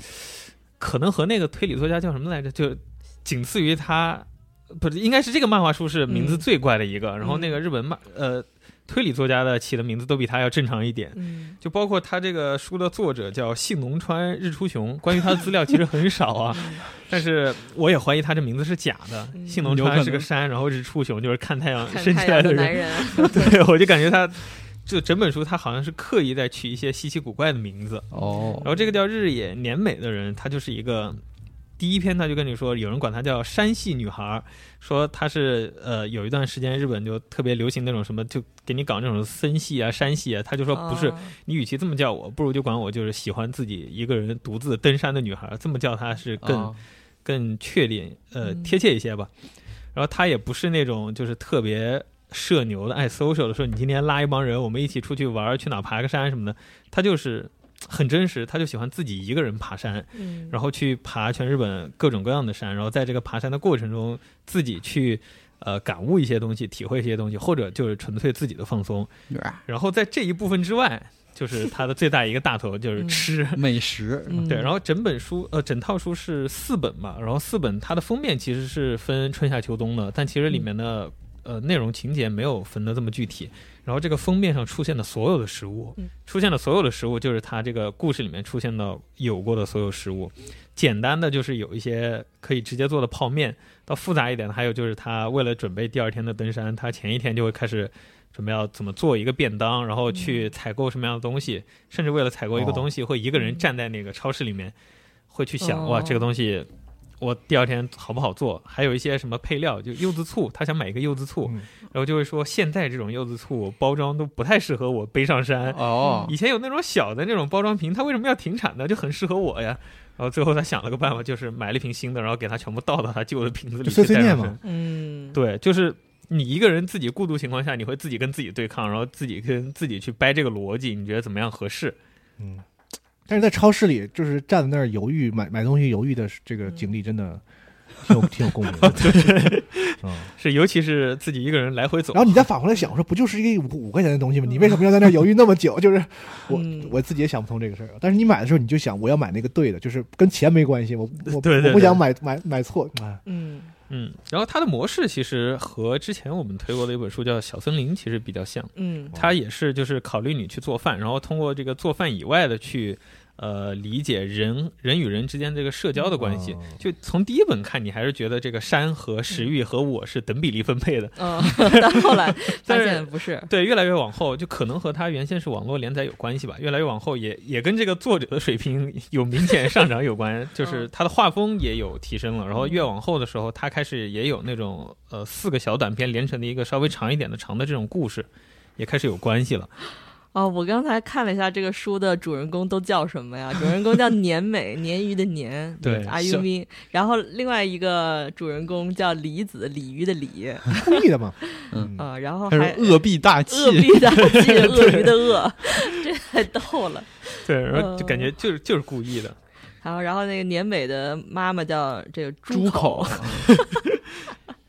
Speaker 4: 可能和那个推理作家叫什么来着，就仅次于他，不是应该是这个漫画书是名字
Speaker 3: 嗯
Speaker 4: 最怪的一个，然后那个日本漫呃推理作家的起的名字都比他要正常一点。
Speaker 3: 嗯，
Speaker 4: 就包括他这个书的作者叫信浓川日出雄，关于他的资料其实很少啊，但是我也怀疑他这名字是假的。
Speaker 3: 嗯
Speaker 4: 信浓川是个山，然后日出雄就是看太阳
Speaker 3: 看
Speaker 4: 升起
Speaker 3: 太
Speaker 4: 来
Speaker 3: 阳
Speaker 4: 的
Speaker 3: 的
Speaker 4: 人
Speaker 3: 男。人，
Speaker 4: 对，我就感觉他就整本书他好像是刻意在取一些稀奇古怪的名字。
Speaker 6: 哦
Speaker 4: 然，后这个叫日野年美的人，他就是一个。第一篇他就跟你说，有人管她叫山系女孩儿，说她是呃有一段时间日本就特别流行那种什么，就给你搞那种森系啊、山系啊，他 就说不是，
Speaker 3: 啊
Speaker 4: 你与其这么叫我，不如就管我就是喜欢自己一个人独自登山的女孩，这么叫她是 更、
Speaker 6: 啊
Speaker 4: 更确定呃
Speaker 3: 嗯
Speaker 4: 贴切一些吧。然后她也不是那种就是特别社牛的爱 social 的，说你今天拉一帮人我们一起出去玩儿，去哪儿爬个山什么的，她就是很真实，她就喜欢自己一个人爬山，
Speaker 3: 嗯
Speaker 4: 然后去爬全日本各种各样的山，然后在这个爬山的过程中，自己去呃感悟一些东西，体会一些东西，或者就是纯粹自己的放松。
Speaker 6: 啊
Speaker 4: 然后在这一部分之外，就是它的最大一个大头就是吃。
Speaker 6: 美 食，
Speaker 3: 嗯
Speaker 4: 对，然后整本书呃整套书是四本嘛，然后四本它的封面其实是分春夏秋冬的，但其实
Speaker 3: 嗯
Speaker 4: 里面的呃内容情节没有分的这么具体。然后这个封面上出现的所有的食物
Speaker 3: 嗯，
Speaker 4: 出现的所有的食物就是它这个故事里面出现的有过的所有食物。简单的就是有一些可以直接做的泡面，到复杂一点的还有就是他为了准备第二天的登山，他前一天就会开始准备要怎么做一个便当，然后
Speaker 3: 嗯
Speaker 4: 去采购什么样的东西，甚至为了采购一个
Speaker 3: 哦
Speaker 4: 东西，会一个
Speaker 5: 嗯
Speaker 4: 人站在那个超市里面，会去想、
Speaker 3: 哦
Speaker 4: 哇这个东西。我第二天好不好做？还有一些什么配料，就柚子醋，他想买一个柚子醋，
Speaker 5: 嗯
Speaker 4: 然后就会说现在这种柚子醋包装都不太适合我背上山，
Speaker 6: 哦，
Speaker 4: 以前有那种小的那种包装瓶，它为什么要停产呢？就很适合我呀。然后最后他想了个办法，就是买了一瓶新的，然后给它全部倒到他旧的瓶子里
Speaker 5: 就
Speaker 4: 去
Speaker 5: 碎碎
Speaker 4: 带
Speaker 5: 念
Speaker 4: 上
Speaker 5: 嘛
Speaker 4: 去。
Speaker 3: 嗯，
Speaker 4: 对，就是你一个人自己孤独情况下，你会自己跟自己对抗，然后自己跟自己去掰这个逻辑，你觉得怎么样合适？
Speaker 5: 嗯，但是在超市里就是站在那儿犹豫买买东西犹豫的这个经历，真的挺有挺有共鸣的。嗯，
Speaker 4: 是，尤其是自己一个人来回走
Speaker 5: 然，后你再返回来想，我说不就是一个五五块钱的东西吗？你为什么要在那儿犹豫那么久？就是我
Speaker 3: 嗯
Speaker 5: 我自己也想不通这个事儿。但是你买的时候，你就想我要买那个对的，就是跟钱没关系，我我
Speaker 4: 对对
Speaker 5: 我不
Speaker 4: 对
Speaker 5: 想买买买错。哎
Speaker 3: 嗯
Speaker 4: 嗯，然后它的模式其实和之前我们推过的一本书叫《小森林》其实比较像，
Speaker 3: 嗯
Speaker 4: 它也是就是考虑你去做饭，然后通过这个做饭以外的去呃理解人人与人之间这个社交的关系。
Speaker 5: 哦
Speaker 4: 就从第一本看，你还是觉得这个山和食欲和我是等比例分配的，
Speaker 3: 嗯，但后 来发
Speaker 4: 但是
Speaker 3: 现不是，
Speaker 4: 对，越来越往后，就可能和他原先是网络连载有关系吧。越来越往后也，也跟这个作者的水平有明显上涨有关，就是他的画风也有提升了。然后越往后的时候，他开始也有那种呃四个小短片连成的一个稍微长一点的长的这种故事，也开始有关系了。
Speaker 3: 哦，我刚才看了一下这个书的主人公都叫什么呀？主人公叫年美，鲶鱼的鲶，
Speaker 4: 对
Speaker 3: 阿
Speaker 4: 是
Speaker 3: 尤咪。然后另外一个主人公叫李子，鲤鱼的鲤，啊、
Speaker 5: 故意的嘛，
Speaker 6: 嗯
Speaker 5: 嗯，
Speaker 3: 然后
Speaker 6: 他
Speaker 3: 还
Speaker 6: 是恶必大气，
Speaker 3: 鳄 必大气，鳄鱼的鳄， 这太逗了。
Speaker 4: 对，然后就感觉就是就是故意的。
Speaker 3: 然后，然后那个年美的妈妈叫这个
Speaker 6: 猪
Speaker 3: 口
Speaker 6: 口，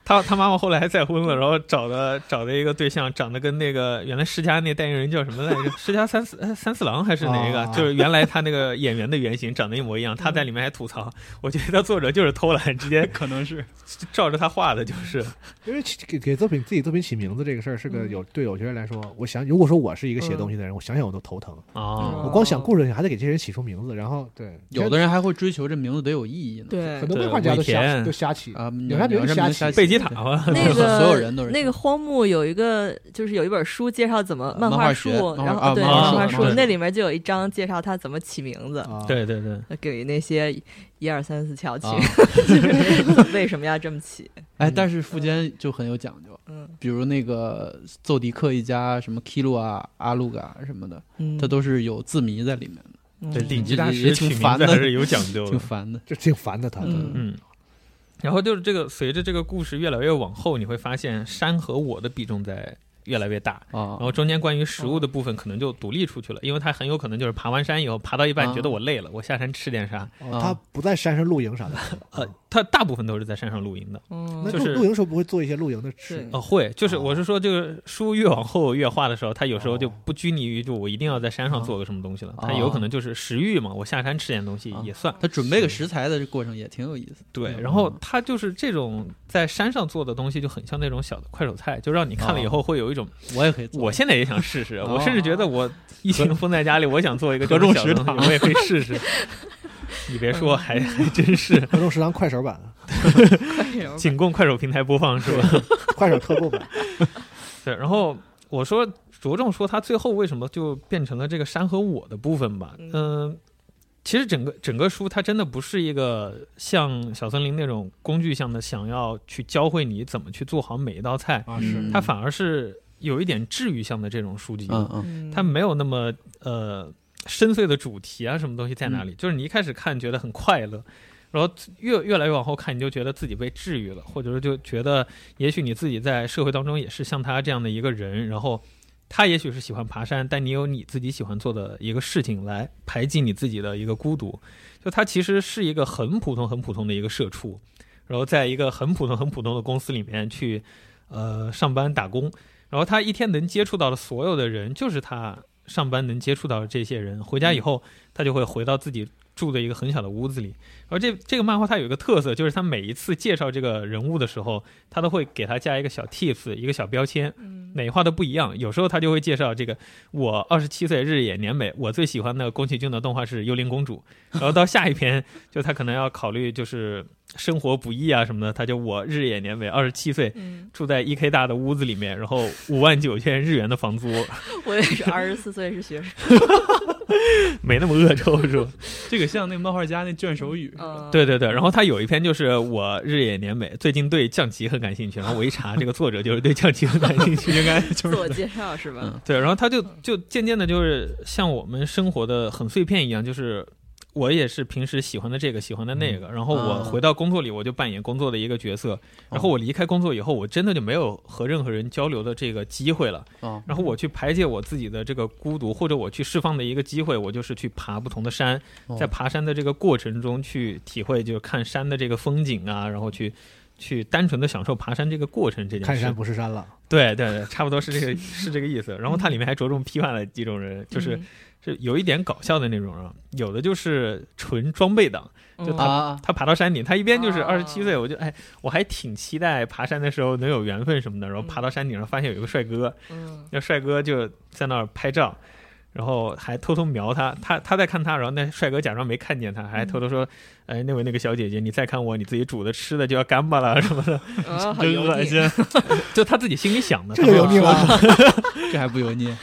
Speaker 4: 他他妈妈后来还再婚了，然后找的找的一个对象长得跟那个原来施家那代言人叫什么来着？施家三四哎三四郎还是哪一个？
Speaker 6: 哦
Speaker 5: 啊
Speaker 4: 就是原来他那个演员的原型长得一模一样。他在里面还吐
Speaker 6: 嗯
Speaker 4: 槽，我觉得作者就是偷懒，直接
Speaker 7: 可能是
Speaker 4: 照着他画的，就是
Speaker 5: 因为起给给作品自己作品起名字这个事儿是个
Speaker 3: 嗯
Speaker 5: 有对有些人来说，我想如果说我是一个写东西的人，我想想我都头疼，
Speaker 3: 嗯
Speaker 4: 啊
Speaker 6: 哦
Speaker 5: 我光想故事还得给这些人起出名字，然后对
Speaker 6: 有的人还会追求这名字得有意义呢。
Speaker 3: 对，
Speaker 5: 很多
Speaker 4: 对
Speaker 5: 漫画家都
Speaker 4: 尾
Speaker 5: 瞎
Speaker 4: 田
Speaker 5: 都瞎起
Speaker 6: 啊，
Speaker 5: 有啥别人瞎
Speaker 6: 瞎
Speaker 5: 起
Speaker 4: 贝吉塔
Speaker 6: 哦
Speaker 4: 嘛。
Speaker 3: 那个
Speaker 6: 所有人都是
Speaker 3: 那个荒木有一个，就是有一本书介绍怎么漫
Speaker 6: 漫画
Speaker 3: 术
Speaker 6: 学，漫
Speaker 3: 然
Speaker 6: 画
Speaker 3: 后
Speaker 6: 啊
Speaker 3: 对
Speaker 4: 漫画术
Speaker 3: 画
Speaker 4: 漫画术
Speaker 3: 那里面就有一章介绍他怎么起名字，
Speaker 5: 啊，
Speaker 4: 对对对，
Speaker 3: 给那些一二三四翘起
Speaker 6: 啊，
Speaker 3: 为什么要这么起？
Speaker 6: 哎，但是富坚就很有讲究，
Speaker 3: 嗯
Speaker 6: 比如那个奏迪克一家什么 Kilo 啊、阿鲁嘎什么的，
Speaker 3: 嗯，
Speaker 6: 它都是有字谜在里面的，
Speaker 4: 对
Speaker 3: 嗯
Speaker 4: 顶级大
Speaker 6: 也
Speaker 4: 师
Speaker 6: 也
Speaker 4: 取
Speaker 6: 挺
Speaker 4: 名
Speaker 6: 烦
Speaker 4: 字
Speaker 6: 的
Speaker 4: 还是有讲究的
Speaker 6: 挺。烦的。
Speaker 5: 就挺烦的他，
Speaker 3: 嗯
Speaker 5: 对
Speaker 4: 嗯，然后就是这个，随着这个故事越来越往后，你会发现山和我的比重在越来越大。
Speaker 6: 啊
Speaker 4: 然，后中间关于食物的部分可能就独立出去了，因为它很有可能就是爬完山以后，爬到一半
Speaker 6: 啊
Speaker 4: 觉得我累了，我下山吃点啥。
Speaker 5: 哦他不在山上露营啥的，
Speaker 4: 呃，它大部分都是在山上露营的。
Speaker 3: 嗯
Speaker 5: 那
Speaker 4: 就
Speaker 5: 露
Speaker 4: 是
Speaker 5: 露营时候不会做一些露营的吃
Speaker 3: 对
Speaker 4: 呃，会，就是
Speaker 5: 哦
Speaker 4: 我是说，这个书越往后越画的时候，它有时候就
Speaker 5: 哦
Speaker 4: 不拘泥于就我一定要在山上做个什么东西了，它
Speaker 6: 哦
Speaker 4: 有可能就是食欲嘛，我下山吃点东西
Speaker 6: 啊
Speaker 4: 也算。
Speaker 6: 他准备个食材的这过程也挺有意思。
Speaker 4: 对，
Speaker 6: 嗯
Speaker 4: 然后它就是这种在山上做的东西，就很像那种小的快手菜，就让你看了以后会有一种，
Speaker 6: 我也可以做，
Speaker 4: 我现在也想试试，
Speaker 6: 哦
Speaker 4: 我甚至觉得我疫情封在家里，我想做一个
Speaker 6: 合
Speaker 4: 这种
Speaker 6: 众
Speaker 4: 小
Speaker 6: 食
Speaker 4: 东西
Speaker 6: 堂
Speaker 4: 我也可以 试试。你别说，还还
Speaker 6: 嗯
Speaker 4: 真是。
Speaker 5: 合众食堂快手版、
Speaker 4: 仅供快手平台播放是吧？
Speaker 5: 快手特供版，
Speaker 4: 对，然后我说着重说他最后为什么就变成了这个山和我的部分吧，
Speaker 3: 嗯
Speaker 4: 嗯、其实整个整个书它真的不是一个像小森林那种工具向的，想要去教会你怎么去做好每一道菜，
Speaker 5: 啊
Speaker 6: 是
Speaker 4: 它反而是有一点治愈向的这种书籍，
Speaker 6: 嗯嗯
Speaker 3: 嗯
Speaker 4: 它没有那么呃深邃的主题啊，什么东西在哪里？就是你一开始看觉得很快乐，然后越越来越往后看，你就觉得自己被治愈了，或者说就觉得也许你自己在社会当中也是像他这样的一个人，然后他也许是喜欢爬山，但你有你自己喜欢做的一个事情来排解你自己的一个孤独。就他其实是一个很普通、很普通的一个社畜，然后在一个很普通、很普通的公司里面去呃上班打工。然后他一天能接触到的所有的人，就是他上班能接触到的这些人。回家以后，他就会回到自己住的一个很小的屋子里。然后这这个漫画它有一个特色，就是他每一次介绍这个人物的时候，他都会给他加一个小 tips，一个小标签，
Speaker 3: 嗯
Speaker 4: 每一画都不一样。有时候他就会介绍这个我二十七岁日野年美，我最喜欢的宫崎骏的动画是《幽灵公主》。然后到下一篇， 就他可能要考虑就是生活不易啊什么的，他就我日野年美二十七岁，
Speaker 3: 嗯，
Speaker 4: 住在一 k 大的屋子里面，然后五万九千日元的房租，
Speaker 3: 我也是二十四岁是学生，
Speaker 4: 没那么恶臭是吧？
Speaker 7: 这个像那漫画家那卷首语，
Speaker 3: 嗯，
Speaker 4: 对对对，然后他有一篇就是我日野年美最近对降级很感兴趣，然后我一查这个作者就是对降级很感兴趣，应该 就
Speaker 3: 自我
Speaker 4: 是。
Speaker 3: 介绍是吧
Speaker 6: 嗯？
Speaker 4: 对，然后他就就渐渐的，就是像我们生活的很碎片一样，就是我也是平时喜欢的这个，喜欢的那个，然后我
Speaker 6: 啊
Speaker 4: 回到工作里，我就扮演工作的一个角色，然后我离开工作以后，我真的就没有和任何人交流的这个机会了。
Speaker 6: 啊，
Speaker 4: 然后我去排解我自己的这个孤独，或者我去释放的一个机会，我就是去爬不同的山，
Speaker 6: 哦
Speaker 4: 在爬山的这个过程中去体会，就是看山的这个风景啊，然后去去单纯的享受爬山这个过程这件
Speaker 5: 看
Speaker 4: 事
Speaker 5: 山。不是山了，
Speaker 4: 对对对，差不多是这个是这个意思。然后它里面还着重批判了几种人，就是
Speaker 3: 嗯
Speaker 4: 是有一点搞笑的那种啊，有的就是纯装备党，就
Speaker 3: 嗯
Speaker 4: 他
Speaker 6: 啊，
Speaker 4: 他爬到山顶，他一边就是
Speaker 3: 哦
Speaker 4: 二十七岁，我就哎，我还挺期待爬山的时候能有缘分什么的。然后爬到山顶上，发现有一个帅哥，
Speaker 3: 嗯
Speaker 4: 那帅哥就在那儿拍照，然后还偷偷瞄他，他他在看他，然后那帅哥假装没看见他，还
Speaker 3: 嗯
Speaker 4: 偷偷说，哎，那位那个小姐姐，你再看我，你自己煮的吃的就要干巴了什么的，
Speaker 3: 啊，很
Speaker 4: 真
Speaker 3: 油
Speaker 4: 恶
Speaker 3: 腻
Speaker 4: 心。就他自己心里想的，
Speaker 5: 这个
Speaker 4: 他
Speaker 5: 油
Speaker 4: 没
Speaker 5: 腻
Speaker 4: 有说
Speaker 5: 吗？
Speaker 6: 这还不油腻？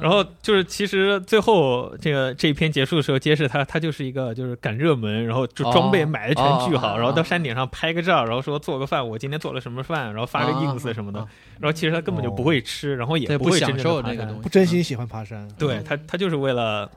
Speaker 4: 然后就是，其实最后这个这一篇结束的时候，揭示他他就是一个就是赶热门，然后就装备
Speaker 6: 哦
Speaker 4: 买的全巨好，
Speaker 3: 哦
Speaker 4: 然后到山顶上拍个照，然后说做个饭，我今天做了什么饭，然后发个
Speaker 3: 哦
Speaker 6: 啊
Speaker 4: ins 什么的。
Speaker 6: 啊
Speaker 4: 然后其实他根本就不会吃，然后
Speaker 6: 他也
Speaker 4: 也
Speaker 6: 不
Speaker 4: 会
Speaker 6: 享
Speaker 4: 真正
Speaker 6: 受
Speaker 4: 地爬
Speaker 6: 这个
Speaker 4: 山
Speaker 6: 东西，
Speaker 5: 不真心喜欢爬山，
Speaker 4: 对
Speaker 3: 嗯
Speaker 4: 他，他就是为了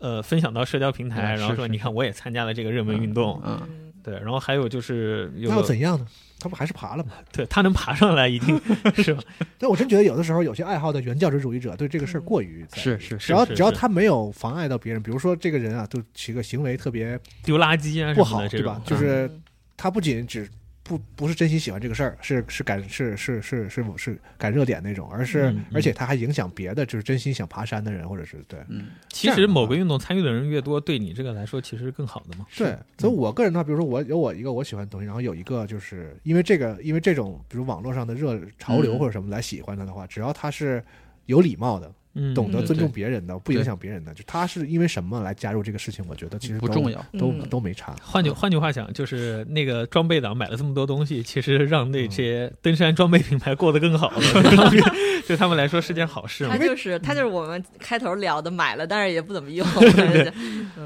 Speaker 4: 呃分享到社交平台，
Speaker 6: 嗯
Speaker 4: 然后
Speaker 6: 是
Speaker 4: 说
Speaker 6: 是
Speaker 4: 你看我也参加了这个热门运动，
Speaker 6: 嗯。
Speaker 3: 嗯
Speaker 4: 对。然后还有就是有
Speaker 5: 那又怎样呢？他不还是爬了吗？
Speaker 4: 对他能爬上来已 经是吧
Speaker 5: 但我真觉得有的时候有些爱好的原教旨主义者对这个事儿过于在意
Speaker 6: 是是
Speaker 5: 只
Speaker 6: 是，
Speaker 5: 要
Speaker 4: 是
Speaker 5: 只要
Speaker 4: 是
Speaker 5: 他没有妨碍到别人，比如说这个人啊，就几个行为特别
Speaker 4: 丢垃圾啊什
Speaker 5: 不
Speaker 4: 么
Speaker 5: 好
Speaker 4: 的，这
Speaker 5: 对吧
Speaker 4: 种，
Speaker 5: 就
Speaker 4: 嗯
Speaker 5: 是他不仅只不不是真心喜欢这个事儿，是是赶是是是是是赶热点那种，而是、
Speaker 4: 嗯嗯
Speaker 5: 而且他还影响别的，就是真心想爬山的人，或者是对
Speaker 6: 嗯，
Speaker 4: 其
Speaker 5: 这
Speaker 4: 实
Speaker 5: 样的
Speaker 4: 某
Speaker 3: 啊
Speaker 5: 话
Speaker 4: 个运动参与的人越多，对你这个来说其实是更好的嘛。
Speaker 5: 对。所
Speaker 6: 嗯
Speaker 5: 以我个人的话，比如说我有我一个我喜欢的东西，然后有一个就是因为这个因为这种比如网络上的热潮流
Speaker 6: 嗯
Speaker 5: 或者什么来喜欢他的话，只要他是有礼貌的，
Speaker 4: 嗯，
Speaker 5: 懂得
Speaker 6: 嗯
Speaker 5: 尊重
Speaker 6: 对
Speaker 5: 别人的，不影响别人的，就他是因为什么来加入这个事情，我觉得其实
Speaker 6: 不
Speaker 5: 都
Speaker 6: 重要。
Speaker 5: 都
Speaker 3: 嗯
Speaker 5: 都没差。
Speaker 4: 换句换句话讲，就是那个装备党买了这么多东西，其实让那些登山装备品牌过得更好了， 对他们对他们来说是件好事嘛
Speaker 3: 他。就是他就是我们开头聊的，买了但是也不怎么用，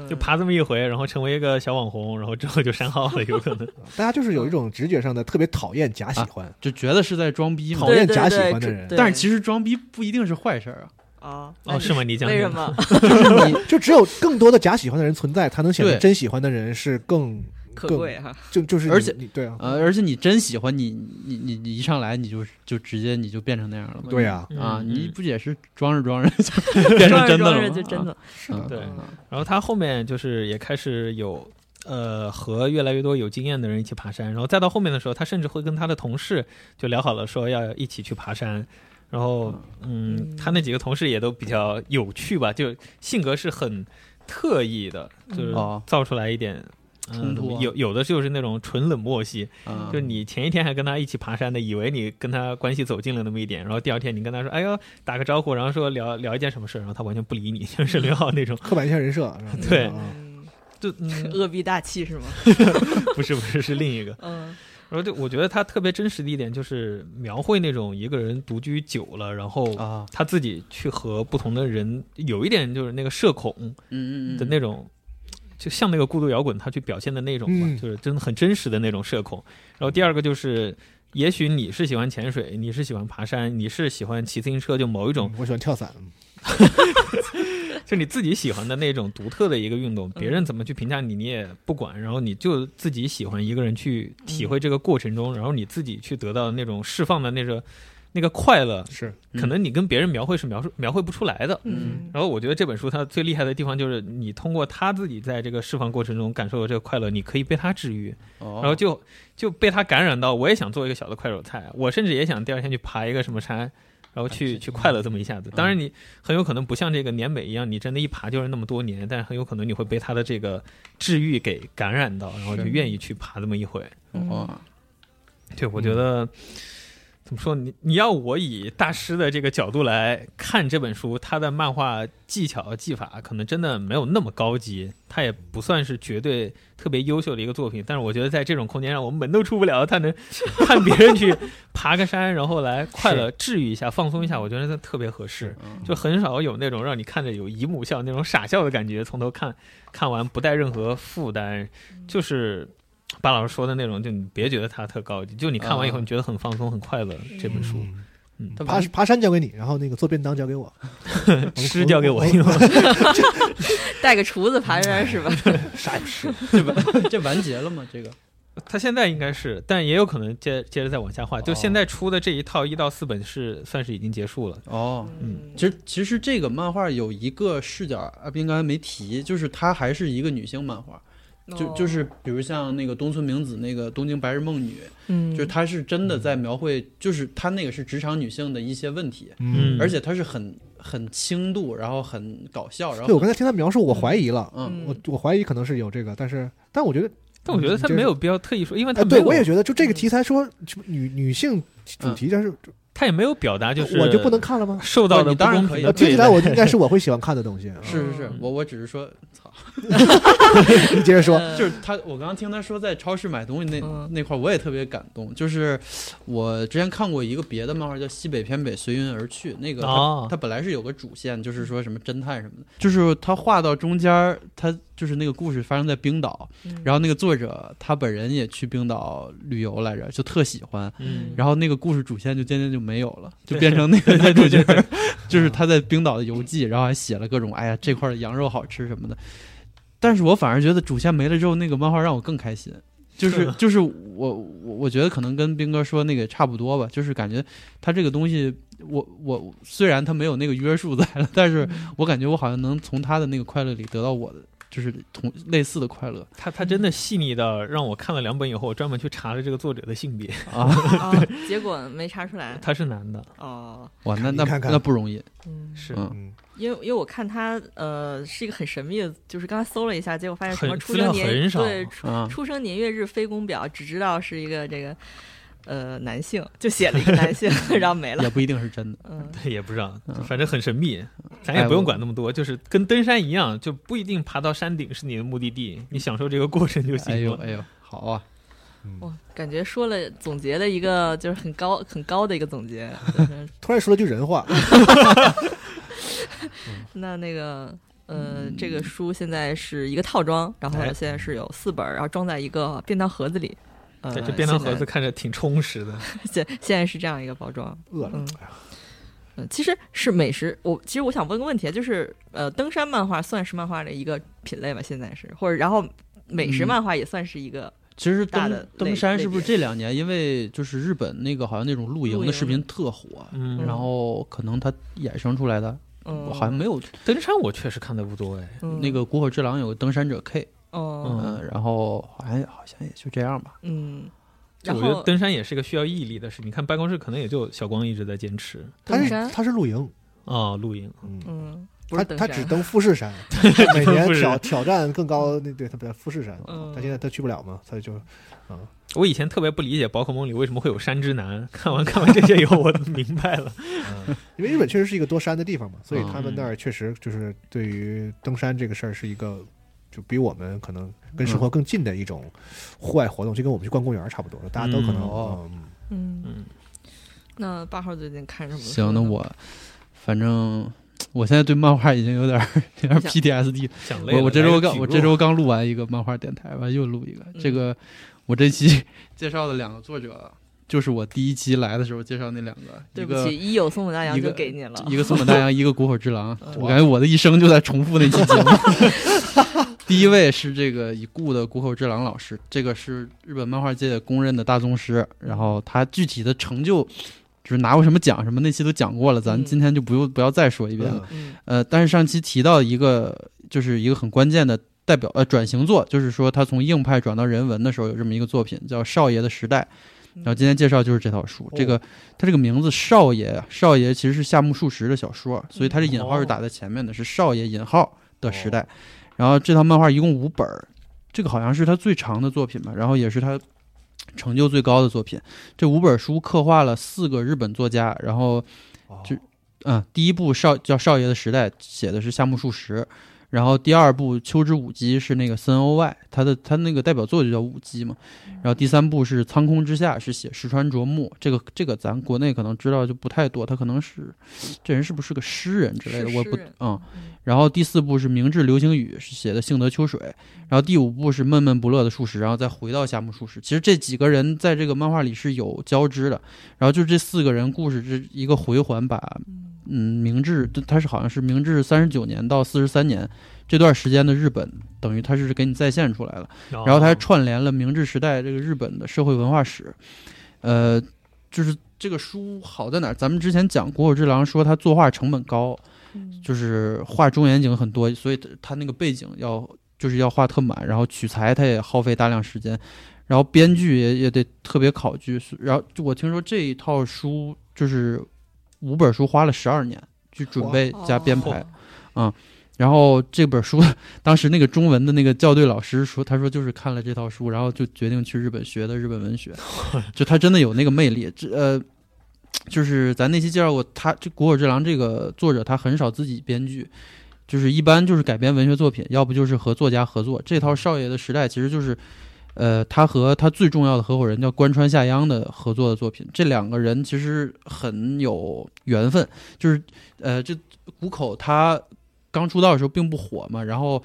Speaker 4: 就爬这么一回，然后成为一个小网红，然后之后就删号了，有可能。
Speaker 5: 大家就是有一种直觉上的特别讨厌假
Speaker 6: 啊
Speaker 5: 喜欢，
Speaker 6: 就觉得是在装逼嘛
Speaker 5: 讨。厌假喜欢的人
Speaker 6: 但是其实装逼不一定是坏事儿
Speaker 3: 啊，
Speaker 6: 啊，
Speaker 4: 哦，是吗？你讲
Speaker 3: 为什
Speaker 4: 讲？
Speaker 3: 么
Speaker 6: 就是 你
Speaker 5: 就只有更多的假喜欢的人存在，才能显得
Speaker 6: 对
Speaker 5: 真喜欢的人是更
Speaker 3: 可贵哈？
Speaker 5: 就就是你
Speaker 6: 而且
Speaker 5: 你对
Speaker 4: 嗯
Speaker 5: 啊，
Speaker 6: 呃，而且你真喜欢你，你你你一上来你就就直接你就变成那样了嘛？
Speaker 5: 对呀，
Speaker 6: 你啊，
Speaker 4: 嗯
Speaker 6: 你
Speaker 4: 嗯
Speaker 6: 不也是装着装着就变成真的
Speaker 3: 装
Speaker 6: 了
Speaker 3: 着
Speaker 6: 吗？
Speaker 3: 就真的
Speaker 5: 是的
Speaker 6: 嗯，
Speaker 4: 对
Speaker 3: 嗯
Speaker 4: 然后他后面就是也开始有。呃，和越来越多有经验的人一起爬山，然后再到后面的时候，他甚至会跟他的同事就聊好了，说要一起去爬山。然后，嗯，他那几个同事也都比较有趣吧，就性格是很特异的，就是
Speaker 6: 哦
Speaker 4: 造出来一点、
Speaker 6: 冲突啊
Speaker 4: 嗯有有的就是那种纯冷漠系，
Speaker 6: 啊，
Speaker 4: 就你前一天还跟他一起爬山的，以为你跟他关系走近了那么一点，然后第二天你跟他说，哎呦，打个招呼，然后说聊聊一件什么事，然后他完全不理你， 就是刘浩那种，
Speaker 5: 刻板印象人设，是吧
Speaker 4: 对
Speaker 5: 啊
Speaker 3: 嗯
Speaker 4: 就嗯，
Speaker 3: 恶逼大气是吗？
Speaker 4: 不是不是是另一个。
Speaker 3: 嗯
Speaker 4: 然后就我觉得他特别真实的一点就是描绘那种一个人独居久了，然后
Speaker 6: 啊，
Speaker 4: 他自己去和不同的人，有一点就是那个社恐
Speaker 6: 嗯嗯嗯
Speaker 4: 的那种，就像那个孤独摇滚他去表现的那种嘛，
Speaker 5: 嗯
Speaker 4: 就是真的很真实的那种社恐。然后第二个就是，也许你是喜欢潜水，你是喜欢爬山，你是喜欢骑自行车，就某一种
Speaker 5: 嗯我喜欢跳伞，
Speaker 4: 就你自己喜欢的那种独特的一个运动，别人怎么去评价你，你也不管，然后你就自己喜欢一个人去体会这个过程中，然后你自己去得到那种释放的那个那个快乐，
Speaker 5: 是
Speaker 4: 可能你跟别人描绘是描述描绘不出来的。
Speaker 3: 嗯
Speaker 4: 然后我觉得这本书它最厉害的地方就是，你通过他自己在这个释放过程中感受的这个快乐，你可以被他治愈，
Speaker 6: 哦，
Speaker 4: 然后就就被他感染到，我也想做一个小的快手菜，我甚至也想第二天去爬一个什么山，然后去
Speaker 6: 是
Speaker 4: 去快乐这么一下子。当然，你很有可能不像这个年美一样，你真的一爬就是那么多年，但是很有可能你会被他的这个治愈给感染到，然后就是愿意去爬这么一回。嗯
Speaker 6: 哦，
Speaker 4: 对，我觉得。怎么说？你你要我以大师的这个角度来看这本书，他的漫画技巧技法可能真的没有那么高级，他也不算是绝对特别优秀的一个作品。但是我觉得在这种空间上，我们门都出不了，他能看别人去爬个山，然后来快乐治愈一下、放松一下，我觉得他特别合适。
Speaker 6: 嗯
Speaker 4: 就很少有那种让你看着有姨母笑那种傻笑的感觉，从头看看完不带任何负担，就是巴老师说的那种，就你别觉得它特高级，就你看完以后
Speaker 6: 啊
Speaker 4: 你觉得很放松、很快乐。这本书
Speaker 5: 嗯
Speaker 4: 嗯
Speaker 6: 他
Speaker 5: 爬
Speaker 6: 完
Speaker 5: 爬山交给你，然后那个做便当交给 我，
Speaker 4: 诗交给我，
Speaker 5: 我
Speaker 4: 因为
Speaker 3: 带个厨子爬山是吧？
Speaker 5: 啥也不是，
Speaker 6: 这完这完结了吗？这个
Speaker 4: 它现在应该是，但也有可能接接着再往下画。就现在出的这一套一到四本是算是已经结束了。
Speaker 6: 哦，
Speaker 4: 嗯
Speaker 6: 其实其实啊这个漫画有一个视角，阿斌刚才没提，就是它还是一个女性漫画，就就是比如像那个东村明子那个《东京白日梦女》，
Speaker 3: 嗯，
Speaker 6: 就是她是真的在描绘，就是她那个是职场女性的一些问题，
Speaker 4: 嗯
Speaker 6: 而且她是很很轻度，然后很搞笑，然
Speaker 5: 对我
Speaker 6: 后
Speaker 5: 刚才听他描述，我怀疑了，
Speaker 6: 嗯，
Speaker 5: 我我怀疑可能是有这个，但是但我觉得，
Speaker 4: 但我觉得他
Speaker 5: 你这
Speaker 4: 没有必要特意说，因为他
Speaker 5: 哎，
Speaker 4: 没
Speaker 5: 对
Speaker 4: 有，嗯
Speaker 5: 我也觉得，就这个题材说就女女性主题，但是
Speaker 4: 他也没有表达，就是
Speaker 5: 我就不能看了吗？
Speaker 4: 受到的
Speaker 6: 你
Speaker 4: 不
Speaker 6: 当然
Speaker 4: 公
Speaker 6: 可以
Speaker 4: 平嗯
Speaker 6: 呃
Speaker 5: 呃
Speaker 4: 的
Speaker 5: 听
Speaker 4: 对
Speaker 5: 起来
Speaker 4: 待。
Speaker 5: 我应该是我会喜欢看的东西。 啊
Speaker 6: 是是是，我我只是说，操，
Speaker 5: 你接着说，
Speaker 3: 呃
Speaker 6: 就是他，我刚刚听他说在超市买东西那、
Speaker 3: 嗯
Speaker 6: 那块儿，我也特别感动。就是我之前看过一个别的漫画叫《西北偏北随云而去》，那个它、
Speaker 4: 哦
Speaker 6: 它本来是有个主线，就是说什么侦探什么的，就是他画到中间儿，他就是那个故事发生在冰岛，
Speaker 3: 嗯
Speaker 6: 然后那个作者他本人也去冰岛旅游来着，就特喜欢。
Speaker 4: 嗯，
Speaker 6: 然后那个故事主线就渐渐就没有了，就变成那个男主角，就是他在冰岛的游记，然后还写了各种哎呀这块儿的羊肉好吃什么的。但是我反而觉得主线没了之后，那个漫画让我更开心，就是就是我我我觉得可能跟斌哥说那个差不多吧，就是感觉他这个东西，我我虽然他没有那个约束在了，但是
Speaker 5: 嗯
Speaker 6: 我感觉我好像能从他的那个快乐里得到我的就是同类似的快乐
Speaker 4: 他他真的细腻到让我看了两本以后，我专门去查了这个作者的性别，
Speaker 6: 啊！
Speaker 3: 啊，结果没查出来
Speaker 4: 他是男的，
Speaker 3: 哦，
Speaker 6: 哇，那那
Speaker 5: 你看看
Speaker 6: 那不容易，
Speaker 3: 嗯，
Speaker 4: 是
Speaker 6: 嗯
Speaker 5: 嗯，
Speaker 3: 因为因为我看他呃是一个很神秘的，就是刚才搜了一下，结果发现什么
Speaker 4: 很
Speaker 3: 出
Speaker 4: 资
Speaker 3: 生
Speaker 4: 料
Speaker 3: 年
Speaker 4: 很少
Speaker 3: 对出
Speaker 6: 啊
Speaker 3: 出生年月日非公表，只知道是一个这个呃男性，就写了一个男 性，然后没了
Speaker 6: 也，不一定是 真的。
Speaker 3: 嗯
Speaker 4: 对也不知道
Speaker 6: 嗯，
Speaker 4: 反正很神秘，咱
Speaker 6: 哎
Speaker 4: 也不
Speaker 6: 我
Speaker 4: 用管那么多，就是跟登山一样，就不一定爬到山顶是你的目的地，你享受这个过程就
Speaker 6: 哎
Speaker 4: 行
Speaker 6: 呦
Speaker 4: 了。
Speaker 6: 哎呦，好啊！
Speaker 3: 哇，哦感觉说了总结了一个就是很高很高的一个总 结，就是
Speaker 5: 突然说了句人话，
Speaker 3: 啊那那个。呃，这个书现在是一个套装，然后
Speaker 4: 哎
Speaker 3: 现在是有四本，然后装在一个便当盒子里。呃，
Speaker 4: 对，这便当盒
Speaker 3: 现
Speaker 4: 子
Speaker 3: 在
Speaker 4: 看着挺充实的，
Speaker 3: 现现在是这样一个包装。
Speaker 5: 饿了哎
Speaker 3: 嗯，嗯，其实是美食。我其实我想问个问题，就是呃，登山漫画算是漫画的一个品类吧？现在是，或者然后美食
Speaker 6: 嗯
Speaker 3: 漫画也算是一个，
Speaker 6: 其实
Speaker 3: 大
Speaker 6: 登
Speaker 3: 的类
Speaker 6: 登山是不
Speaker 3: 类
Speaker 6: 是
Speaker 3: 别
Speaker 6: 这两年，因为就是日本那个好像那种露营
Speaker 3: 露
Speaker 6: 的
Speaker 3: 营
Speaker 6: 视频特火，
Speaker 4: 嗯，
Speaker 6: 然后可能它衍生出来的，
Speaker 3: 嗯，
Speaker 6: 我好像没有、
Speaker 4: 登山我确实看的不多哎，
Speaker 3: 嗯
Speaker 6: 那，个古火之狼有个登山者 K，
Speaker 3: 嗯
Speaker 4: 嗯
Speaker 6: 嗯、然后好像好像也就这样吧，
Speaker 3: 嗯，
Speaker 4: 就
Speaker 3: 然
Speaker 4: 我觉得
Speaker 3: 后
Speaker 4: 登山也是个需要毅力的事。你看办公室可能也就小光一直在坚持
Speaker 5: 他
Speaker 3: 登
Speaker 5: 是
Speaker 3: 山，
Speaker 5: 他是露营，
Speaker 4: 啊、露营。
Speaker 5: 嗯，
Speaker 3: 嗯，不
Speaker 5: 他
Speaker 3: 是登
Speaker 5: 他只
Speaker 3: 山，
Speaker 5: 登富士山，每年
Speaker 4: 富士
Speaker 5: 挑挑战更高，那对他不在富士山，
Speaker 3: 嗯
Speaker 5: 他现在他去不了嘛，他就
Speaker 4: 我以前特别不理解宝可梦里为什么会有山之男，看完看完这些以后，我明白了。
Speaker 5: 嗯因为日本确实是一个多山的地方嘛，所以他们
Speaker 4: 嗯
Speaker 5: 那儿确实就是对于登山这个事儿是一个，就比我们可能跟生活更近的一种户外活动，就跟我们去逛公园儿差不多，大家都可能
Speaker 4: 嗯
Speaker 6: 哦
Speaker 5: 嗯
Speaker 3: 嗯，
Speaker 4: 嗯，
Speaker 3: 那八号最近看什么？
Speaker 6: 行，那我反正。我现在对漫画已经有点儿 有点儿
Speaker 3: 想
Speaker 6: PTSD，
Speaker 4: 想累了。
Speaker 6: 我我这周刚
Speaker 4: 来个
Speaker 6: 我
Speaker 4: 举
Speaker 6: 这
Speaker 4: 弱
Speaker 6: 周刚录完一个漫画电台吧，又录一个。
Speaker 3: 嗯
Speaker 6: 这个我这期介绍的两个作者，就是我第一期来的时候介绍那两个，
Speaker 3: 对
Speaker 6: 一
Speaker 3: 不
Speaker 6: 个
Speaker 3: 起，一有松本大洋
Speaker 6: 一个
Speaker 3: 就给你了，
Speaker 6: 一个松本大洋，一个古火之 狼
Speaker 3: 嗯。
Speaker 6: 我感觉我的一生就在重复那期节目。 第一位是这个已故的古火之狼老师，这个是日本漫画界公认的大宗师。然后他具体的成就，就是拿过什么奖什么，那期都讲过了，咱
Speaker 3: 嗯
Speaker 6: 今天就不用不要再说一遍了。
Speaker 3: 嗯
Speaker 6: 呃，但是上期提到一个，就是一个很关键的代表呃转型作，就是说他从硬派转到人文的时候，有这么一个作品叫《少爷的时代》。
Speaker 3: 嗯
Speaker 6: 然后今天介绍就是这套书，这个它这个名字“少爷”啊，“少爷”其实是夏目漱石的小说，所以它这引号是打在前面的，是“少爷”引号的时代。然后这套漫画一共五本儿，这个好像是他最长的作品吧，然后也是他成就最高的作品。这五本书刻画了四个日本作家，然后
Speaker 5: 哦
Speaker 6: 就嗯，第一部少叫《少爷的时代》，写的是夏目漱石，然后第二部《秋之舞姬》是那个森欧外，他的他那个代表作就叫舞姬嘛。
Speaker 3: 嗯
Speaker 6: 然后第三部是《苍空之下》，是写石川啄木，这个这个咱国内可能知道就不太多，他可能是这人是不是个诗人之类的，
Speaker 3: 是
Speaker 6: 我
Speaker 3: 诗
Speaker 6: 不
Speaker 3: 人
Speaker 6: 嗯。然后第四部是《明治流行语》，是写的幸得秋水。
Speaker 3: 嗯
Speaker 6: 然后第五部是闷闷不乐的术士，然后再回到夏目漱石。其实这几个人在这个漫画里是有交织的，然后就这四个人故事这一个回环把，嗯，明治他是好像是明治三十九年到四十三年这段时间的日本，等于他是给你再现出来了。
Speaker 4: 哦
Speaker 6: 然后他还串联了明治时代这个日本的社会文化史，呃，就是这个书好在哪儿？咱们之前讲国有之狼说他
Speaker 3: 嗯
Speaker 6: 作画成本高，就是画中远景很多，所以他他那个背景要就是要画特满，然后取材它也耗费大量时间，然后编剧也也得特别考据。然后我听说这一套书就是五本书花了十二年去准备加
Speaker 3: 哦
Speaker 6: 编排，然后这本书 当时那个中文的那个校对老师说，他说就是看了这套书，然后就决定去日本学的日本文学，就他真的有那个魅力。这呃，就是咱那期介绍过，他这古尔之狼这个作者，他很少自己编剧，就是一般就是改编文学作品，要不就是和作家合作。这套《少爷的时代》其实就是。呃，他和他最重要的合伙人叫关川夏央的合作的作品，这两个人其实很有缘分。就是，呃，这谷口他刚出道的时候并不火嘛，然后。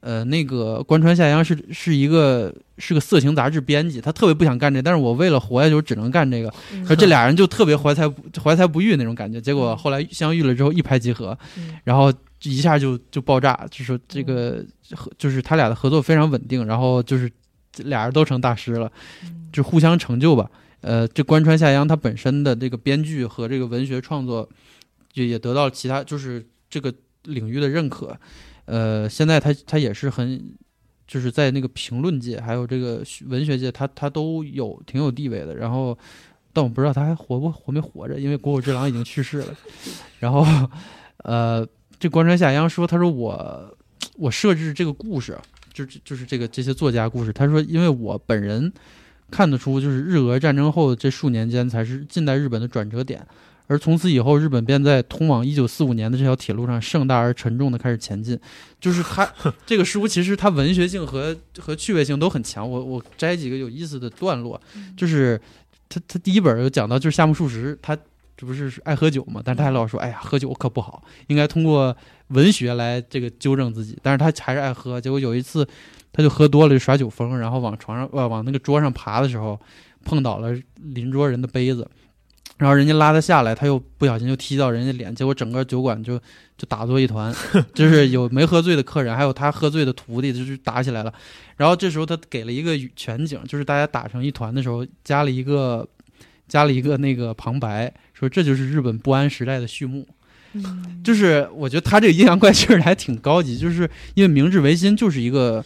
Speaker 6: 呃，那个关川夏央是是一个是个色情杂志编辑，他特别不想干这，但是我为了活下去，我只能干这个。
Speaker 3: 嗯
Speaker 6: 可这俩人就特别怀才不怀才不遇那种感觉，结果后来相遇了之后一拍即合，
Speaker 3: 嗯
Speaker 6: 然后一下就就爆炸，就是这个合就是他俩的合作非常稳定，然后就是俩人都成大师了，
Speaker 3: 嗯
Speaker 6: 就互相成就吧。呃，这关川夏央他本身的这个编剧和这个文学创作，也也得到了其他就是这个领域的认可。呃，现在他他也是很，就是在那个评论界还有这个文学界，他他都有挺有地位的。然后，但我不知道他还活不活没活着，因为国口之狼已经去世了。 然后，呃，这关川夏央说，他说我我设置这个故事，就就是这个这些作家故事，他说因为我本人。看得出，就是日俄战争后这数年间才是近代日本的转折点，而从此以后，日本便在通往一九四五年的这条铁路上盛大而沉重的开始前进。就是它这个书，其实它文学性和和趣味性都很强。我我摘几个有意思的段落，就是他他第一本有讲到，就是夏目漱石，他这不是是爱喝酒嘛，但是他还老说，哎呀，喝酒可不好，应该通过文学来这个纠正自己。但是他还是爱喝，结果有一次他就喝多了，就耍酒疯，然后往床上呃往那个桌上爬的时候，碰倒了邻桌人的杯子，然后人家拉他下来，他又不小心就踢到人家脸，结果整个酒馆就就打作一团，就是有没喝醉的客人，还有他喝醉的徒弟，就是打起来了。然后这时候他给了一个全景，就是大家打成一团的时候，加了一个加了一个那个旁白，说这就是日本不安时代的序幕。
Speaker 3: 嗯
Speaker 6: 就是我觉得他这个阴阳怪气儿还挺高级，就是因为明治维新就是一个。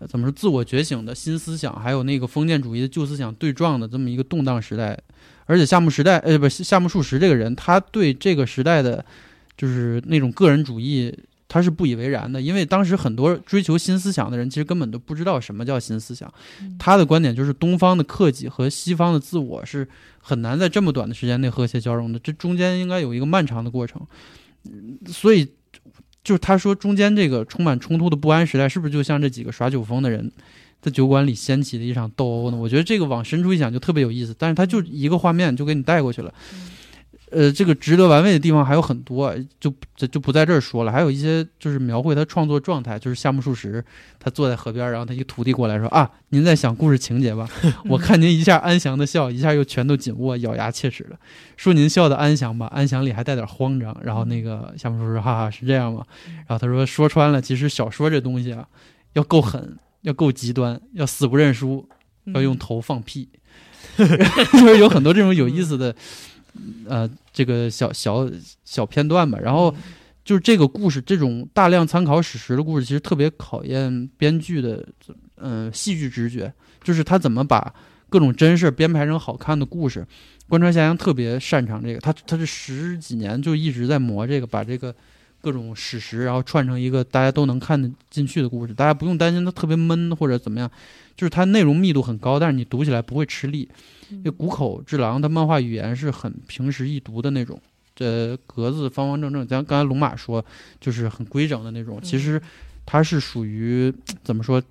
Speaker 6: 呃怎么说？自我觉醒的新思想，还有那个封建主义的旧思想对撞的这么一个动荡时代，而且夏目时代，呃，不，是夏目漱石这个人，他对这个时代的，就是那种个人主义，他是不以为然的，因为当时很多追求新思想的人，其实根本都不知道什么叫新思想。他的观点就是，东方的克己和西方的自我是很难在这么短的时间内和谐交融的，这中间应该有一个漫长的过程。所以就是他说中间这个充满冲突的不安时代，是不是就像这几个耍酒疯的人在酒馆里掀起的一场斗殴呢？我觉得这个往深处一想就特别有意思，但是他就一个画面就给你带过去了。呃，这个值得玩味的地方还有很多，啊就就就不在这儿说了。还有一些就是描绘他创作状态，就是夏目漱石，他坐在河边，然后他一个徒弟过来说：“啊，您在想故事情节吧？ 我看您一下安详的笑，一下又拳头紧握，咬牙切齿的。说您笑的安详吧，安详里还带点慌张。然后那个夏目漱石，哈哈，是这样吗？然后他说，说穿了，其实小说这东西啊，要够狠，要够极端，要死不认输，要用头放屁， 就是有很多这种有意思的，呃，这个小小小片段吧。然后就是这个故事，这种大量参考史实的故事，其实特别考验编剧的，嗯、戏剧直觉，就是他怎么把各种真事儿编排成好看的故事。关川夏阳特别擅长这个，他他这十几年就一直在磨这个，把这个各种史实，然后串成一个大家都能看得进去的故事，大家不用担心它特别闷或者怎么样，就是它内容密度很高，但是你读起来不会吃力。
Speaker 3: 嗯
Speaker 6: 这谷口之狼的漫画语言是很平时易读的那种，这格子方方正正，咱刚才龙马说就是很规整的那种，
Speaker 3: 嗯
Speaker 6: 其实它是属于怎么说？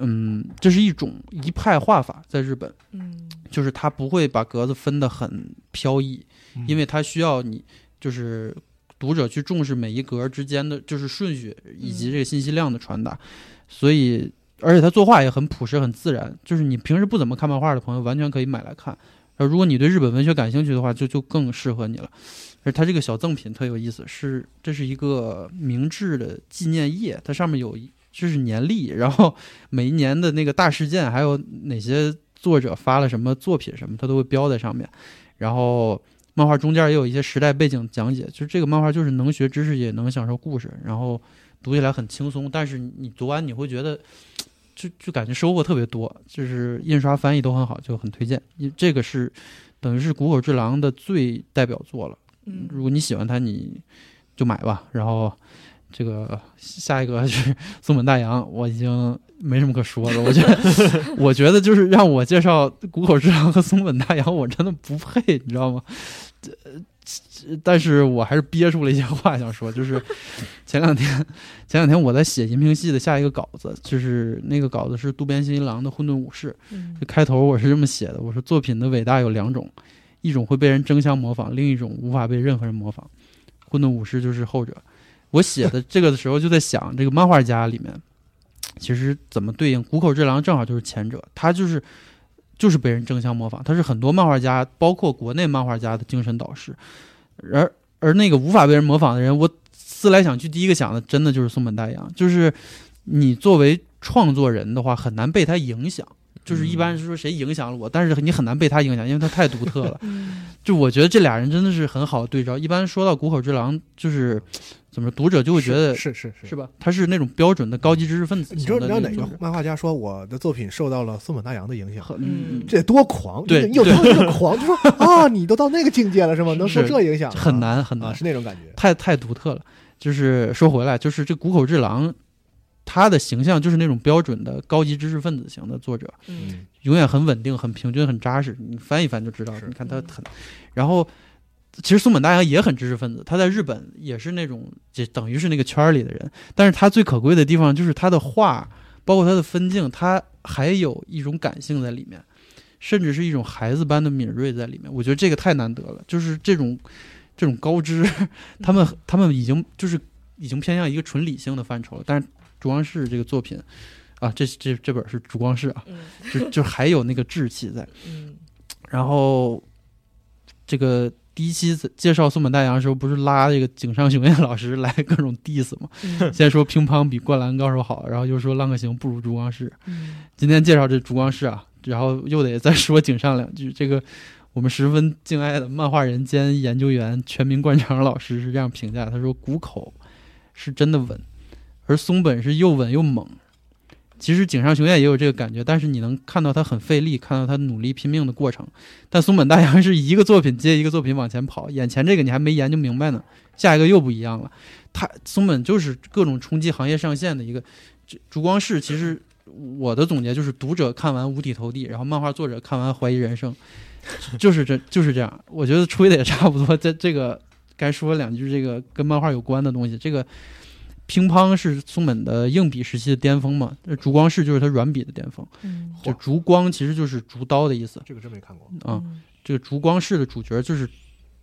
Speaker 6: 嗯，这是一种一派画法，在日本，
Speaker 3: 嗯
Speaker 6: 就是他不会把格子分得很飘逸，
Speaker 5: 嗯
Speaker 6: 因为他需要你就是读者去重视每一格之间的就是顺序以及这个信息量的传达，所以而且他作画也很朴实很自然，就是你平时不怎么看漫画的朋友完全可以买来看。呃，如果你对日本文学感兴趣的话，就就更适合你了。而它这个小赠品特有意思，是这是一个明治的纪念页，它上面有一这是年历，然后每一年的那个大事件，还有哪些作者发了什么作品什么，它都会标在上面。然后漫画中间也有一些时代背景讲解，就是这个漫画就是能学知识也能享受故事，然后读起来很轻松，但是你读完你会觉得，就就感觉收获特别多，就是印刷翻译都很好，就很推荐。因这个是等于是谷口治郎的最代表作了。
Speaker 3: 嗯
Speaker 6: 如果你喜欢它，你就买吧。然后这个下一个是 松本大洋，我已经没什么可说的。我觉得， 我觉得就是让我介绍谷口之狼和松本大洋，我真的不配，你知道吗？这这但是我还是憋出了一些话想说，就是前两天，前两天我在写银屏系的下一个稿子，就是那个稿子是渡边信一郎的《混沌武士》，
Speaker 3: 嗯
Speaker 6: 这开头我是这么写的：我说作品的伟大有两种，一种会被人争相模仿，另一种无法被任何人模仿。混沌武士就是后者。我写的这个的时候就在想，这个漫画家里面其实怎么对应谷口治郎，正好就是前者，他就是就是被人争相模仿，他是很多漫画家，包括国内漫画家的精神导师。而而那个无法被人模仿的人，我思来想去，第一个想的真的就是松本大洋，就是你作为创作人的话，很难被他影响。就是一般是说谁影响了我，但是你很难被他影响，因为他太独特了。 就我觉得这俩人真的是很好的对照。一般说到谷口之狼，就是怎么说读者就会觉得
Speaker 5: 是是是
Speaker 6: 是。吧？他是那种标准的高级知识分子
Speaker 5: 你知
Speaker 6: 型
Speaker 5: 道
Speaker 6: 的
Speaker 5: 你
Speaker 6: 那
Speaker 5: 知
Speaker 6: 种
Speaker 5: 道
Speaker 6: 人。
Speaker 5: 哪个漫画家说我的作品受到了松本大洋的影响？
Speaker 6: 很？
Speaker 3: 嗯
Speaker 5: 这得多狂！
Speaker 6: 对
Speaker 5: 你有多这个狂，就说啊，你都到那个境界了是吗？能受
Speaker 6: 是
Speaker 5: 这影响，
Speaker 6: 很难很难
Speaker 5: 啊，，是那种感觉。
Speaker 6: 太太独特了。就是说回来，就是这谷口治郎，他的形象就是那种标准的高级知识分子型的作者，
Speaker 3: 嗯
Speaker 6: 永远很稳定、很平均、很扎实。你翻一翻就知道，
Speaker 5: 是
Speaker 6: 你看他
Speaker 3: 嗯
Speaker 6: 很。然后，其实松本大洋也很知识分子，他在日本也是那种，就等于是那个圈儿里的人。但是他最可贵的地方就是他的画，包括他的分镜，他还有一种感性在里面，甚至是一种孩子般的敏锐在里面。我觉得这个太难得了，就是这种这种高知，他们他们已经就是已经偏向一个纯理性的范畴了。但是烛光室这个作品。啊，这这这本是《烛光室》啊，
Speaker 3: 嗯
Speaker 6: 就就还有那个志气在。
Speaker 3: 嗯
Speaker 6: 然后这个第一期介绍松本大洋的时候，不是拉这个井上雄彦老师来各种 diss 吗？
Speaker 3: 嗯
Speaker 6: 先说乒乓比灌篮高手好，然后又说浪客行不如烛光室。
Speaker 3: 嗯
Speaker 6: 今天介绍这烛光室啊，然后又得再说井上两句。这个我们十分敬爱的漫画人兼研究员全民灌肠老师是这样评价的，他说谷口是真的稳，而松本是又稳又猛。其实井上雄彦也有这个感觉，但是你能看到他很费力，看到他努力拼命的过程。但松本大洋是一个作品接一个作品往前跑，眼前这个你还没研究明白呢，下一个又不一样了。他松本就是各种冲击行业上限的一个，这烛光室其实我的总结就是，读者看完五体投地，然后漫画作者看完怀疑人生，就是这就是这样。我觉得吹的也差不多，在这个该说两句这个跟漫画有关的东西。这个乒乓是松本的硬笔时期的巅峰嘛，这烛光式就是他软笔的巅峰。
Speaker 3: 嗯
Speaker 6: 就烛光其实就是竹刀的意思
Speaker 5: 这个真没看过，
Speaker 6: 啊、这个烛光式的主角就是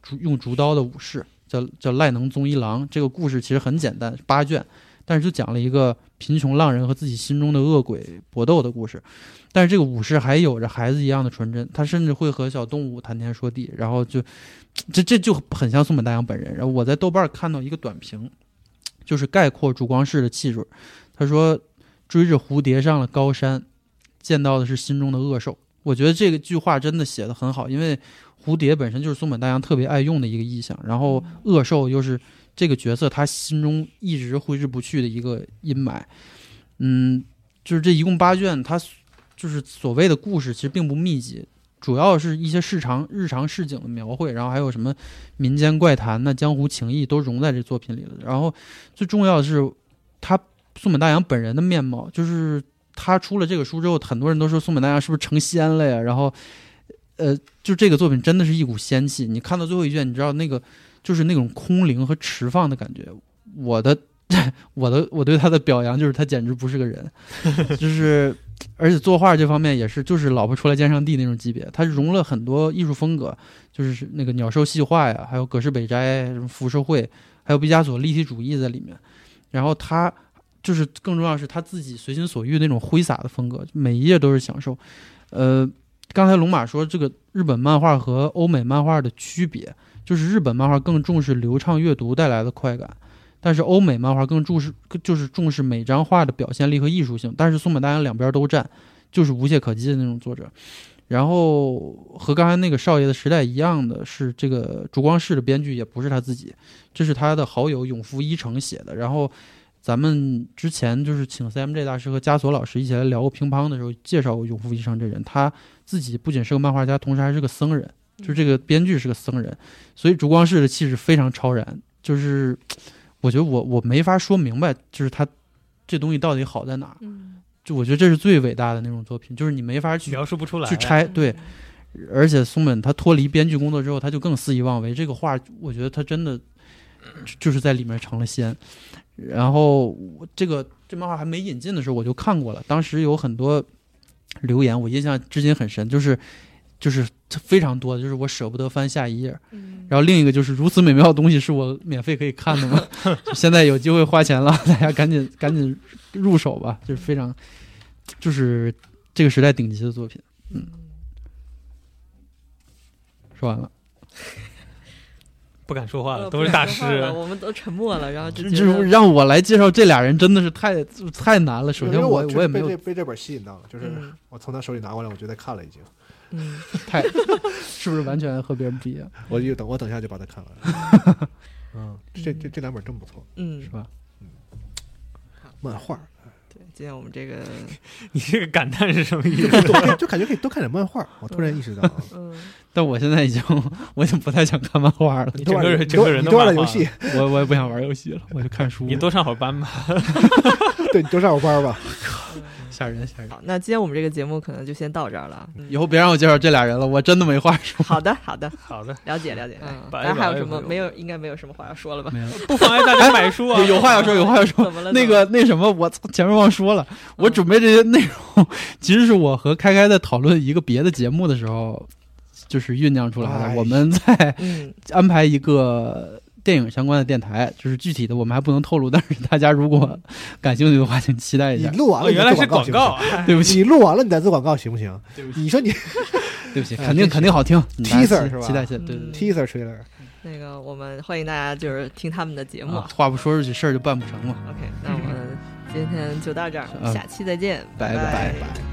Speaker 6: 竹用竹刀的武士，叫叫赖能宗一郎。这个故事其实很简单，八卷，但是就讲了一个贫穷浪人和自己心中的恶鬼搏斗的故事。但是这个武士还有着孩子一样的纯真，他甚至会和小动物谈天说地，然后就这这就很像松本大洋本人。然后我在豆瓣看到一个短评，就是概括烛光式的气质，他说：“追着蝴蝶上了高山，见到的是心中的恶兽。”我觉得这个句话真的写得很好，因为蝴蝶本身就是松本大洋特别爱用的一个意象，然后恶兽又是这个角色他心中一直挥之不去的一个阴霾。嗯，就是这一共八卷，它就是所谓的故事其实并不密集，主要是一些市场日常市井的描绘，然后还有什么民间怪谈呐、江湖情谊都融在这作品里了。然后最重要的是，他松本大洋本人的面貌，就是他出了这个书之后，很多人都说松本大洋是不是成仙了呀？然后，呃，就这个作品真的是一股仙气。你看到最后一卷，你知道那个就是那种空灵和持放的感觉。我的 我的我对他的表扬就是他简直不是个人， 就是而且作画这方面也是，就是老婆出来见上帝那种级别，它融了很多艺术风格，就是那个鸟兽戏画呀，还有葛饰北斋、什么浮世绘，还有毕加索立体主义在里面。然后他就是更重要的是他自己随心所欲那种挥洒的风格，每一页都是享受。呃，刚才龙马说这个日本漫画和欧美漫画的区别，就是日本漫画更重视流畅阅读带来的快感，但是欧美漫画更重视就是重视每张画的表现力和艺术性。但是松本大洋两边都占，就是无懈可击的那种作者。然后和刚才那个少爷的时代一样的是，这个《烛光室》的编剧也不是他自己，这是他的好友永福一成写的。然后咱们之前就是请 CMJ 大师和加索老师一起来聊过乒乓的时候，介绍过永福一上这人，他自己不仅是个漫画家，同时还是个僧人，
Speaker 4: 嗯
Speaker 6: 就这个编剧是个僧人，所以烛光室的气质非常超然。就是我觉得我我没法说明白，就是他这东西到底好在哪儿。
Speaker 3: 嗯，
Speaker 6: 就我觉得这是最伟大的那种作品，就是你没法去
Speaker 4: 描述不出来，
Speaker 6: 去拆对。而且松本他脱离编剧工作之后，他就更肆意妄为。这个画，我觉得他真的就就是在里面成了仙。然后我这个这漫画还没引进的时候，我就看过了。当时有很多留言，我印象至今很深，就是就是非常多的，就是我舍不得翻下一页。然后另一个就是如此美妙的东西是我免费可以看的吗？ 就现在有机会花钱了，大家赶紧赶紧入手吧，就是非常就是这个时代顶级的作品。嗯说完了。
Speaker 4: 不敢说话了，
Speaker 3: 呃
Speaker 4: 都是大
Speaker 3: 不敢说话
Speaker 4: 师
Speaker 3: 了。 我们都沉默了，然后就
Speaker 6: 这
Speaker 3: 觉
Speaker 6: 这
Speaker 3: 得
Speaker 6: 让我来介绍这俩人真的是太太难了。首
Speaker 5: 因
Speaker 6: 先
Speaker 5: 为我
Speaker 6: 我我
Speaker 5: 被
Speaker 6: 也没有
Speaker 5: 这被这本吸引到了，就是
Speaker 3: 嗯
Speaker 5: 我从他手里拿过来，我就在看了已经。
Speaker 3: 嗯，
Speaker 6: 太，是不是完全和别人不一样？
Speaker 5: 我就等我等一下就把它看完了。嗯，这这这两本真不错，
Speaker 3: 嗯
Speaker 6: 是，吧？
Speaker 5: 漫画
Speaker 3: 对，今天我们这个，
Speaker 4: 你这个感叹是什么意思？
Speaker 5: 就就感觉可以多看点漫画。我突然意识到啊，
Speaker 3: 嗯，
Speaker 6: 但我现在已经我已经不太想看漫画了，
Speaker 5: 你
Speaker 4: 整
Speaker 5: 多
Speaker 4: 个
Speaker 5: 玩
Speaker 4: 人
Speaker 5: 你
Speaker 4: 整个
Speaker 5: 多
Speaker 4: 人
Speaker 5: 你
Speaker 4: 都
Speaker 5: 多玩
Speaker 4: 漫
Speaker 5: 点游
Speaker 4: 画
Speaker 5: 戏，
Speaker 6: 我我也不想玩游戏了，我就看书。
Speaker 4: 你多上会儿班吧。
Speaker 5: 对你多上我班吧。
Speaker 6: 吓人吓人！
Speaker 3: 好，那今天我们这个节目可能就先到这儿了。嗯
Speaker 6: 以后别让我介绍这俩人了，我真的没话说。
Speaker 3: 好的，好的，
Speaker 4: 好的，
Speaker 3: 了解了解。嗯，
Speaker 4: 拜
Speaker 3: 咱还有
Speaker 4: 拜
Speaker 3: 什么
Speaker 4: 拜
Speaker 3: 没有？应该没有什么话要说了吧？
Speaker 6: 没了，
Speaker 4: 不妨碍大家买书啊。
Speaker 6: 有话要说，有话要说。
Speaker 3: 怎么了？
Speaker 6: 那个那什么，我操前面忘说了，我准备这些内容， 其实是我和开开在讨论一个别的节目的时候，就是酝酿出来
Speaker 5: 哎
Speaker 6: 的。我们在
Speaker 3: 嗯，
Speaker 6: 安排一个电影相关的电台，就是具体的我们还不能透露，但是大家如果感兴趣的话，请期待一
Speaker 5: 你
Speaker 6: 下。
Speaker 5: 录完
Speaker 4: 哦，
Speaker 5: 了，
Speaker 4: 原来是
Speaker 5: 广
Speaker 4: 广告，啊。
Speaker 6: 对不起，
Speaker 5: 你录完了你再做广告行不行？你说你
Speaker 6: 对不起，
Speaker 5: 哎
Speaker 6: 肯定
Speaker 5: 真是
Speaker 6: 肯定好听。你大家
Speaker 5: Teaser
Speaker 6: 期
Speaker 5: 是吧
Speaker 6: 期待一下，对对
Speaker 5: teaser trailer
Speaker 3: 那个我们欢迎大家就是听他们的节
Speaker 6: 对。
Speaker 3: 目
Speaker 6: 啊。话不说出去，事儿就办不成嘛。
Speaker 3: OK，那我们今天就到这儿，我们
Speaker 6: 嗯
Speaker 3: 下期再见，拜
Speaker 6: 拜拜
Speaker 5: 拜。